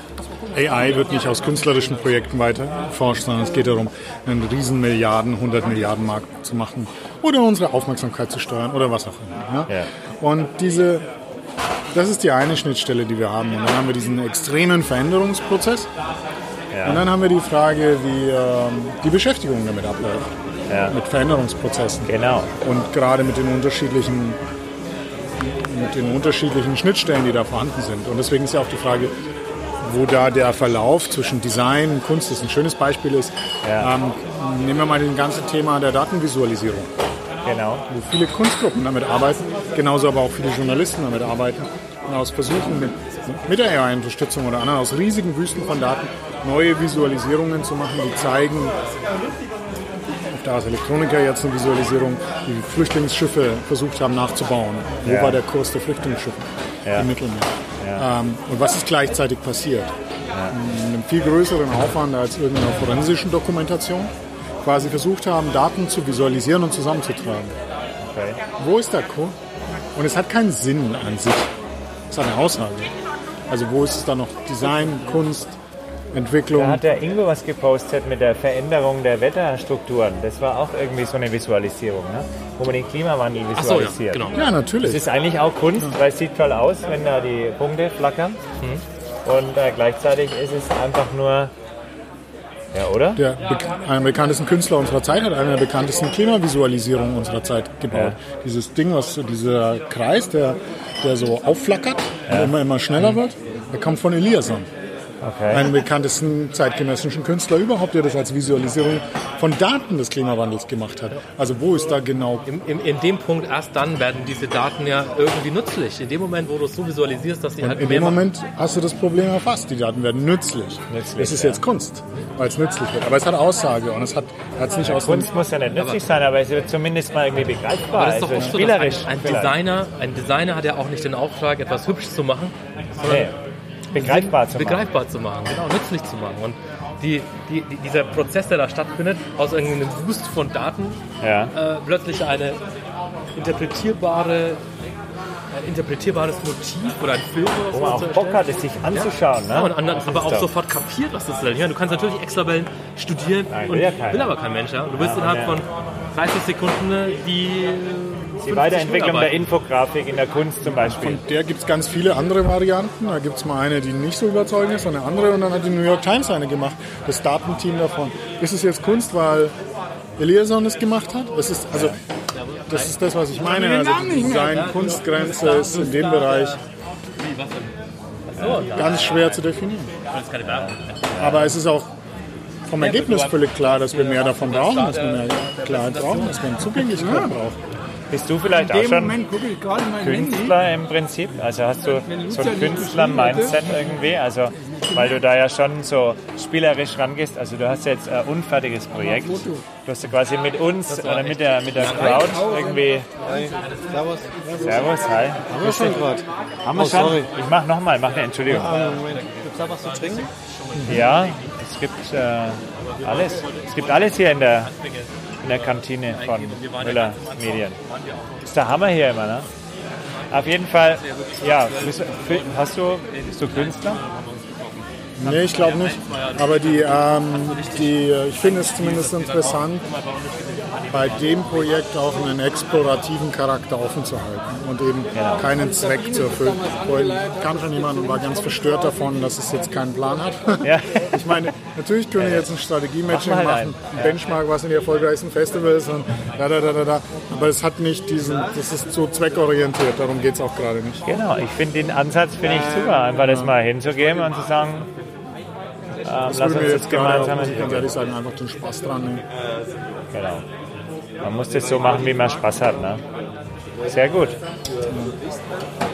[SPEAKER 4] AI wird nicht aus künstlerischen Projekten weiter erforscht, sondern es geht darum, einen riesen Milliarden, 100 Milliarden Markt zu machen oder unsere Aufmerksamkeit zu steuern oder was auch immer. Ja? Und diese, das ist die eine Schnittstelle, die wir haben. Und dann haben wir diesen extremen Veränderungsprozess.
[SPEAKER 1] Ja.
[SPEAKER 4] Und dann haben wir die Frage, wie ähm, die Beschäftigung damit abläuft. Mit Veränderungsprozessen.
[SPEAKER 1] Genau.
[SPEAKER 4] Und gerade mit den unterschiedlichen mit den unterschiedlichen Schnittstellen, die da vorhanden sind. Und deswegen ist ja auch die Frage, wo da der Verlauf zwischen Design und Kunst ist ein schönes Beispiel ist. Ähm, nehmen wir mal das ganze Thema der Datenvisualisierung.
[SPEAKER 1] Genau.
[SPEAKER 4] Wo viele Kunstgruppen damit arbeiten, genauso aber auch viele Journalisten damit arbeiten und aus Versuchen mit, mit der AI-Unterstützung oder anderen aus riesigen Wüsten von Daten neue Visualisierungen zu machen, die zeigen, auf der Ars Electronica jetzt eine Visualisierung, die Flüchtlingsschiffe versucht haben nachzubauen. Wo
[SPEAKER 1] Ja.
[SPEAKER 4] war der Kurs der Flüchtlingsschiffe
[SPEAKER 1] Ja.
[SPEAKER 4] im Mittelmeer?
[SPEAKER 1] Ja.
[SPEAKER 4] Ähm, und was ist gleichzeitig passiert? Mit einem viel größeren Aufwand als irgendeiner forensischen Dokumentation quasi versucht haben, Daten zu visualisieren und zusammenzutragen. Wo ist der Kurs? Und es hat keinen Sinn an sich. Es hat eine Aussage. Also wo ist es dann noch Design, Kunst, Entwicklung?
[SPEAKER 1] Da hat der Ingo was gepostet mit der Veränderung der Wetterstrukturen. Das war auch irgendwie so eine Visualisierung, ne? wo man den Klimawandel
[SPEAKER 4] Ach so, ja,
[SPEAKER 1] visualisiert.
[SPEAKER 4] genau. Ja, natürlich.
[SPEAKER 1] Das ist eigentlich auch Kunst, weil es sieht toll aus, wenn da die Punkte flackern.
[SPEAKER 13] Mhm.
[SPEAKER 1] Und äh, gleichzeitig ist es einfach nur, ja, oder?
[SPEAKER 4] Der be einer der bekanntesten Künstler unserer Zeit hat eine der bekanntesten Klimavisualisierungen unserer Zeit gebaut. Dieses Ding, was dieser Kreis, der, der so aufflackert
[SPEAKER 1] Ja. Mhm.
[SPEAKER 4] und immer, immer schneller wird, der kommt von Eliasson.
[SPEAKER 1] Okay.
[SPEAKER 4] Einem bekanntesten zeitgenössischen Künstler überhaupt, der das als Visualisierung von Daten des Klimawandels gemacht hat. Also wo ist da genau...
[SPEAKER 13] In, in dem Punkt erst dann werden diese Daten ja irgendwie nützlich. In dem Moment, wo du es so visualisierst, dass die
[SPEAKER 4] Und
[SPEAKER 13] halt
[SPEAKER 4] in
[SPEAKER 13] mehr
[SPEAKER 4] dem
[SPEAKER 13] machen.
[SPEAKER 4] Moment hast du das Problem erfasst. Die Daten werden nützlich.
[SPEAKER 1] Nützlich,
[SPEAKER 4] es ist
[SPEAKER 1] ja.
[SPEAKER 4] jetzt Kunst, weil es nützlich wird. Aber es hat Aussage und es hat es nicht
[SPEAKER 1] Ja,
[SPEAKER 4] aus... dem-
[SPEAKER 1] äh, Kunst muss ja nicht nützlich sein, aber es wird zumindest mal irgendwie begreifbar.
[SPEAKER 13] Aber das ist doch
[SPEAKER 1] also
[SPEAKER 13] auch so, dass
[SPEAKER 1] spielerisch.
[SPEAKER 13] ein, ein,
[SPEAKER 1] vielleicht.
[SPEAKER 13] Designer, ein Designer hat ja auch nicht den Auftrag, etwas hübsch zu machen,
[SPEAKER 1] Nee, begreifbar zu machen.
[SPEAKER 13] begreifbar zu machen, genau, nützlich zu machen. Und die, die, die, dieser Prozess, der da stattfindet, aus irgendeinem Wust von Daten
[SPEAKER 1] Ja.
[SPEAKER 13] äh, plötzlich eine interpretierbare, ein interpretierbares Motiv oder ein Film oder
[SPEAKER 1] Wo
[SPEAKER 13] so
[SPEAKER 1] man
[SPEAKER 13] zu
[SPEAKER 1] auch Bock
[SPEAKER 13] erstellen.
[SPEAKER 1] hat, es sich anzuschauen.
[SPEAKER 13] Ja,
[SPEAKER 1] Ne?
[SPEAKER 13] und anderen,
[SPEAKER 1] Das
[SPEAKER 13] aber
[SPEAKER 1] ist
[SPEAKER 13] auch
[SPEAKER 1] doch-
[SPEAKER 13] sofort kapiert, was das ist. Ja, du kannst natürlich Extrabellen studieren
[SPEAKER 1] Nein,
[SPEAKER 13] und
[SPEAKER 1] will ja keiner.
[SPEAKER 13] will aber kein Mensch. Ja? Du willst
[SPEAKER 1] Ja,
[SPEAKER 13] innerhalb
[SPEAKER 1] und
[SPEAKER 13] von 30 Sekunden äh, die,
[SPEAKER 1] Die Weiterentwicklung der Infografik in der Kunst zum Beispiel.
[SPEAKER 4] Der gibt es ganz viele andere Varianten. Da gibt es mal eine, die nicht so überzeugend ist und eine andere. Und dann hat die New York Times eine gemacht, das Datenteam davon. Ist es jetzt Kunst, weil Eliasson es gemacht hat? Es ist, also, das ist das, was ich meine. Also die Design-Kunstgrenze ist in dem Bereich ganz schwer zu definieren. Aber es ist auch vom Ergebnis völlig klar, dass wir mehr davon brauchen, dass wir mehr Klarheit brauchen, dass wir eine Zugänglichkeit brauchen.
[SPEAKER 1] Bist du vielleicht
[SPEAKER 4] In
[SPEAKER 1] auch
[SPEAKER 4] dem
[SPEAKER 1] schon
[SPEAKER 4] Moment gucke ich gerade mein
[SPEAKER 1] Künstler im Prinzip? Also hast du so ein Künstler-Mindset irgendwie? Also, weil du da ja schon so spielerisch rangehst. Also du hast jetzt ein unfertiges Projekt. Du hast ja quasi mit uns oder mit der, mit der Crowd irgendwie...
[SPEAKER 24] Servus.
[SPEAKER 1] Servus, hi.
[SPEAKER 24] Haben wir schon grad?
[SPEAKER 1] Haben wir
[SPEAKER 24] Oh,
[SPEAKER 1] schon?
[SPEAKER 24] sorry.
[SPEAKER 1] Ich mach nochmal, mach eine Entschuldigung.
[SPEAKER 24] Gibt's da was zu trinken?
[SPEAKER 1] Ja, es gibt äh, alles. Es gibt alles hier in der, in der Kantine von Müller Medien. Ist der Hammer hier immer, ne? Auf jeden Fall, ja, bist du- hast du, bist du Künstler?
[SPEAKER 4] Nee, ich glaube nicht. Aber die, ähm, die, äh, ich finde es zumindest interessant, bei dem Projekt auch einen explorativen Charakter offen zu halten und eben
[SPEAKER 1] Genau.
[SPEAKER 4] keinen Zweck zu erfüllen. Vorhin kam schon jemand und war ganz verstört davon, dass es jetzt keinen Plan hat. Ich meine, natürlich können wir jetzt ein Strategie-Matching
[SPEAKER 1] Mach mal
[SPEAKER 4] machen,
[SPEAKER 1] einen.
[SPEAKER 4] ein Benchmark, was sind die erfolgreichsten Festivals und da, da, da, da, da. Aber es hat nicht diesen, das ist so zweckorientiert, darum geht es auch gerade nicht.
[SPEAKER 1] Genau, ich finde den Ansatz finde ich super, einfach das mal hinzugeben und zu sagen, ähm, lass
[SPEAKER 4] Das
[SPEAKER 1] uns
[SPEAKER 4] würde mir
[SPEAKER 1] das
[SPEAKER 4] jetzt gerade,
[SPEAKER 1] gemeinsam
[SPEAKER 4] muss ich ganz ehrlich sagen, einfach den Spaß dran nehmen.
[SPEAKER 1] Genau. Man muss das so machen, wie man Spaß hat. Ne? Sehr gut. Also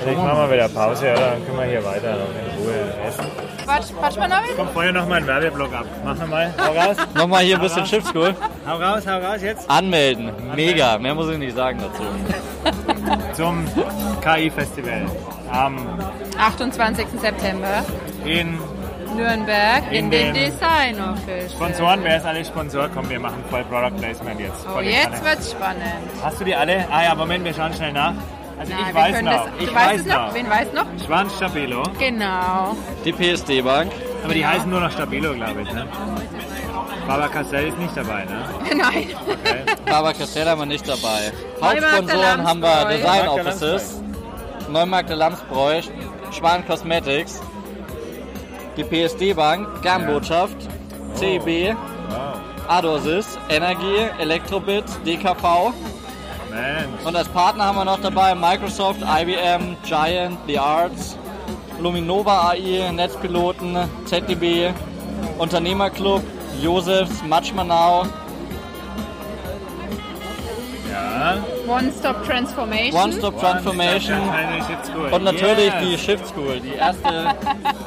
[SPEAKER 1] Vielleicht machen wir wieder Pause, oder? Dann können wir hier weiter in Ruhe essen.
[SPEAKER 12] Quatsch, Quatsch mal damit?
[SPEAKER 1] Komm, vorher nochmal einen Werbeblock ab. Mach nochmal. Hau raus.
[SPEAKER 23] Nochmal hier ein
[SPEAKER 1] Hau
[SPEAKER 23] bisschen
[SPEAKER 1] raus.
[SPEAKER 23] Chips School.
[SPEAKER 1] Hau raus, hau raus jetzt.
[SPEAKER 23] Anmelden. Mega. Mehr muss ich nicht sagen dazu.
[SPEAKER 1] Zum KI-Festival. Am
[SPEAKER 21] 28. September.
[SPEAKER 1] Ähm, in
[SPEAKER 21] Nürnberg
[SPEAKER 1] In
[SPEAKER 21] in, den
[SPEAKER 1] dem
[SPEAKER 21] Design Office.
[SPEAKER 1] Sponsoren, wer ist alle Sponsor? Komm, wir machen voll Product Placement jetzt.
[SPEAKER 21] Oh,
[SPEAKER 1] Voll die
[SPEAKER 21] jetzt
[SPEAKER 1] Kanne.
[SPEAKER 21] wird's spannend.
[SPEAKER 1] Hast du die alle? Ah ja, Moment, wir schauen schnell nach. Also
[SPEAKER 21] Nein,
[SPEAKER 1] ich
[SPEAKER 21] wir
[SPEAKER 1] weiß
[SPEAKER 21] können
[SPEAKER 1] noch.
[SPEAKER 21] das-
[SPEAKER 1] ich
[SPEAKER 21] du weißt
[SPEAKER 1] weiß
[SPEAKER 21] es noch? Wen weißt noch?
[SPEAKER 1] Schwanz Stabilo.
[SPEAKER 21] Genau.
[SPEAKER 23] Die PSD-Bank.
[SPEAKER 1] Aber die heißen nur noch Stabilo, glaube ich. Ne? Baba Castell ist nicht dabei, ne?
[SPEAKER 21] Nein.
[SPEAKER 23] Barbara Castell haben wir nicht dabei.
[SPEAKER 21] Neumarkt
[SPEAKER 23] Hauptsponsoren
[SPEAKER 21] der
[SPEAKER 23] haben wir
[SPEAKER 21] Lamsbräu.
[SPEAKER 23] Design
[SPEAKER 21] Neumarkt der
[SPEAKER 23] Offices, Neumarkt der Lamsbräu, Schwan Cosmetics, die PSD Bank, Garnbotschaft, CIB, Adosis, Energie, Elektrobit, DKV. Und als Partner haben wir noch dabei Microsoft, IBM, Giant, The Arts, Luminova AI, Netzpiloten, ZDB, Unternehmerclub, Josefs, Matsch Manau,
[SPEAKER 1] Ja.
[SPEAKER 21] One Stop Transformation.
[SPEAKER 23] One Stop Transformation und natürlich die Shift School, die erste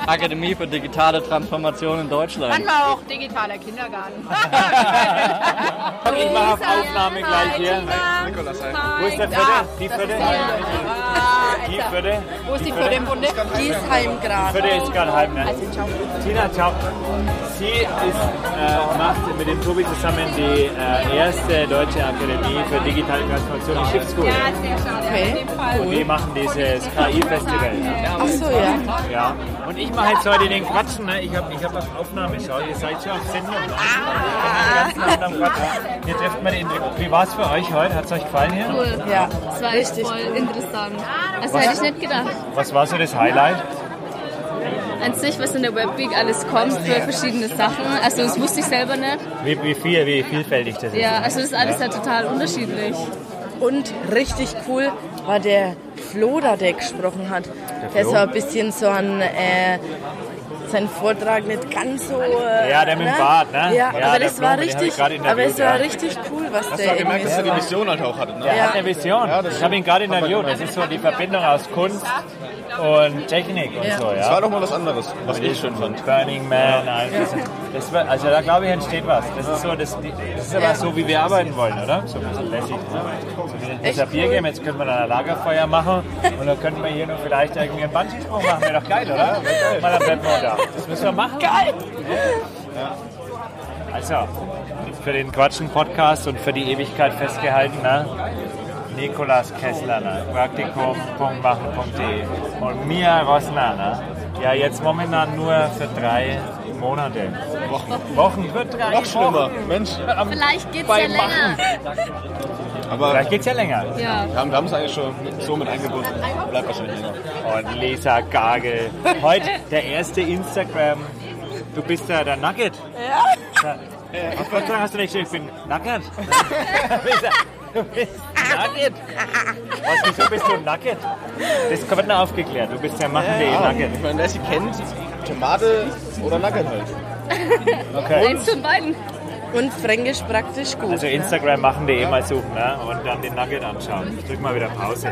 [SPEAKER 23] Akademie für digitale Transformation in Deutschland.
[SPEAKER 21] Hatten wir auch digitaler Kindergarten.
[SPEAKER 1] Ich mache auf Aufnahme gleich hier. Wo ist der Vierte? Die Vierte?
[SPEAKER 21] Ah,
[SPEAKER 1] Die Vierte?
[SPEAKER 21] Wo ist die Vierte im Bunde? Die ist
[SPEAKER 1] Die
[SPEAKER 21] heimgrad.
[SPEAKER 1] Vierte ist gerade halb, ne?
[SPEAKER 21] Also,
[SPEAKER 1] Tina, ciao. Sie ist, äh, macht mit dem Tobi zusammen die äh, erste deutsche Akademie für digitale Transformation, die Shift School.
[SPEAKER 21] Okay.
[SPEAKER 1] Und die machen dieses KI-Festival.
[SPEAKER 21] Ach so, ja.
[SPEAKER 1] Ja. Und ich mache jetzt heute den Quatschen. Ne? Ich habe ich hab auf Aufnahme. Schau, ihr seid schon auf Sendung. Ne? Ich bin den ganzen Abend
[SPEAKER 21] Ah.
[SPEAKER 1] am Quatschen. Jetzt öffnet mal den Eindruck. Wie war es für euch heute? Hat es euch gefallen hier?
[SPEAKER 21] Cool. Ja. Das war echt voll interessant.
[SPEAKER 1] Das Was? hätte ich
[SPEAKER 21] nicht gedacht.
[SPEAKER 1] Was war so das Highlight?
[SPEAKER 21] An sich, was in der Webweek alles kommt für verschiedene Sachen. Also das wusste ich selber nicht.
[SPEAKER 1] Wie, wie viel, wie vielfältig das ist.
[SPEAKER 21] Ja, also das ist alles
[SPEAKER 28] halt
[SPEAKER 21] ja total unterschiedlich.
[SPEAKER 15] Und richtig cool war der Flo da, der gesprochen hat. Der,
[SPEAKER 1] Flo?
[SPEAKER 15] so ein bisschen so ein... Äh, sein Vortrag nicht ganz so. äh,
[SPEAKER 1] Ja, der mit dem Bart, ne?
[SPEAKER 15] Ja,
[SPEAKER 1] Ja,
[SPEAKER 15] aber
[SPEAKER 1] der
[SPEAKER 15] das war
[SPEAKER 1] Blume, den hab ich
[SPEAKER 15] richtig,
[SPEAKER 1] gerade
[SPEAKER 15] aber
[SPEAKER 1] interviewt,
[SPEAKER 15] es war
[SPEAKER 1] ja.
[SPEAKER 15] richtig cool, was
[SPEAKER 28] Hast du
[SPEAKER 15] der
[SPEAKER 28] auch gemerkt, dass er
[SPEAKER 15] irgendwie
[SPEAKER 28] die
[SPEAKER 15] so-
[SPEAKER 28] Vision halt auch hatte? Ne?
[SPEAKER 1] Der
[SPEAKER 15] Ja.
[SPEAKER 1] hat eine Vision.
[SPEAKER 28] Ja, das
[SPEAKER 1] ich
[SPEAKER 28] stimmt.
[SPEAKER 1] habe ihn gerade
[SPEAKER 28] Haben wir
[SPEAKER 1] interviewt. Das
[SPEAKER 28] gemerkt.
[SPEAKER 1] ist so die Verbindung aus Kunst und Technik und
[SPEAKER 28] Ja.
[SPEAKER 1] so. Ja.
[SPEAKER 28] Das war doch mal was anderes, was ich schön
[SPEAKER 1] fand. Burning Man,
[SPEAKER 28] Ja.
[SPEAKER 1] all das. das war, also da glaube ich entsteht was. Das ist so, das, das ist aber
[SPEAKER 28] Ja.
[SPEAKER 1] so, wie wir arbeiten wollen, oder? So ein bisschen lässig. Ne? So, Bier geben, jetzt könnte man dann ein Lagerfeuer machen und dann könnten wir hier noch vielleicht irgendwie einen Bungee-Sprung machen. Wäre doch geil, oder? Mal am Bettmontag. Das müssen wir machen. Geil! Also, für den Quatschen-Podcast und für die Ewigkeit festgehalten, ne? Nikolas Kessler, ne? praktikum.machen.de und Mia Rosner, ne? Ja, jetzt momentan nur für drei Monate. Wochen. Wochen, für drei
[SPEAKER 28] Noch schlimmer,
[SPEAKER 1] Wochen.
[SPEAKER 28] Mensch.
[SPEAKER 21] Ah, Vielleicht geht's
[SPEAKER 1] Bei
[SPEAKER 21] ja länger.
[SPEAKER 28] Aber
[SPEAKER 1] Vielleicht geht's ja länger.
[SPEAKER 21] Ja.
[SPEAKER 28] Wir haben wir haben es eigentlich schon so mit eingebunden. Bleibt wahrscheinlich länger.
[SPEAKER 1] Und Lisa Gagel. Heute der erste Instagram. Du bist ja der Nugget. Ja. Auf Gott sei Dank hast du nicht gesagt, ich bin Nugget. Lisa, du bist Nugget. Was, wieso bist du Nugget? Das wird noch aufgeklärt. Du bist der machende
[SPEAKER 28] Ja,
[SPEAKER 1] Nugget.
[SPEAKER 28] Ich meine, wer sie kennt, Tomate oder Nugget halt.
[SPEAKER 1] Okay.
[SPEAKER 15] Und zum beiden. Und Fränkisch praktisch gut.
[SPEAKER 1] Also Instagram machen.de mal suchen ne? und dann den Nugget anschauen. Ich drück mal wieder Pause.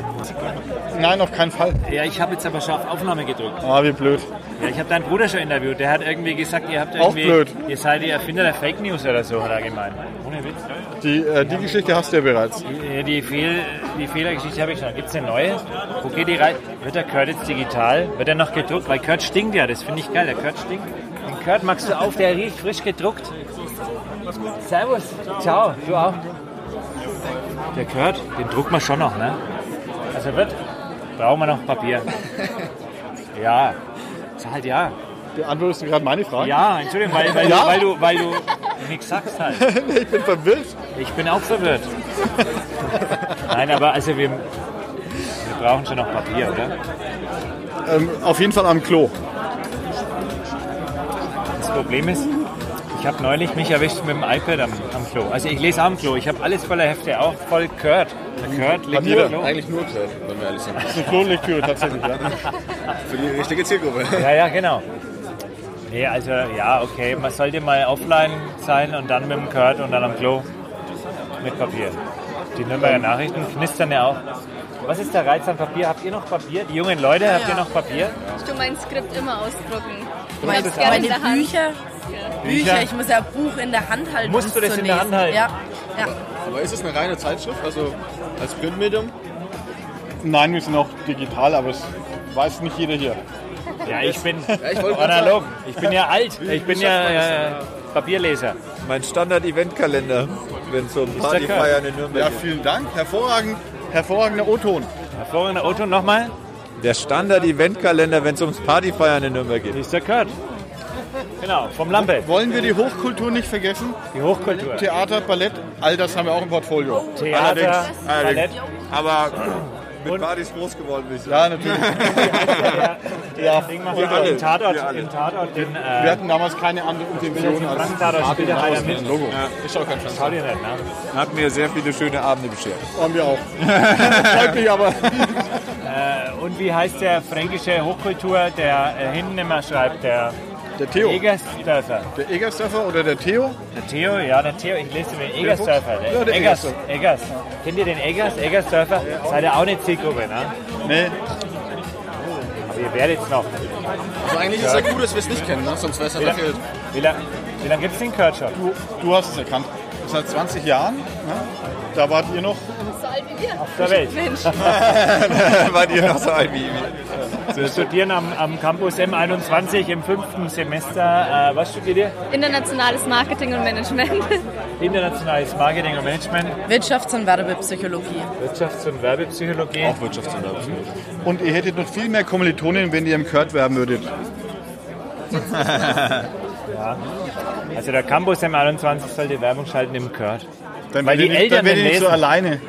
[SPEAKER 28] Nein, auf keinen Fall.
[SPEAKER 1] Ja, ich habe jetzt aber schon auf Aufnahme gedrückt.
[SPEAKER 28] Ah, wie blöd.
[SPEAKER 1] Ja, ich habe deinen Bruder schon interviewt. Der hat irgendwie gesagt, ihr habt
[SPEAKER 28] Auch
[SPEAKER 1] irgendwie,
[SPEAKER 28] blöd.
[SPEAKER 1] ihr seid die Erfinder der Fake News oder so, hat er gemeint. Ohne Witz.
[SPEAKER 28] Die, äh, die Geschichte hast du ja bereits.
[SPEAKER 1] äh, Die, die, Fehl, die Fehlergeschichte habe ich schon. Gibt es eine neue? Wo geht die rein? Wird der Kurt jetzt digital? Wird er noch gedruckt? Weil Kurt stinkt ja, das finde ich geil. Der Kurt stinkt. Den Kurt magst du auf, der riecht frisch gedruckt. Servus. Ciao, du auch. Der Kurt, den druckt man schon noch, ne? Also wird, brauchen wir noch Papier. Ja, ist halt ja.
[SPEAKER 28] Beantwortest du gerade meine Frage?
[SPEAKER 1] Ja, Entschuldigung, weil, weil,
[SPEAKER 28] Ja.
[SPEAKER 1] weil du, weil du nichts sagst halt.
[SPEAKER 28] ich bin verwirrt.
[SPEAKER 1] Ich bin auch verwirrt. Nein, aber also wir, wir brauchen schon noch Papier, oder?
[SPEAKER 28] Ähm, auf jeden Fall am Klo.
[SPEAKER 1] Das Problem ist, ich habe neulich mich erwischt mit dem iPad am, am Klo. Also ich lese am Klo. Ich habe alles voller Hefte, auch voll Kurt. Der Kurt
[SPEAKER 28] Bei
[SPEAKER 1] liegt
[SPEAKER 28] mir
[SPEAKER 1] am Klo.
[SPEAKER 28] eigentlich nur Klo, wenn wir ehrlich sind. Das ist eine
[SPEAKER 1] Klolektüre
[SPEAKER 28] tatsächlich, ja. Für die richtige Zielgruppe.
[SPEAKER 1] Ja, ja, genau. Nee, also ja, okay, man sollte mal offline sein und dann mit dem Kurt und dann am Klo mit Papier. Die Nürnberger
[SPEAKER 28] Ähm.
[SPEAKER 1] Nachrichten knistern ja auch. Was ist der Reiz an Papier? Habt ihr noch Papier? Die jungen Leute, habt ihr noch Papier?
[SPEAKER 21] Ich tu mein Skript immer ausdrucken.
[SPEAKER 15] Meine,
[SPEAKER 1] es gerne in
[SPEAKER 15] meine
[SPEAKER 1] der Hand.
[SPEAKER 15] Bücher, Bücher,
[SPEAKER 1] Bücher?
[SPEAKER 15] ich muss ja ein Buch in der Hand halten.
[SPEAKER 1] Musst
[SPEAKER 15] um's
[SPEAKER 1] du das
[SPEAKER 15] zu
[SPEAKER 1] in der
[SPEAKER 15] lesen.
[SPEAKER 1] Hand halten?
[SPEAKER 15] Ja. ja.
[SPEAKER 28] Aber ist es eine reine Zeitschrift, also als Printmedium?
[SPEAKER 19] Nein, wir sind auch digital, aber es weiß nicht jeder hier.
[SPEAKER 1] Ja, ich bin
[SPEAKER 19] ich wollte gerade
[SPEAKER 1] analog.
[SPEAKER 19] sagen.
[SPEAKER 1] Ich bin ja alt.
[SPEAKER 19] Wie-
[SPEAKER 1] Ich
[SPEAKER 19] wie
[SPEAKER 1] bin
[SPEAKER 19] schafft man das
[SPEAKER 1] ja
[SPEAKER 19] denn?
[SPEAKER 1] äh, Papierleser.
[SPEAKER 14] Mein Standard-Eventkalender, wenn es um
[SPEAKER 1] Ist der geil.
[SPEAKER 14] Partyfeiern in Nürnberg
[SPEAKER 1] Ja,
[SPEAKER 14] geht.
[SPEAKER 1] vielen Dank. Hervorragend. Hervorragender O-Ton. Hervorragender O-Ton nochmal.
[SPEAKER 14] Der Standard-Eventkalender, wenn es ums Partyfeiern in Nürnberg geht.
[SPEAKER 1] Ist der Kurt. Genau, vom Lampe.
[SPEAKER 19] Wollen wir die Hochkultur nicht vergessen?
[SPEAKER 1] Die Hochkultur.
[SPEAKER 19] Theater, Ballett, all das haben wir auch im Portfolio.
[SPEAKER 1] Theater,
[SPEAKER 14] Allerdings.
[SPEAKER 1] Ballett.
[SPEAKER 14] Aber mit Partys groß geworden bin ich.
[SPEAKER 19] Ja, natürlich.
[SPEAKER 1] Der Ding macht auch im Tatort, im Tatort den, äh,
[SPEAKER 19] Wir hatten damals keine andere Intention
[SPEAKER 1] als Tatort spielt ja einer mit.
[SPEAKER 14] Logo.
[SPEAKER 1] Ist auch ganz schön. dir nicht, ne?
[SPEAKER 14] Hat mir sehr viele schöne Abende beschert.
[SPEAKER 19] Haben wir auch. Freut mich aber.
[SPEAKER 1] Äh, und wie heißt der fränkische Hochkultur, der äh, hinten immer schreibt, der,
[SPEAKER 19] der Theo.
[SPEAKER 1] Egersdörfer.
[SPEAKER 19] Der Egersdörfer oder der Theo?
[SPEAKER 1] Der Theo, ja, der Theo, ich lese den Egersdörfer.
[SPEAKER 19] Ja, der
[SPEAKER 1] Eggers.
[SPEAKER 19] Eggers.
[SPEAKER 1] Eggers. Kennt ihr den Eggers, Egersdörfer? Seid ihr auch nicht Zielgruppe, ne?
[SPEAKER 19] Nee.
[SPEAKER 1] Aber ihr werdet's noch.
[SPEAKER 28] Also eigentlich ist ja gut, dass wir es nicht kennen, ne? sonst wäre es ja
[SPEAKER 1] Wie lang-
[SPEAKER 28] verfehlt.
[SPEAKER 1] Wie lange wie lang gibt es den Kurt schon?
[SPEAKER 19] Du, du hast es erkannt. Seit 20 Jahren, ne? da wart ihr noch.
[SPEAKER 21] So alt wie wir.
[SPEAKER 1] der Welt.
[SPEAKER 21] Mensch.
[SPEAKER 14] Wart ihr noch so alt wie
[SPEAKER 1] Wir studieren am, am Campus M21 im fünften Semester. Äh, was studiert ihr?
[SPEAKER 21] Internationales Marketing und Management.
[SPEAKER 1] Internationales Marketing und Management,
[SPEAKER 15] Wirtschafts- und Werbepsychologie.
[SPEAKER 1] Wirtschafts- und Werbepsychologie.
[SPEAKER 19] Auch Wirtschafts- und Werbepsychologie. Und ihr hättet noch viel mehr Kommilitonen, wenn ihr im Kurt werben würdet.
[SPEAKER 1] Ja. Also der Campus M21 sollte Werbung schalten im Kurt.
[SPEAKER 19] Dann werdet ihr nicht- dann werdet ihr nicht so alleine.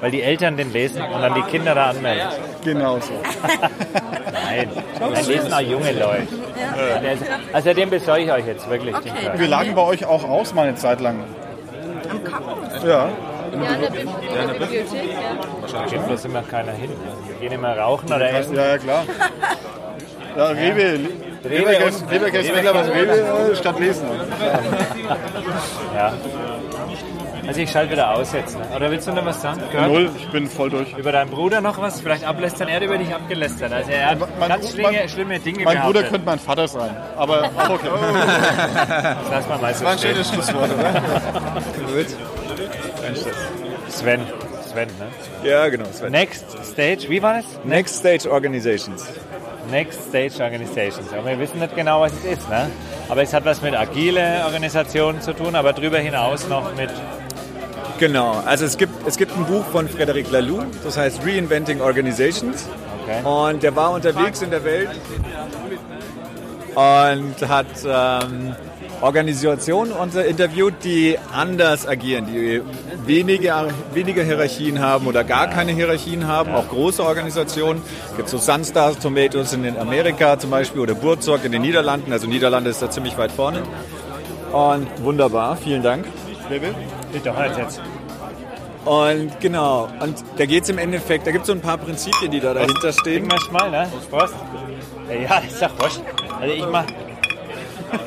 [SPEAKER 1] Weil die Eltern den lesen und dann die Kinder da anmelden.
[SPEAKER 19] Genau so.
[SPEAKER 1] Nein,
[SPEAKER 19] Schau,
[SPEAKER 1] das
[SPEAKER 19] schön.
[SPEAKER 1] lesen auch junge Leute. Also, also den besorge ich euch jetzt wirklich. den Kurt.
[SPEAKER 19] Wir lagen bei euch auch aus mal eine Zeit lang. Ja.
[SPEAKER 21] Ja, in der, Bibli- in der Bibliothek, ja.
[SPEAKER 1] Da geht bloß immer keiner hin. ne? Wir gehen immer rauchen oder
[SPEAKER 19] Ja,
[SPEAKER 1] essen.
[SPEAKER 19] ja, ja, klar. Ja, Rewe. Leberkäse,
[SPEAKER 1] und-
[SPEAKER 19] Leberkäse, mittlerweile Rewe äh, statt Lesen.
[SPEAKER 1] Ja. Also ich schalte wieder aus jetzt. Ne? Oder willst du noch was sagen? Gehört?
[SPEAKER 19] Null, ich bin voll durch.
[SPEAKER 1] Über deinen Bruder noch was? Vielleicht ablästern. Er hat über dich abgelästert. Also er hat
[SPEAKER 19] Mein-
[SPEAKER 1] ganz schlimme,
[SPEAKER 19] mein-
[SPEAKER 1] schlimme Dinge
[SPEAKER 19] Mein Bruder
[SPEAKER 1] behauptet.
[SPEAKER 19] könnte mein Vater sein. Aber aber okay.
[SPEAKER 14] Oh.
[SPEAKER 1] Das lassen wir mal so
[SPEAKER 19] Das war ein
[SPEAKER 1] stehen.
[SPEAKER 19] schönes Schlusswort,
[SPEAKER 14] ne?
[SPEAKER 19] oder?
[SPEAKER 1] Sven. Sven, ne?
[SPEAKER 14] Ja, genau. Sven.
[SPEAKER 1] Next Stage, wie war das?
[SPEAKER 14] Next Stage Organizations.
[SPEAKER 1] Next Stage Organizations. Aber wir wissen nicht genau, was es ist, ne? Aber es hat was mit agile Organisationen zu tun, aber darüber hinaus noch mit
[SPEAKER 14] Genau, also es gibt, es gibt ein Buch von Frederic Laloux, das heißt Reinventing Organizations. Und der war unterwegs in der Welt und hat ähm, Organisationen unter interviewt, die anders agieren, die weniger, weniger Hierarchien haben oder gar keine Hierarchien haben, auch große Organisationen. Es gibt so Sunstars Tomatoes in Amerika zum Beispiel oder Burzog in den Niederlanden, also Niederlande ist da ziemlich weit vorne. Und wunderbar, vielen Dank.
[SPEAKER 1] Bitte, halt jetzt.
[SPEAKER 14] Und genau, und da geht es im Endeffekt, da gibt es so ein paar Prinzipien, die da dahinter stehen.
[SPEAKER 1] Trink mal schmal, ne? Prost. Ja, ich sag Prost. Also ich mach...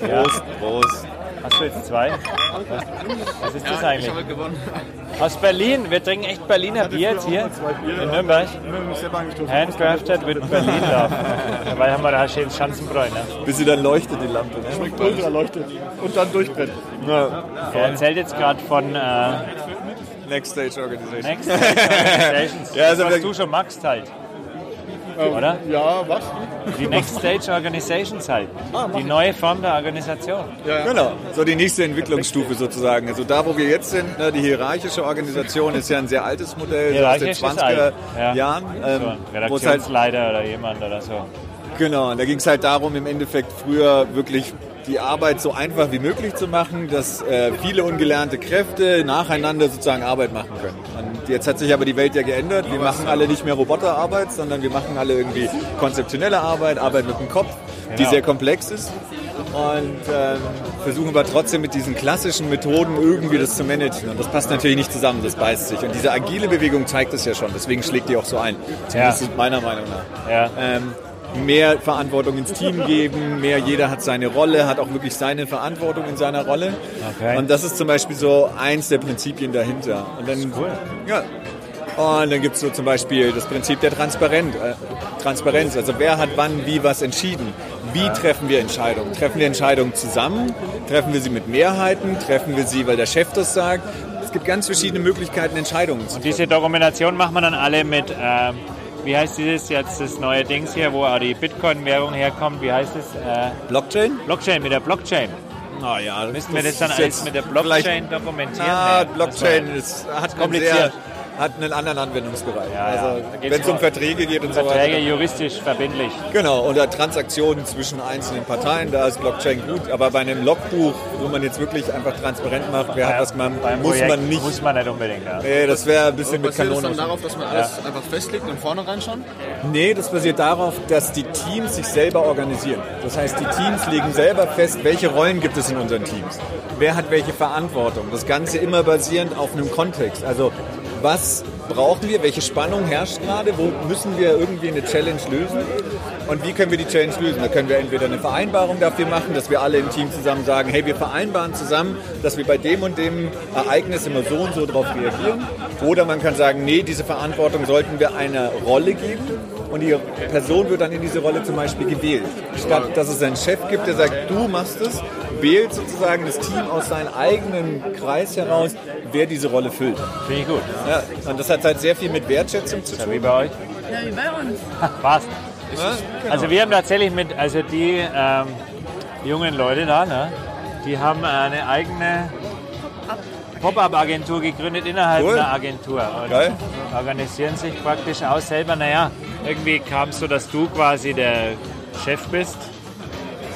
[SPEAKER 14] Prost, Prost.
[SPEAKER 1] Hast du jetzt zwei? Was, was ist das
[SPEAKER 28] Ja,
[SPEAKER 1] eigentlich?
[SPEAKER 28] ich hab gewonnen.
[SPEAKER 1] Aus Berlin. Wir trinken echt Berliner Bier jetzt hier in Nürnberg. Handcrafted with Berlin Love. Dabei haben wir da schön Schanzenbräu. Ne?
[SPEAKER 14] Bis sie dann leuchtet, die Lampe. ne?
[SPEAKER 19] Schmeckt ultra leuchtet. Und dann durchbrennt.
[SPEAKER 1] Er erzählt jetzt gerade von äh,
[SPEAKER 14] Next Stage Organization.
[SPEAKER 1] Next Organizations.
[SPEAKER 14] ja, also
[SPEAKER 1] was
[SPEAKER 14] wir, Ähm,
[SPEAKER 1] du schon magst halt. Oder?
[SPEAKER 19] Ja, was?
[SPEAKER 1] Die Next Stage Organizations halt.
[SPEAKER 19] Ah, mach
[SPEAKER 1] Die
[SPEAKER 19] ich.
[SPEAKER 1] neue Form der Organisation.
[SPEAKER 14] genau, so die nächste Entwicklungsstufe sozusagen. Also da, wo wir jetzt sind, ne, die hierarchische Organisation ist ja ein sehr altes Modell so aus den
[SPEAKER 1] Hierarchisch ist
[SPEAKER 14] 20er
[SPEAKER 1] alt. Ja.
[SPEAKER 14] Äh, Jahren. ähm,
[SPEAKER 1] so ein
[SPEAKER 14] wo es halt
[SPEAKER 1] Redaktionsleiter oder jemand oder so.
[SPEAKER 14] Genau, und da ging es halt darum, im Endeffekt früher wirklich die Arbeit so einfach wie möglich zu machen, dass äh, viele ungelernte Kräfte nacheinander sozusagen Arbeit machen können. Und jetzt hat sich aber die Welt ja geändert. Wir machen alle nicht mehr Roboterarbeit, sondern wir machen alle irgendwie konzeptionelle Arbeit, Arbeit mit dem Kopf, die
[SPEAKER 1] Genau.
[SPEAKER 14] sehr komplex ist. Und ähm, versuchen aber trotzdem mit diesen klassischen Methoden irgendwie das zu managen. Und das passt natürlich nicht zusammen, das beißt sich. Und diese agile Bewegung zeigt es ja schon, deswegen schlägt die auch so ein. Zumindest
[SPEAKER 1] Ja.
[SPEAKER 14] meiner Meinung nach.
[SPEAKER 1] Ja.
[SPEAKER 14] Ähm, mehr Verantwortung ins Team geben, mehr jeder hat seine Rolle, hat auch wirklich seine Verantwortung in seiner Rolle.
[SPEAKER 1] Okay.
[SPEAKER 14] Und das ist zum Beispiel so eins der Prinzipien dahinter. Und dann, ja. Und dann gibt es so zum Beispiel das Prinzip der Transparent, äh, Transparenz. Also wer hat wann wie was entschieden? Wie treffen wir Entscheidungen? Treffen wir Entscheidungen zusammen? Treffen wir sie mit Mehrheiten? Treffen wir sie, weil der Chef das sagt? Es gibt ganz verschiedene Möglichkeiten, Entscheidungen zu
[SPEAKER 1] Und diese Dokumentation machen wir dann alle mit, äh, wie heißt dieses jetzt, das neue Dings hier, wo auch die Bitcoin-Währung herkommt, wie heißt es? Äh,
[SPEAKER 14] Blockchain? Ah
[SPEAKER 1] Blockchain, mit der Blockchain.
[SPEAKER 14] Naja,
[SPEAKER 1] Müssen wir das dann alles mit der Blockchain dokumentieren?
[SPEAKER 14] Ah,
[SPEAKER 1] Nee,
[SPEAKER 14] Blockchain
[SPEAKER 1] das
[SPEAKER 14] ist, hat einen
[SPEAKER 1] Kompliziert.
[SPEAKER 14] Sehr, hat einen anderen Anwendungsbereich.
[SPEAKER 1] Ja, ja.
[SPEAKER 14] also,
[SPEAKER 1] Da geht's
[SPEAKER 14] wenn es um
[SPEAKER 1] nur-
[SPEAKER 14] Verträge geht und so weiter.
[SPEAKER 1] Verträge juristisch verbindlich.
[SPEAKER 14] Genau, unter Transaktionen zwischen einzelnen Parteien, da ist Blockchain gut, aber bei einem Logbuch, wo man jetzt wirklich einfach transparent macht, wer hat was gemacht,
[SPEAKER 1] Beim
[SPEAKER 14] muss
[SPEAKER 1] Projekt
[SPEAKER 14] man nicht.
[SPEAKER 1] Muss man nicht unbedingt. Ja.
[SPEAKER 14] Nee, das wäre ein bisschen
[SPEAKER 28] Und
[SPEAKER 14] mit
[SPEAKER 28] basiert es
[SPEAKER 14] Kanonen.
[SPEAKER 28] dann darauf, dass man alles einfach festlegt und vornherein schon?
[SPEAKER 14] Nee, das basiert darauf, dass die Teams sich selber organisieren. Das heißt, die Teams legen selber fest, welche Rollen gibt es in unseren Teams. Wer hat welche Verantwortung? Das Ganze immer basierend auf einem Kontext. Also, was brauchen wir? Welche Spannung herrscht gerade? Wo müssen wir irgendwie eine Challenge lösen? Und wie können wir die Challenge lösen? Da können wir entweder eine Vereinbarung dafür machen, dass wir alle im Team zusammen sagen, hey, wir vereinbaren zusammen, dass wir bei dem und dem Ereignis immer so und so drauf reagieren. Oder man kann sagen, nee, diese Verantwortung sollten wir einer Rolle geben und die Person wird dann in diese Rolle zum Beispiel gewählt. Statt dass es einen Chef gibt, der sagt, du machst es, wählt sozusagen das Team aus seinem eigenen Kreis heraus, wer diese Rolle füllt.
[SPEAKER 1] Finde ich gut.
[SPEAKER 14] Ja, und das hat halt sehr viel mit Wertschätzung zu tun.
[SPEAKER 1] wie bei euch.
[SPEAKER 15] Ja, wie bei uns.
[SPEAKER 1] Fast.
[SPEAKER 14] Ja, genau.
[SPEAKER 1] Also wir haben tatsächlich mit, also die ähm, jungen Leute da, ne, die haben eine eigene Pop-Up-Agentur gegründet innerhalb
[SPEAKER 14] Cool.
[SPEAKER 1] einer Agentur und
[SPEAKER 14] Geil.
[SPEAKER 1] organisieren sich praktisch auch selber. Naja, irgendwie kam es so, dass du quasi der Chef bist.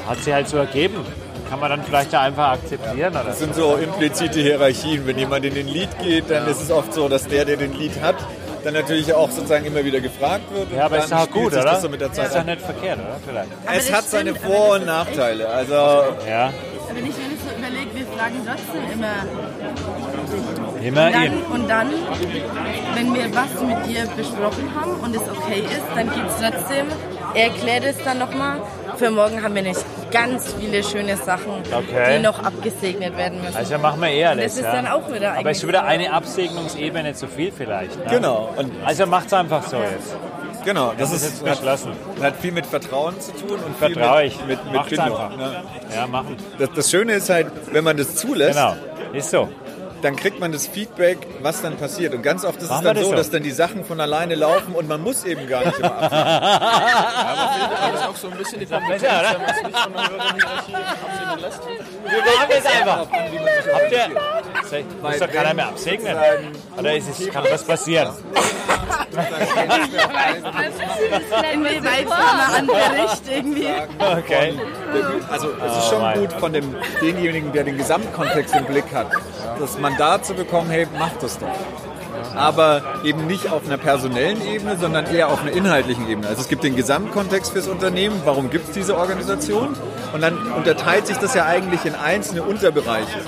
[SPEAKER 1] Hat sie halt so ergeben. Kann man dann vielleicht da einfach akzeptieren oder
[SPEAKER 14] Das sind so implizite Hierarchien. Wenn jemand in den Lead geht, dann ist es oft so, dass der, der den Lead hat, dann natürlich auch sozusagen immer wieder gefragt wird. und
[SPEAKER 1] Ja, aber
[SPEAKER 14] dann
[SPEAKER 1] ist doch
[SPEAKER 14] spielt
[SPEAKER 1] gut,
[SPEAKER 14] sich
[SPEAKER 1] oder?
[SPEAKER 14] Das so mit der Zeit
[SPEAKER 1] ist doch
[SPEAKER 14] ab.
[SPEAKER 1] nicht verkehrt, oder? Vielleicht.
[SPEAKER 15] Aber
[SPEAKER 14] es
[SPEAKER 15] das
[SPEAKER 14] hat seine
[SPEAKER 15] stimmt, aber
[SPEAKER 14] Vor-
[SPEAKER 15] das ist
[SPEAKER 14] und
[SPEAKER 15] echt-
[SPEAKER 14] Nachteile. Also,
[SPEAKER 1] ja.
[SPEAKER 15] Aber Wenn ich mir das so überlege, wir fragen trotzdem immer. dich.
[SPEAKER 1] Immer
[SPEAKER 15] und dann,
[SPEAKER 1] ihn.
[SPEAKER 15] Und dann, wenn wir was mit dir besprochen haben und es okay ist, dann geht es trotzdem. Er erklärt es dann nochmal. Für morgen haben wir nicht ganz viele schöne Sachen,
[SPEAKER 1] Okay.
[SPEAKER 15] die noch abgesegnet werden müssen.
[SPEAKER 1] Also machen wir eher
[SPEAKER 15] Und
[SPEAKER 1] alles.
[SPEAKER 15] Das ist
[SPEAKER 1] ja.
[SPEAKER 15] dann auch wieder
[SPEAKER 1] Aber es
[SPEAKER 15] eigentlich
[SPEAKER 1] ist schon wieder eine Absegnungsebene zu viel vielleicht. Ne?
[SPEAKER 14] Genau.
[SPEAKER 1] also macht's einfach so jetzt.
[SPEAKER 14] Genau,
[SPEAKER 1] Das
[SPEAKER 14] das,
[SPEAKER 1] ist
[SPEAKER 14] ist,
[SPEAKER 1] jetzt beschlossen.
[SPEAKER 14] Hat, hat viel mit Vertrauen zu tun und viel
[SPEAKER 1] Vertraue ich.
[SPEAKER 14] mit, mit, mit
[SPEAKER 1] Macht's
[SPEAKER 14] Bindung.
[SPEAKER 1] einfach.
[SPEAKER 14] Ne?
[SPEAKER 1] Ja, machen.
[SPEAKER 14] Das, das Schöne ist halt, wenn man das zulässt,
[SPEAKER 1] Genau. ist so.
[SPEAKER 14] dann kriegt man das Feedback, was dann passiert. Und ganz oft ist
[SPEAKER 1] Machen
[SPEAKER 14] es dann
[SPEAKER 1] wir das
[SPEAKER 14] so,
[SPEAKER 1] so.
[SPEAKER 14] dass dann die Sachen von alleine laufen und man muss eben gar nicht immer
[SPEAKER 28] Aber
[SPEAKER 14] abstimmen.
[SPEAKER 28] fehlt da nicht auch so ein bisschen die Kompetenz,
[SPEAKER 1] besser, oder?
[SPEAKER 28] wenn man es nicht von einer höheren Hierarchie absegnen lässt?
[SPEAKER 1] Wir machen es einfach. Habt ihr. Soll- Muss
[SPEAKER 14] Weil
[SPEAKER 1] doch keiner
[SPEAKER 14] wenn
[SPEAKER 1] mehr absegnen.
[SPEAKER 14] sozusagen-
[SPEAKER 1] Oder ist es, kann was passieren?
[SPEAKER 15] Inwieweit kann man andere Richt irgendwie.
[SPEAKER 1] Okay.
[SPEAKER 14] Also es ist schon gut von dem, denjenigen, der den Gesamtkontext im Blick hat, das Mandat zu bekommen, hey, mach das doch. Aber eben nicht auf einer personellen Ebene, sondern eher auf einer inhaltlichen Ebene. Also es gibt den Gesamtkontext fürs Unternehmen, warum gibt es diese Organisation? Und dann unterteilt sich das ja eigentlich in einzelne Unterbereiche.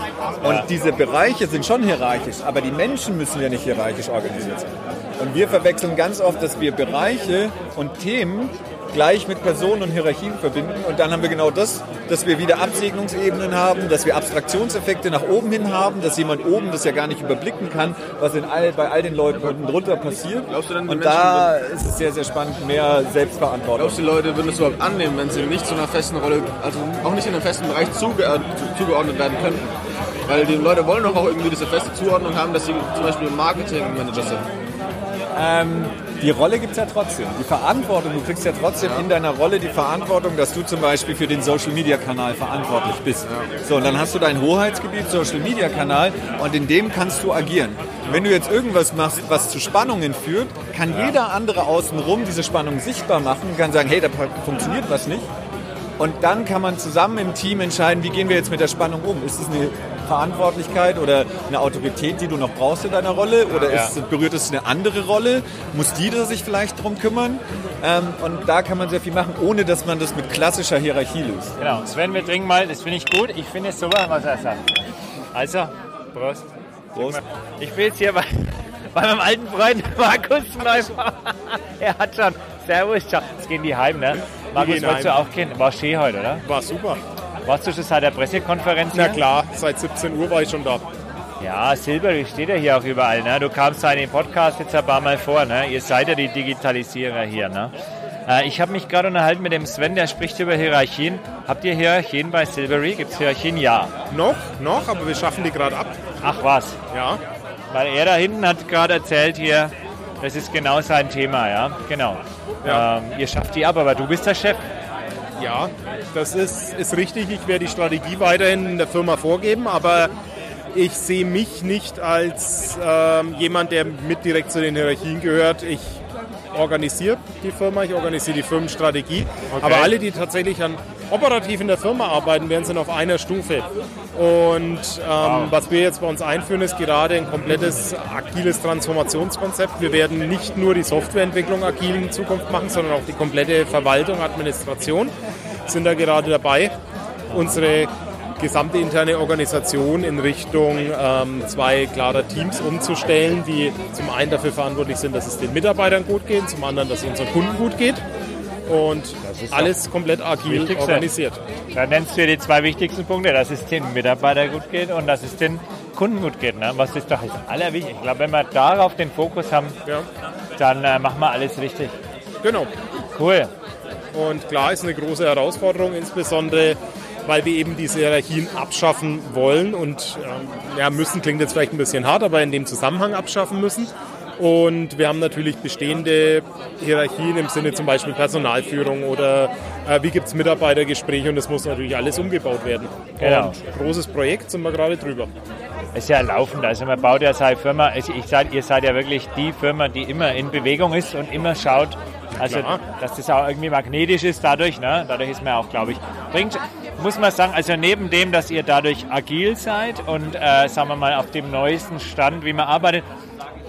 [SPEAKER 14] Und diese Bereiche sind schon hierarchisch, aber die Menschen müssen ja nicht hierarchisch organisiert sein. Und wir verwechseln ganz oft, dass wir Bereiche und Themen gleich mit Personen und Hierarchien verbinden. Und dann haben wir genau das, dass wir wieder Absegnungsebenen haben, dass wir Abstraktionseffekte nach oben hin haben, dass jemand oben das ja gar nicht überblicken kann, was in all, bei all den Leuten unten drunter passiert.
[SPEAKER 28] denn, die
[SPEAKER 14] und
[SPEAKER 28] Menschen
[SPEAKER 14] da ist es sehr, sehr spannend, mehr Selbstverantwortung.
[SPEAKER 28] Glaubst du, die Leute würden es überhaupt annehmen, wenn sie nicht zu einer festen Rolle, also auch nicht in einem festen Bereich zuge äh, zu- zugeordnet werden könnten? Weil die Leute wollen doch auch irgendwie diese feste Zuordnung haben, dass sie zum Beispiel Marketingmanager sind.
[SPEAKER 14] Ähm, die Rolle gibt es ja trotzdem. Die Verantwortung, du kriegst ja trotzdem in deiner Rolle die Verantwortung, dass du zum Beispiel für den Social Media Kanal verantwortlich bist. So, und dann hast du dein Hoheitsgebiet, Social Media Kanal, und in dem kannst du agieren. Wenn du jetzt irgendwas machst, was zu Spannungen führt, kann jeder andere außenrum diese Spannung sichtbar machen und kann sagen, hey, da funktioniert was nicht. Und dann kann man zusammen im Team entscheiden, wie gehen wir jetzt mit der Spannung um. Ist es eine Verantwortlichkeit oder eine Autorität, die du noch brauchst in deiner Rolle? Oder
[SPEAKER 1] Ja.
[SPEAKER 14] ist, berührt es eine andere Rolle? Muss die da sich vielleicht drum kümmern? Ähm, und da kann man sehr viel machen, ohne dass man das mit klassischer Hierarchie löst.
[SPEAKER 1] Genau. Sven, wir trinken mal. Das finde ich gut. Ich finde es super, was er sagt. Also, Prost.
[SPEAKER 14] Prost.
[SPEAKER 1] Ich bin jetzt hier bei, bei meinem alten Freund Markus Neubauer. Er hat schon. Servus, ciao. Jetzt gehen die heim, ne? Markus,
[SPEAKER 20] gehen
[SPEAKER 1] wolltest du
[SPEAKER 20] heim.
[SPEAKER 1] auch gehen? War schön heute, oder?
[SPEAKER 20] War super.
[SPEAKER 1] Warst du schon seit der Pressekonferenz
[SPEAKER 20] Na
[SPEAKER 1] hier?
[SPEAKER 20] klar, seit 17 Uhr war ich schon da.
[SPEAKER 1] Ja, Silberig steht ja hier auch überall. Ne? Du kamst ja in dem Podcast jetzt ein paar Mal vor. Ne? Ihr seid ja die Digitalisierer hier. Ne? Äh, ich habe mich gerade unterhalten mit dem Sven, der spricht über Hierarchien. Habt ihr Hierarchien bei Silvery? Gibt es Hierarchien? Ja.
[SPEAKER 29] Noch, noch, aber wir schaffen die gerade ab.
[SPEAKER 1] Ach was.
[SPEAKER 29] Ja.
[SPEAKER 1] Weil er da hinten hat gerade erzählt hier, das ist genau sein Thema, ja. Genau.
[SPEAKER 29] Ja.
[SPEAKER 1] Ähm, ihr schafft die ab, aber du bist der Chef.
[SPEAKER 29] Ja, das ist, ist richtig. Ich werde die Strategie weiterhin in der Firma vorgeben, aber ich sehe mich nicht als ähm, jemand, der mit direkt zu den Hierarchien gehört. Ich organisiere die Firma, ich organisiere die Firmenstrategie.
[SPEAKER 1] Okay.
[SPEAKER 29] Aber alle, die tatsächlich an operativ in der Firma arbeiten, werden sind auf einer Stufe. Und ähm, was wir jetzt bei uns einführen, ist gerade ein komplettes agiles Transformationskonzept. Wir werden nicht nur die Softwareentwicklung agil in Zukunft machen, sondern auch die komplette Verwaltung, Administration sind da gerade dabei. Unsere gesamte interne Organisation in Richtung ähm, zwei klarer Teams umzustellen, die zum einen dafür verantwortlich sind, dass es den Mitarbeitern gut geht, zum anderen, dass es unseren Kunden gut geht. Und
[SPEAKER 1] doch
[SPEAKER 29] alles komplett agil
[SPEAKER 1] Wichtigste.
[SPEAKER 29] organisiert.
[SPEAKER 1] Da nennst du dir die zwei wichtigsten Punkte, dass es den Mitarbeitern gut geht und dass es den Kunden gut geht. Ne? Was ist doch das Allerwichtigste? Ich glaube, wenn wir darauf den Fokus haben, dann äh, machen wir alles richtig.
[SPEAKER 29] Genau.
[SPEAKER 1] Cool.
[SPEAKER 29] Und klar ist eine große Herausforderung, insbesondere weil wir eben diese Hierarchien abschaffen wollen und ähm, ja, müssen klingt jetzt vielleicht ein bisschen hart, aber in dem Zusammenhang abschaffen müssen. Und wir haben natürlich bestehende Hierarchien im Sinne zum Beispiel Personalführung oder äh, wie gibt es Mitarbeitergespräche und das muss natürlich alles umgebaut werden.
[SPEAKER 1] Genau.
[SPEAKER 29] Und großes Projekt sind wir gerade drüber.
[SPEAKER 1] Ist ja laufend. Also man baut ja seine Firma. Ich, ich seid, ihr seid ja wirklich die Firma, die immer in Bewegung ist und immer schaut, also
[SPEAKER 29] Klar.
[SPEAKER 1] dass das auch irgendwie magnetisch ist dadurch. Ne? Dadurch ist man ja auch, glaube ich, bringt. Muss man sagen, also neben dem, dass ihr dadurch agil seid und äh, sagen wir mal auf dem neuesten Stand, wie man arbeitet,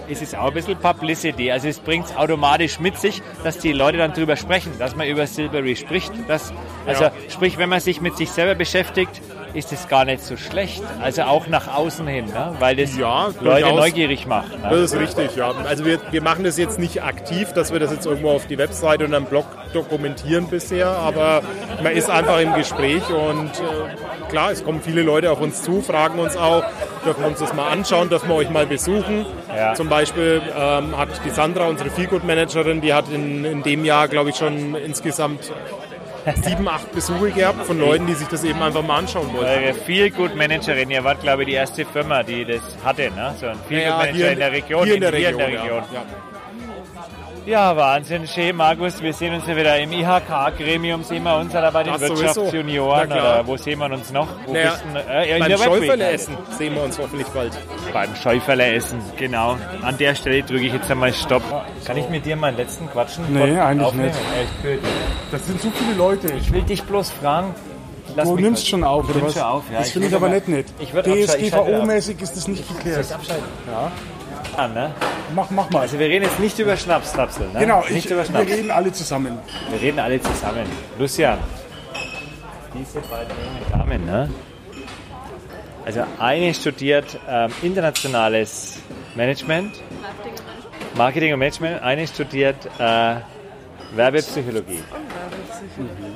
[SPEAKER 1] ist es auch ein bisschen Publicity. Also es bringt es automatisch mit sich, dass die Leute dann drüber sprechen, dass man über Silbury spricht. Dass, also
[SPEAKER 29] Ja.
[SPEAKER 1] sprich, wenn man sich mit sich selber beschäftigt, ist es gar nicht so schlecht. Also auch nach außen hin, ne? weil das Leute
[SPEAKER 29] durchaus.
[SPEAKER 1] neugierig macht. Ne?
[SPEAKER 29] Das ist richtig, ja. Also wir, wir machen das jetzt nicht aktiv, dass wir das jetzt irgendwo auf die Webseite und am Blog dokumentieren bisher, aber man ist einfach im Gespräch und äh, klar, es kommen viele Leute auf uns zu, fragen uns auch, dürfen wir uns das mal anschauen, dürfen wir euch mal besuchen.
[SPEAKER 1] Ja.
[SPEAKER 29] Zum Beispiel ähm, hat die Sandra, unsere Feelgood-Managerin, die hat in, in dem Jahr, glaube ich, schon insgesamt sieben, acht Besuche gehabt von Leuten, die sich das eben einfach mal anschauen wollten.
[SPEAKER 1] Eure Feel Good Managerin, ihr wart glaube ich die erste Firma, die das hatte, ne? So ein Feel Good Manager in der Region.
[SPEAKER 29] Hier in der
[SPEAKER 1] hier
[SPEAKER 29] Region,
[SPEAKER 1] Region.
[SPEAKER 29] Ja. Ja.
[SPEAKER 1] Ja, Wahnsinn, schön, Markus. Wir sehen uns ja wieder im IHK-Gremium, sehen wir uns oder bei den
[SPEAKER 29] Ach, sowieso.
[SPEAKER 1] Wirtschaftsjunioren
[SPEAKER 29] Na klar.
[SPEAKER 1] oder wo sehen wir uns noch? Wo
[SPEAKER 29] Naja,
[SPEAKER 1] bist denn, äh, ja, in
[SPEAKER 29] beim
[SPEAKER 1] der Webweek.
[SPEAKER 29] Schäuferle-Essen sehen wir uns hoffentlich bald.
[SPEAKER 1] Beim Schäuferle-Essen, genau. An der Stelle drücke ich jetzt einmal Stopp. Kann ich mit dir meinen letzten Quatschen
[SPEAKER 18] Nee, eigentlich
[SPEAKER 1] aufnehmen?
[SPEAKER 18] nicht.
[SPEAKER 1] Echt blöd.
[SPEAKER 18] Das sind so viele Leute.
[SPEAKER 1] Ich will dich bloß fragen. Lass
[SPEAKER 18] du
[SPEAKER 1] mich
[SPEAKER 18] nimmst
[SPEAKER 1] kurz.
[SPEAKER 18] schon auf,
[SPEAKER 1] Ich
[SPEAKER 18] oder
[SPEAKER 1] nimm
[SPEAKER 18] was?
[SPEAKER 1] schon auf, ja.
[SPEAKER 18] Das
[SPEAKER 1] Ich
[SPEAKER 18] finde ich
[SPEAKER 1] würd
[SPEAKER 18] aber
[SPEAKER 1] aber-
[SPEAKER 18] nicht nett.
[SPEAKER 1] ich würd abschalten, ich schalte ab.
[SPEAKER 18] DSGVO-mäßig ist das nicht geklärt. Ja.
[SPEAKER 1] Ah, ne?
[SPEAKER 18] Mach, mach mal.
[SPEAKER 1] Also wir reden jetzt nicht über Schnapstapsel, ne?
[SPEAKER 18] Genau,
[SPEAKER 1] nicht
[SPEAKER 18] ich,
[SPEAKER 1] über
[SPEAKER 18] wir
[SPEAKER 1] Schnaps.
[SPEAKER 18] reden alle zusammen.
[SPEAKER 1] Wir reden alle zusammen. Lucian, diese beiden jungen Damen, ne? Also eine studiert ähm, internationales Management, Marketing und Management, eine studiert äh, Werbepsychologie,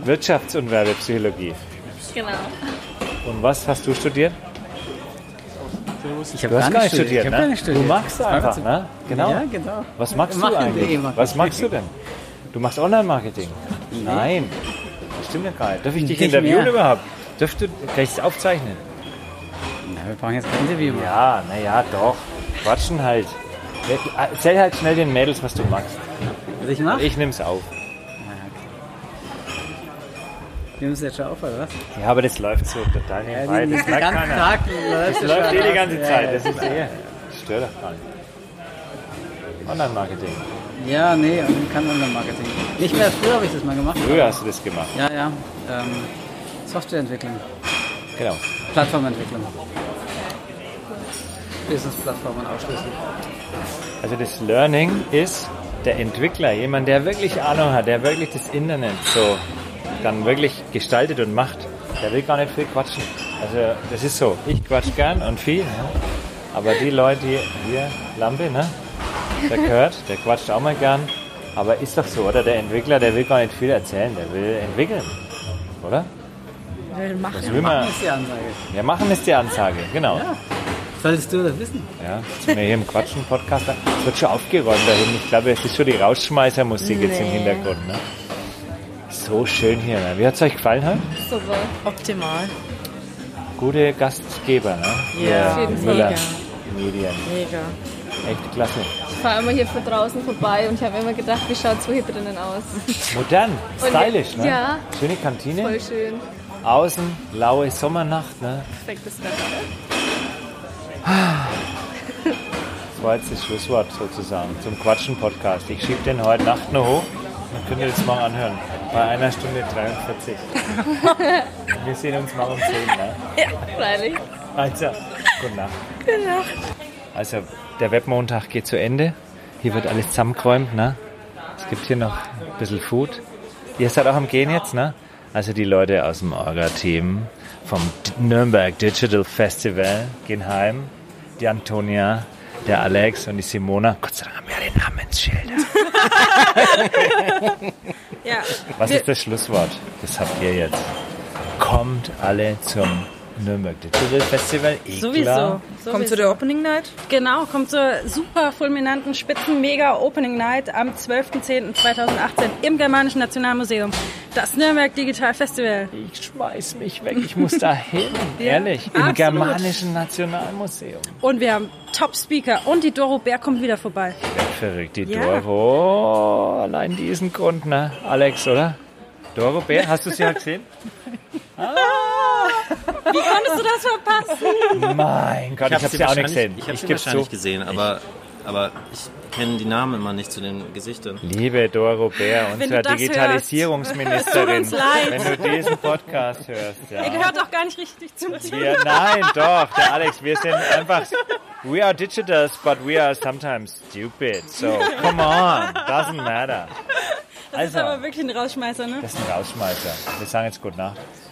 [SPEAKER 1] Wirtschafts- und Werbepsychologie.
[SPEAKER 8] Genau.
[SPEAKER 1] Und was hast du studiert?
[SPEAKER 16] Ich habe
[SPEAKER 1] Du hast
[SPEAKER 16] gar, nicht studiert. Ich hab
[SPEAKER 1] ne?
[SPEAKER 16] gar nicht studiert.
[SPEAKER 1] Du magst
[SPEAKER 16] Das war
[SPEAKER 1] einfach,
[SPEAKER 16] zu-
[SPEAKER 1] ne? Genau.
[SPEAKER 16] Ja, genau.
[SPEAKER 1] Was magst du
[SPEAKER 16] Machen wir
[SPEAKER 1] eigentlich?
[SPEAKER 16] immer.
[SPEAKER 1] Was magst du denn? Du machst Online-Marketing? Nein. Das stimmt ja gar nicht. Darf ich dich
[SPEAKER 16] Nicht
[SPEAKER 1] interviewen
[SPEAKER 16] mehr.
[SPEAKER 1] überhaupt? Dürfte kann ich es aufzeichnen?
[SPEAKER 16] Na, wir brauchen jetzt kein Interview. mehr.
[SPEAKER 1] Ja, naja, doch. Quatschen halt. Erzähl halt schnell den Mädels, was du magst.
[SPEAKER 16] Was ich mach?
[SPEAKER 1] Ich nehm's auf.
[SPEAKER 16] Wir müssen jetzt schon auf, oder was?
[SPEAKER 1] Ja, aber das läuft so total nebenbei.
[SPEAKER 16] den-
[SPEAKER 1] Das
[SPEAKER 16] den
[SPEAKER 1] merkt
[SPEAKER 16] ganzen
[SPEAKER 1] keiner.
[SPEAKER 16] Tag
[SPEAKER 1] das
[SPEAKER 16] läuft es
[SPEAKER 1] läuft
[SPEAKER 16] schon.
[SPEAKER 1] eh die ganze
[SPEAKER 16] Ja,
[SPEAKER 1] Zeit.
[SPEAKER 16] ja.
[SPEAKER 1] Das ist eh. Das stört doch gar nicht. Online-Marketing.
[SPEAKER 16] Ja, nee, und kann Online-Marketing. Nicht mehr, früher habe ich das mal gemacht.
[SPEAKER 1] Früher hast du das gemacht.
[SPEAKER 16] Ja, ja. Ähm, Softwareentwicklung,
[SPEAKER 1] Genau.
[SPEAKER 16] Plattformentwicklung. Business-Plattformen ausschließen.
[SPEAKER 1] Also das Learning ist der Entwickler, jemand, der wirklich Ahnung hat, der wirklich das Internet so dann wirklich gestaltet und macht, der will gar nicht viel quatschen. Also das ist so. Ich quatsch gern und viel, ne? aber die Leute hier, hier Lampe, ne? der gehört, der quatscht auch mal gern, aber ist doch so, oder? Der Entwickler, der will gar nicht viel erzählen, der will entwickeln, oder?
[SPEAKER 16] Wir machen,
[SPEAKER 1] Das
[SPEAKER 16] wir
[SPEAKER 1] will man-
[SPEAKER 16] machen ist die Ansage.
[SPEAKER 1] Wir machen ist die Ansage, genau.
[SPEAKER 16] Ja. Solltest du das wissen?
[SPEAKER 1] Ja, jetzt sind wir hier im Quatschen-Podcast. Es wird schon aufgeräumt da hinten. Ich glaube, es ist schon die Rausschmeißermusik jetzt im
[SPEAKER 16] Nee.
[SPEAKER 1] Hintergrund. Ne? So schön hier. Ne? Wie hat es euch gefallen? Hein?
[SPEAKER 30] Super. Optimal.
[SPEAKER 1] Gute Gastgeber, ne?
[SPEAKER 30] Ja, auf
[SPEAKER 1] Der
[SPEAKER 30] jeden Fall.
[SPEAKER 1] Müller
[SPEAKER 30] Mega.
[SPEAKER 1] Medien.
[SPEAKER 30] Mega.
[SPEAKER 1] Echt klasse.
[SPEAKER 28] Ich fahre immer hier von draußen vorbei und ich habe immer gedacht, wie schaut es so hier drinnen aus?
[SPEAKER 1] Modern,
[SPEAKER 28] Und-
[SPEAKER 1] stylisch, ne?
[SPEAKER 28] Ja.
[SPEAKER 1] Schöne Kantine.
[SPEAKER 28] Voll schön.
[SPEAKER 1] Außen, laue Sommernacht, ne?
[SPEAKER 28] Perfektes Wetter.
[SPEAKER 1] Das war jetzt das Schlusswort sozusagen zum Quatschen-Podcast. Ich schiebe den heute Nacht noch hoch. Dann könnt ihr das mal anhören. Bei einer Stunde 43. Wir sehen uns mal um 10, ne?
[SPEAKER 28] ja, freilich.
[SPEAKER 1] Also, gute Nacht.
[SPEAKER 28] Genau.
[SPEAKER 1] Also, der Webmontag geht zu Ende. Hier wird alles zusammengeräumt, ne? Es gibt hier noch ein bisschen Food. Ihr seid auch am Gehen jetzt, ne? Also die Leute aus dem Orga-Team vom D- Nürnberg Digital Festival gehen heim. Die Antonia, der Alex und die Simona. Gott sei Dank haben wir den Namensschilder.
[SPEAKER 31] Ja.
[SPEAKER 1] Was ist das Schlusswort? Das habt ihr jetzt. Kommt alle zum Nürnberg Digital Festival. Eh
[SPEAKER 31] Sowieso.
[SPEAKER 1] klar.
[SPEAKER 31] Kommt zu der Opening Night? Genau, kommt zur super fulminanten Spitzen-Mega-Opening Night am 12.10.2018 im Germanischen Nationalmuseum. Das Nürnberg Digital Festival.
[SPEAKER 1] Ich schmeiß mich weg, ich muss da hin.
[SPEAKER 31] Ja,
[SPEAKER 1] Ehrlich, im
[SPEAKER 31] absolut.
[SPEAKER 1] Germanischen Nationalmuseum.
[SPEAKER 31] Und wir haben Top-Speaker und die Doro Bär kommt wieder vorbei.
[SPEAKER 1] Verrückt, die
[SPEAKER 31] Ja.
[SPEAKER 1] Doro. Allein diesen Grund, ne? Alex, oder? Doro Bär, hast du sie ja gesehen? Ah.
[SPEAKER 31] Wie konntest du das verpassen?
[SPEAKER 1] Mein Gott, ich
[SPEAKER 32] hab
[SPEAKER 1] hab's
[SPEAKER 32] sie
[SPEAKER 1] ja auch nicht
[SPEAKER 32] wahrscheinlich-
[SPEAKER 1] gesehen.
[SPEAKER 32] Ich habe
[SPEAKER 1] Ich
[SPEAKER 32] sie
[SPEAKER 1] geb's
[SPEAKER 32] wahrscheinlich
[SPEAKER 1] zu.
[SPEAKER 32] gesehen, aber, aber ich kenne die Namen immer nicht zu den Gesichtern.
[SPEAKER 1] Liebe Doro Bär,
[SPEAKER 32] Wenn
[SPEAKER 1] unsere
[SPEAKER 32] du das
[SPEAKER 1] Digitalisierungsministerin,
[SPEAKER 32] hörst, es tut uns
[SPEAKER 1] wenn
[SPEAKER 32] leid.
[SPEAKER 1] du diesen Podcast hörst, ja.
[SPEAKER 31] Ihr gehört doch gar nicht richtig zum Team.
[SPEAKER 1] Wir, nein, doch, der Alex, wir sind einfach. We are digitals, but we are sometimes stupid. So, come on, doesn't matter. Also,
[SPEAKER 31] Das ist aber wirklich ein Rausschmeißer, ne?
[SPEAKER 1] Das ist ein Rausschmeißer. Wir sagen jetzt Gute Nacht.